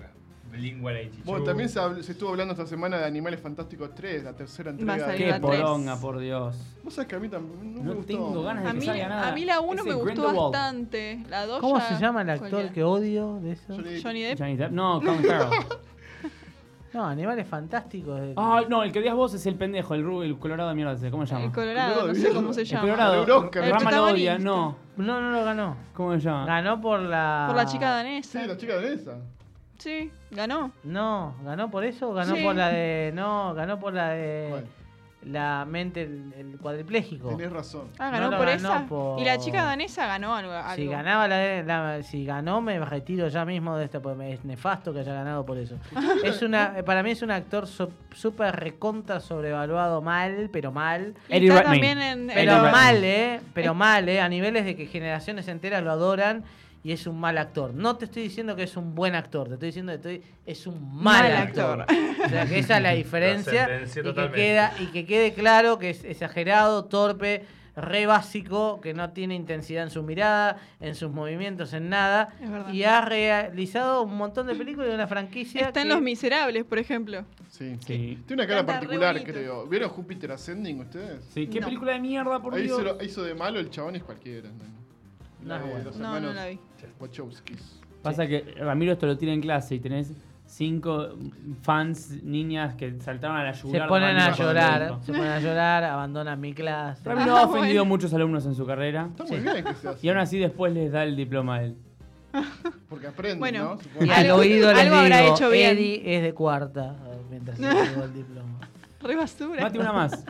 Speaker 3: Lingua la Ichichu.
Speaker 5: Bueno, también se, habl- se estuvo hablando esta semana de Animales Fantásticos 3, la tercera
Speaker 6: a
Speaker 5: entrega.
Speaker 6: salir Ahí
Speaker 2: Qué
Speaker 6: va tres.
Speaker 2: poronga, por Dios.
Speaker 5: Vos sabés que a mí también no, me
Speaker 2: No
Speaker 5: gustó.
Speaker 2: tengo ganas de
Speaker 6: A
Speaker 2: que
Speaker 6: mí,
Speaker 2: salga nada.
Speaker 6: a mí la 1
Speaker 2: Ese
Speaker 6: me gustó
Speaker 2: Grindelwald.
Speaker 6: bastante. La 2
Speaker 4: ¿Cómo se llama el actor que odio de eso?
Speaker 5: Yo le-
Speaker 6: Johnny Depp.
Speaker 2: Johnny Depp. No, Colin Farrell.
Speaker 4: No, Animales Fantásticos. de-
Speaker 2: Ay, Ah, no, el que digas vos es el pendejo, el rubio, el colorado de mierda, ese, ¿cómo se llama?
Speaker 6: El Colorado, no sé cómo se
Speaker 5: El
Speaker 2: El
Speaker 6: llama.
Speaker 5: El
Speaker 2: colorado.
Speaker 5: Oscar.
Speaker 2: Rama
Speaker 6: El
Speaker 2: lo odia,
Speaker 6: protagonista.
Speaker 2: no.
Speaker 4: No, no lo ganó.
Speaker 2: ¿Cómo se llama?
Speaker 4: Ganó por la.
Speaker 6: Por la chica danesa.
Speaker 5: Sí, la chica de esa.
Speaker 6: Sí, ganó.
Speaker 4: No, ganó por eso, o ganó
Speaker 6: Sí.
Speaker 4: por la de. No, ganó por la
Speaker 2: Eh,
Speaker 4: de.
Speaker 5: Bueno,
Speaker 4: La mente, el, el cuadripléjico.
Speaker 5: tenés razón.
Speaker 6: Ah,
Speaker 4: No
Speaker 6: ganó
Speaker 4: lo
Speaker 6: por
Speaker 4: ganó
Speaker 6: esa.
Speaker 4: por-
Speaker 6: Y la chica danesa ganó algo.
Speaker 4: Si
Speaker 6: algo.
Speaker 4: ganaba la, de- la- si ganó me retiro ya mismo de esta porque me- es nefasto que haya ganado por eso. es una para mí es un actor so- súper recontra sobrevaluado mal, pero mal.
Speaker 6: Y
Speaker 2: Eddie
Speaker 6: está
Speaker 2: Redmayne.
Speaker 6: también en-
Speaker 4: Pero
Speaker 2: Eddie
Speaker 6: en-
Speaker 2: Redmayne.
Speaker 4: mal, eh, pero mal, eh, a niveles de que generaciones enteras lo adoran y es un mal actor. No te estoy diciendo que es un buen actor, te estoy diciendo que estoy- es un mal,
Speaker 6: Mal
Speaker 4: actor. O sea, que esa es la diferencia
Speaker 3: sentencié
Speaker 4: y que,
Speaker 3: totalmente.
Speaker 4: queda, y que quede claro que es exagerado, torpe, re básico, que no tiene intensidad en su mirada, en sus movimientos, en nada.
Speaker 6: Es verdad.
Speaker 4: Y ha realizado un montón de películas de una franquicia.
Speaker 6: Está en
Speaker 4: que-
Speaker 6: Los Miserables, por ejemplo.
Speaker 5: Sí.
Speaker 2: Sí.
Speaker 5: Tiene una cara
Speaker 6: Canta re
Speaker 5: particular,
Speaker 6: bonito.
Speaker 5: creo. ¿Vieron Júpiter Ascending ustedes?
Speaker 2: Sí, qué
Speaker 6: No.
Speaker 2: película de mierda, por
Speaker 5: Ahí
Speaker 2: Dios.
Speaker 5: hizo, lo- hizo de malo el chabón es cualquiera. ¿no? La
Speaker 4: No,
Speaker 5: de
Speaker 4: bueno.
Speaker 5: los
Speaker 6: No, no
Speaker 5: hermanos
Speaker 6: la vi.
Speaker 5: Wachowskis.
Speaker 2: Pasa que Ramiro esto lo tira en clase y tenés cinco fans, niñas que saltaron a la
Speaker 4: Se
Speaker 2: yugular.
Speaker 4: ponen a
Speaker 2: Ramiro cuando
Speaker 4: llorar,
Speaker 2: dijo.
Speaker 4: se ponen a llorar, abandonan mi clase.
Speaker 2: Ramiro
Speaker 6: Ah,
Speaker 2: ha ofendido
Speaker 6: bueno.
Speaker 2: a muchos alumnos en su carrera.
Speaker 5: Está muy bien que se
Speaker 2: Y
Speaker 5: hace.
Speaker 2: aún así después les da el diploma a él.
Speaker 5: Porque aprenden,
Speaker 6: Bueno.
Speaker 5: ¿no?
Speaker 4: Y
Speaker 5: Supongo.
Speaker 4: al
Speaker 6: Algo-
Speaker 4: oído les
Speaker 6: algo
Speaker 4: digo,
Speaker 6: habrá hecho bien.
Speaker 4: Eddie es de cuarta, eh, mientras se llevó el diploma.
Speaker 6: Re basura.
Speaker 2: Mati, una más.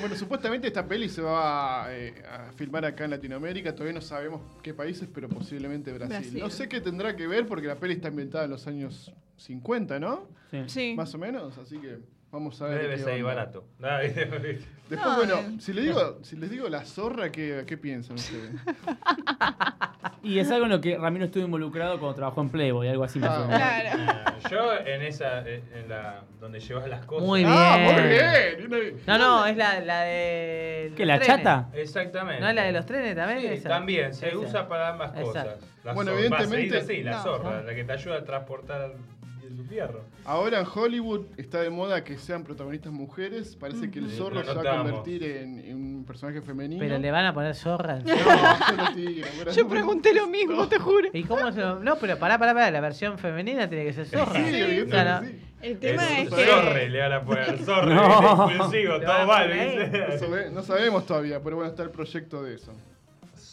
Speaker 5: Bueno, supuestamente esta peli se va eh, a filmar acá en Latinoamérica. Todavía no sabemos qué países, pero posiblemente Brasil.
Speaker 6: Brasil.
Speaker 5: No sé qué tendrá que ver porque la peli está ambientada en los años 50, ¿no?
Speaker 2: Sí.
Speaker 6: Sí.
Speaker 5: Más o menos, así que vamos a
Speaker 3: No
Speaker 5: ver.
Speaker 3: debe
Speaker 5: qué
Speaker 3: salir
Speaker 5: onda.
Speaker 3: barato. Dale, dale.
Speaker 5: Después,
Speaker 6: No,
Speaker 5: bueno,
Speaker 6: eh.
Speaker 5: si, le digo, si les digo la zorra, ¿qué, qué piensan ustedes?
Speaker 2: Y es algo en lo que Ramiro estuvo involucrado cuando trabajó en Playboy, algo así. más o
Speaker 5: Ah,
Speaker 2: menos.
Speaker 6: Claro.
Speaker 3: Yo en esa, eh, en la donde llevas las cosas.
Speaker 4: Muy
Speaker 5: ¡Ah,
Speaker 4: bien.
Speaker 5: muy bien!
Speaker 4: No, no, es la, la de.
Speaker 2: ¿Qué,
Speaker 4: los
Speaker 2: la
Speaker 4: trenes.
Speaker 2: chata?
Speaker 3: Exactamente.
Speaker 4: ¿No es la de los trenes también?
Speaker 3: Sí,
Speaker 4: esa?
Speaker 3: también, se
Speaker 4: Esa.
Speaker 3: usa para ambas
Speaker 4: Exacto.
Speaker 3: cosas. La
Speaker 5: Bueno,
Speaker 3: zorra, va a
Speaker 5: evidentemente-
Speaker 3: seguir así, la
Speaker 6: No.
Speaker 3: zorra, la que te ayuda a transportar el fierro.
Speaker 5: Ahora en Hollywood está de moda que sean protagonistas mujeres. Parece que el
Speaker 3: Sí,
Speaker 5: zorro
Speaker 3: lo
Speaker 5: se va a
Speaker 3: notamos.
Speaker 5: convertir en, en un personaje femenino.
Speaker 4: Pero le van a poner zorra.
Speaker 5: No,
Speaker 4: encima.
Speaker 5: yo no te digo, pero-
Speaker 6: Yo pregunté lo mismo, te juro.
Speaker 4: ¿Y cómo se lo- No, pero pará, pará, pará. La versión femenina tiene que ser zorra.
Speaker 5: Sí,
Speaker 4: O sea,
Speaker 5: evidentemente
Speaker 4: no-
Speaker 5: sí.
Speaker 6: El tema
Speaker 5: Eso,
Speaker 6: es,
Speaker 5: eso
Speaker 6: que.
Speaker 3: Zorre, le van a poner zorre,
Speaker 2: No.
Speaker 3: ¿viste? impulsivo,
Speaker 4: Le van a
Speaker 3: todo mal,
Speaker 4: poner ahí.
Speaker 5: No,
Speaker 3: ¿viste?
Speaker 5: sabe- no sabemos todavía, pero bueno, está el proyecto de eso.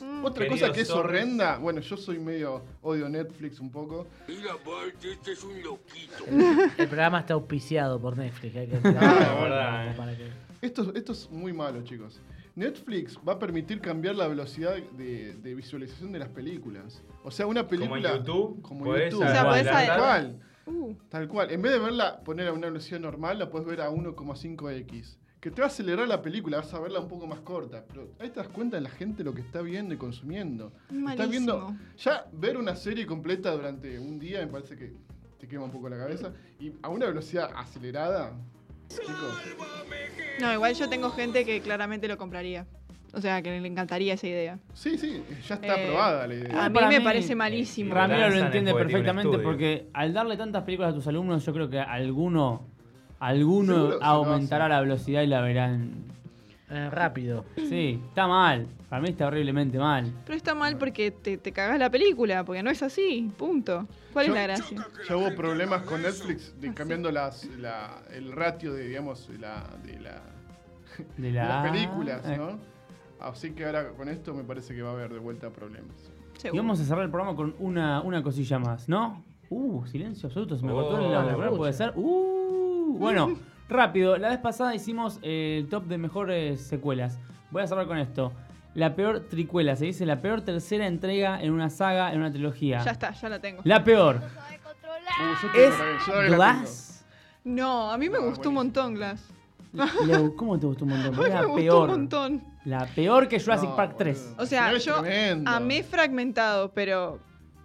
Speaker 6: Mm,
Speaker 5: Otra
Speaker 3: Queridos
Speaker 5: cosa que es
Speaker 3: zorros.
Speaker 5: horrenda, bueno, yo soy medio odio Netflix un poco.
Speaker 7: Mira, Bart, este es un loquito.
Speaker 4: El programa está auspiciado por Netflix. Hay que
Speaker 5: la
Speaker 3: verdad, eh.
Speaker 4: Para que-
Speaker 5: Esto, esto es muy malo, chicos. Netflix va a permitir cambiar la velocidad de, de visualización de las películas. O sea, una
Speaker 3: Como en
Speaker 5: película.
Speaker 3: YouTube,
Speaker 5: Como en
Speaker 3: podés
Speaker 5: YouTube.
Speaker 6: O sea, podés
Speaker 5: tal
Speaker 3: adelantar-
Speaker 5: cual.
Speaker 6: uh,
Speaker 5: Tal cual. En vez de verla, poner a una velocidad normal, la puedes ver a 1,5x. Que te va a acelerar la película, vas a verla un poco más corta. Pero ahí te das cuenta de la gente lo que está viendo y consumiendo. Está viendo.
Speaker 6: malísimo.
Speaker 5: Ya ver una serie completa durante un día me parece que te quema un poco la cabeza. Y a una velocidad acelerada. Chicos,
Speaker 6: No, igual yo tengo gente que claramente lo compraría. O sea, que le encantaría esa idea.
Speaker 5: sí, sí, ya está
Speaker 6: Eh,
Speaker 5: aprobada la idea.
Speaker 6: A mí
Speaker 2: Para
Speaker 6: me
Speaker 2: mí,
Speaker 6: parece malísimo.
Speaker 3: eh,
Speaker 2: Ramiro lo
Speaker 3: Lanzan
Speaker 2: entiende
Speaker 3: después de un
Speaker 2: perfectamente
Speaker 3: estudio.
Speaker 2: porque al darle tantas películas a tus alumnos, yo creo que alguno, alguno
Speaker 5: Seguro se lo
Speaker 2: aumentará
Speaker 5: hace.
Speaker 2: la velocidad y la verán.
Speaker 4: eh, rápido.
Speaker 2: Sí, está mal. Para mí está horriblemente mal.
Speaker 6: Pero está mal porque te, te cagás la película, porque no es así, punto. ¿Cuál
Speaker 5: Yo-
Speaker 6: es la gracia?
Speaker 5: Ya hubo problemas con Netflix de cambiando las, la- el ratio de, digamos, la, de, la,
Speaker 2: De
Speaker 5: de
Speaker 2: la-
Speaker 5: las películas,
Speaker 2: Eh,
Speaker 5: ¿no? Así que ahora con esto me parece que va a haber de vuelta problemas.
Speaker 2: Y
Speaker 6: Seguro.
Speaker 2: vamos a cerrar el programa con una, una cosilla más, ¿no? Uh, silencio absoluto, se me
Speaker 3: Oh,
Speaker 2: cortó el
Speaker 3: la
Speaker 2: auricular, puede ser. Uh, bueno, rápido, la vez pasada hicimos eh, el top de mejores secuelas. Voy a cerrar con esto. La peor tricuela, se dice la peor tercera entrega en una saga, en una trilogía.
Speaker 6: Ya está, ya la tengo.
Speaker 2: La peor.
Speaker 5: Uh, yo tengo
Speaker 2: Es
Speaker 5: también, yo también la tengo.
Speaker 2: Glass.
Speaker 6: No, a mí me
Speaker 5: No,
Speaker 6: gustó un
Speaker 5: Ah, buenísimo.
Speaker 6: montón Glass.
Speaker 2: Leo, ¿cómo te gustó un montón? Porque
Speaker 6: A mí
Speaker 2: era
Speaker 6: me gustó
Speaker 2: peor.
Speaker 6: un montón.
Speaker 2: La peor que Jurassic
Speaker 5: No,
Speaker 2: Park
Speaker 5: boludo.
Speaker 2: 3.
Speaker 6: O sea,
Speaker 5: No, es
Speaker 6: yo
Speaker 5: tremendo.
Speaker 6: Amé fragmentado, pero.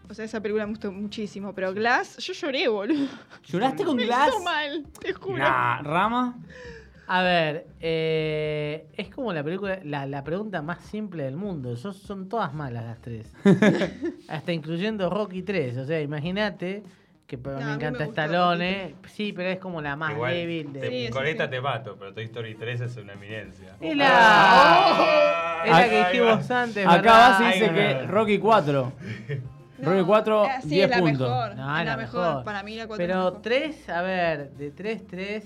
Speaker 6: O sea, esa película me gustó muchísimo. Pero Glass, yo lloré, boludo.
Speaker 2: ¿Lloraste con
Speaker 6: Me
Speaker 2: Glass?
Speaker 6: hizo mal, te juro.
Speaker 2: Nah, Rama.
Speaker 4: A ver, eh, es como la película, la, la pregunta más simple del mundo. Son, son todas malas las tres. Hasta incluyendo Rocky 3. O sea, imagínate que pero
Speaker 6: No, a
Speaker 4: me
Speaker 6: mí me
Speaker 4: encanta
Speaker 6: gustó
Speaker 4: Stallone. Sí, pero es como la más
Speaker 3: Igual,
Speaker 4: débil de.
Speaker 3: te-
Speaker 6: Sí, sí,
Speaker 3: con esta
Speaker 6: sí.
Speaker 3: te mato, pero Toy Story 3 es una eminencia.
Speaker 4: Es
Speaker 6: Ah.
Speaker 5: ¡Oh!
Speaker 4: la, es la
Speaker 3: Ahí
Speaker 4: que
Speaker 3: va.
Speaker 4: dijimos antes.
Speaker 2: Acá
Speaker 4: ¿verdad?
Speaker 2: Basi dice
Speaker 4: Ay,
Speaker 2: que
Speaker 4: bueno.
Speaker 2: Rocky 4. Rocky 4,
Speaker 6: eh, sí,
Speaker 2: 10
Speaker 6: es la
Speaker 2: puntos.
Speaker 6: Mejor,
Speaker 4: No,
Speaker 6: es
Speaker 4: es
Speaker 6: la
Speaker 4: la
Speaker 6: mejor.
Speaker 4: mejor.
Speaker 6: Para mí la 4 es la
Speaker 4: Pero
Speaker 6: mejor.
Speaker 4: tres, a ver, de tres, tres.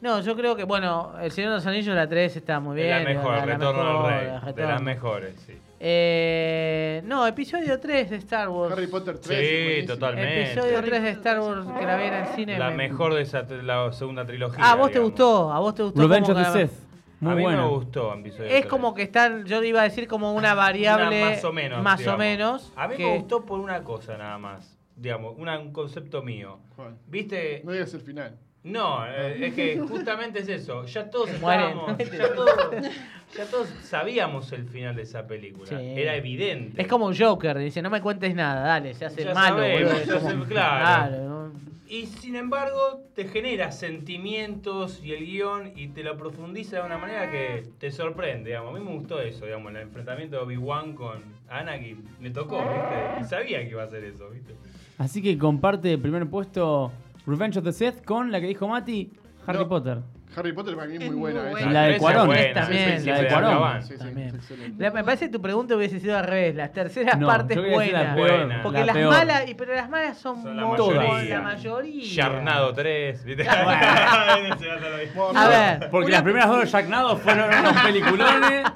Speaker 4: No, yo creo que, bueno, El Señor de los Anillos, la tres está muy
Speaker 3: Es
Speaker 4: bien.
Speaker 3: la mejor,
Speaker 4: la
Speaker 3: Retorno
Speaker 4: mejor,
Speaker 3: al Rey.
Speaker 4: la
Speaker 3: De las
Speaker 4: retorno.
Speaker 3: mejores, sí.
Speaker 4: Eh, no, episodio 3 de Star Wars.
Speaker 5: Harry Potter 3.
Speaker 3: Sí,
Speaker 5: buenísimo.
Speaker 3: totalmente.
Speaker 4: Episodio
Speaker 6: Harry
Speaker 4: 3 de
Speaker 6: Potter
Speaker 4: Star
Speaker 6: tres.
Speaker 4: Wars que la vi en el cine.
Speaker 3: La
Speaker 4: me-
Speaker 3: mejor de esa, la segunda trilogía.
Speaker 4: Ah, vos te
Speaker 3: digamos.
Speaker 4: gustó, a vos te gustó.
Speaker 2: Revenge of
Speaker 4: como
Speaker 2: the
Speaker 4: que-
Speaker 2: Sith. Muy
Speaker 3: a mí
Speaker 2: buena.
Speaker 3: me gustó episodio
Speaker 4: Es
Speaker 3: tres.
Speaker 4: como que están, yo iba a decir como una variable.
Speaker 3: Una más o menos.
Speaker 4: Más
Speaker 3: digamos.
Speaker 4: o menos.
Speaker 3: A mí me
Speaker 4: que-
Speaker 3: gustó por una cosa nada más. Digamos, una- un concepto mío.
Speaker 5: Joder,
Speaker 3: ¿Viste?
Speaker 5: No digas el final.
Speaker 3: No, eh, es que justamente es eso. Ya todos
Speaker 4: Se mueren.
Speaker 3: estábamos- ya todos, ya todos sabíamos el final de esa película.
Speaker 4: Sí.
Speaker 3: Era evidente.
Speaker 4: Es como un Joker, dice, no me cuentes nada, dale, se hace
Speaker 3: Ya
Speaker 4: malo,
Speaker 3: sabemos,
Speaker 4: boludo, es
Speaker 3: ya
Speaker 4: como-
Speaker 3: se- claro.
Speaker 4: claro, ¿no?
Speaker 3: Y sin embargo, te genera sentimientos y el guión y te lo profundiza de una manera que te sorprende, digamos. A mí me gustó eso, digamos, el enfrentamiento de Obi-Wan con Anakin. Me tocó, ¿viste? Y sabía que iba a hacer eso, ¿viste?
Speaker 2: Así que comparte el primer puesto Revenge of the Sith con la que dijo Mati, Harry
Speaker 5: No.
Speaker 2: Potter.
Speaker 5: Harry Potter para mí es
Speaker 6: Es
Speaker 5: muy
Speaker 6: muy
Speaker 5: buena.
Speaker 6: buena.
Speaker 5: esa.
Speaker 2: La de
Speaker 3: Esa es
Speaker 2: Cuarón.
Speaker 3: buena,
Speaker 4: Esta
Speaker 3: el
Speaker 4: bien, la
Speaker 3: príncipe
Speaker 2: de
Speaker 3: de
Speaker 2: Cuarón.
Speaker 3: Azkaban.
Speaker 5: Sí, sí,
Speaker 4: También.
Speaker 5: es excelente.
Speaker 4: La- me parece que tu pregunta hubiese sido al revés, la tercera
Speaker 2: No,
Speaker 4: parte
Speaker 2: yo
Speaker 4: es
Speaker 2: quería decir
Speaker 4: buena.
Speaker 2: la peor.
Speaker 3: Buena.
Speaker 4: Porque
Speaker 2: la
Speaker 4: las
Speaker 2: peor.
Speaker 4: malas, y, pero las malas son,
Speaker 3: Son la
Speaker 4: mo-
Speaker 3: mayoría.
Speaker 4: son la mayoría.
Speaker 3: Yarnado 3, ¿viste?
Speaker 5: Bueno,
Speaker 4: A ver,
Speaker 2: Porque las primeras dos de Jack Nado fueron unos peliculones.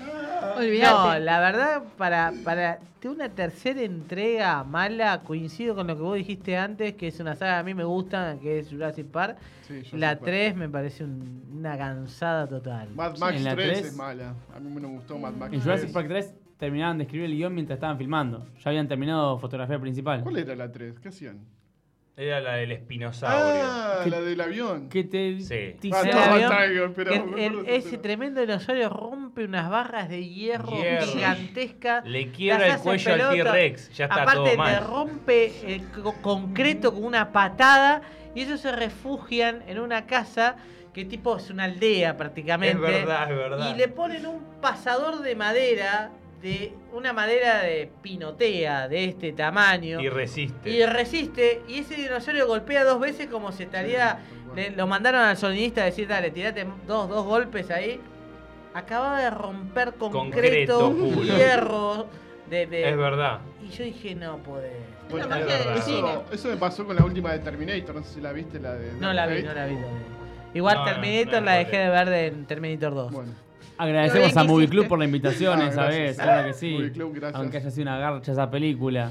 Speaker 4: no,
Speaker 6: Olvídate.
Speaker 4: la verdad, para, para de una tercera entrega mala, coincido con lo que vos dijiste antes, que es una saga que a mí me gusta, que es Jurassic Park.
Speaker 5: sí, yo
Speaker 4: La
Speaker 5: soy fan.
Speaker 4: 3 me parece un- una cansada total.
Speaker 5: Mad
Speaker 2: Sí,
Speaker 5: Max
Speaker 2: en la
Speaker 5: 3
Speaker 2: tres.
Speaker 5: es mala. A mí me no gustó
Speaker 6: Mm.
Speaker 5: Mad Max.
Speaker 2: En Jurassic
Speaker 5: 3.
Speaker 2: Park 3 terminaban de escribir el guión mientras estaban filmando. Ya habían terminado fotografía principal.
Speaker 5: ¿Cuál era la 3? ¿Qué hacían?
Speaker 3: Era la del espinosaurio.
Speaker 5: Ah, la del avión.
Speaker 2: Que te
Speaker 3: Sí.
Speaker 2: te
Speaker 5: Ah,
Speaker 4: el
Speaker 2: hice-
Speaker 5: Toma
Speaker 4: avión,
Speaker 5: Tiger, pero
Speaker 4: El-
Speaker 5: me
Speaker 4: el-
Speaker 5: acuerdo de esa
Speaker 4: ese
Speaker 5: escena.
Speaker 4: tremendo dinosaurio rompe unas barras de hierro,
Speaker 3: Hierro.
Speaker 4: gigantescas.
Speaker 3: Le
Speaker 4: Las
Speaker 3: quiebra el
Speaker 4: hace
Speaker 3: cuello al
Speaker 4: pelota.
Speaker 3: T-Rex, ya está
Speaker 4: Aparte
Speaker 3: todo
Speaker 4: le
Speaker 3: mal.
Speaker 4: rompe el co- concreto con una patada y ellos se refugian en una casa que tipo es una aldea prácticamente.
Speaker 3: Es verdad, es verdad.
Speaker 4: Y le ponen un pasador de madera, de una madera de pinotea de este tamaño.
Speaker 3: Y resiste.
Speaker 4: Y resiste, y ese dinosaurio golpea dos veces como si estaría. le- lo mandaron al sonidista a decir, dale, tirate dos, dos golpes ahí. Acababa de romper concreto,
Speaker 3: Concreto puro.
Speaker 4: hierro. De, de-
Speaker 3: Es verdad.
Speaker 4: Y yo dije, no podés.
Speaker 5: Bueno,
Speaker 6: La
Speaker 3: magia del
Speaker 5: eso,
Speaker 6: cine.
Speaker 5: eso me pasó con la última de Terminator. No sé si la viste, la de.
Speaker 4: No la vi,
Speaker 5: Fate.
Speaker 4: no la vi. no la vi. Igual
Speaker 3: No, no,
Speaker 4: Terminator
Speaker 3: no,
Speaker 4: la
Speaker 3: no,
Speaker 4: dejé
Speaker 3: no.
Speaker 4: de ver de- en Terminator 2.
Speaker 5: Bueno,
Speaker 2: Agradecemos
Speaker 6: Lo
Speaker 2: a
Speaker 6: bien que
Speaker 2: Movie
Speaker 6: hiciste.
Speaker 2: Club por la invitación
Speaker 5: Ah,
Speaker 2: esa vez,
Speaker 5: gracias.
Speaker 2: claro que sí.
Speaker 5: Movie Club, gracias.
Speaker 2: Aunque haya sido una garcha esa película.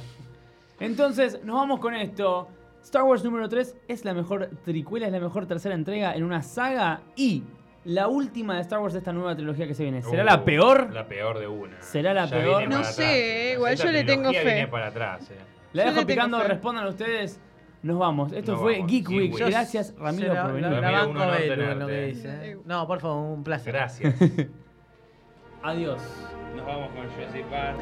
Speaker 2: Entonces, nos vamos con esto. Star Wars número 3 es la mejor tricuela, es la mejor tercera entrega en una saga y la última de Star Wars de esta nueva trilogía que se viene. ¿Será
Speaker 3: Uh,
Speaker 2: la peor?
Speaker 3: La peor de una.
Speaker 2: ¿Será la
Speaker 3: Ya
Speaker 2: peor?
Speaker 3: viene
Speaker 6: No
Speaker 3: para
Speaker 6: sé,
Speaker 3: atrás.
Speaker 6: eh, igual
Speaker 3: Esta
Speaker 6: yo le tengo
Speaker 3: trilogía
Speaker 6: fe.
Speaker 3: viene para atrás, eh.
Speaker 2: La
Speaker 6: Yo
Speaker 2: dejo
Speaker 6: le tengo
Speaker 2: picando,
Speaker 6: fe.
Speaker 2: respondan ustedes. Nos vamos. Esto
Speaker 3: Nos
Speaker 2: fue
Speaker 3: vamos.
Speaker 2: Geek
Speaker 3: Geek
Speaker 2: Week.
Speaker 3: Week.
Speaker 2: Gracias, Ramiro,
Speaker 4: Se la-
Speaker 2: por venir.
Speaker 4: La, la
Speaker 3: Ramiro, un
Speaker 4: banco
Speaker 3: honor
Speaker 4: Belu en lo que
Speaker 3: tenerte.
Speaker 4: dice. ¿eh? No, por favor, un placer.
Speaker 3: Gracias.
Speaker 2: Adiós.
Speaker 3: Nos vamos con Jurassic Park.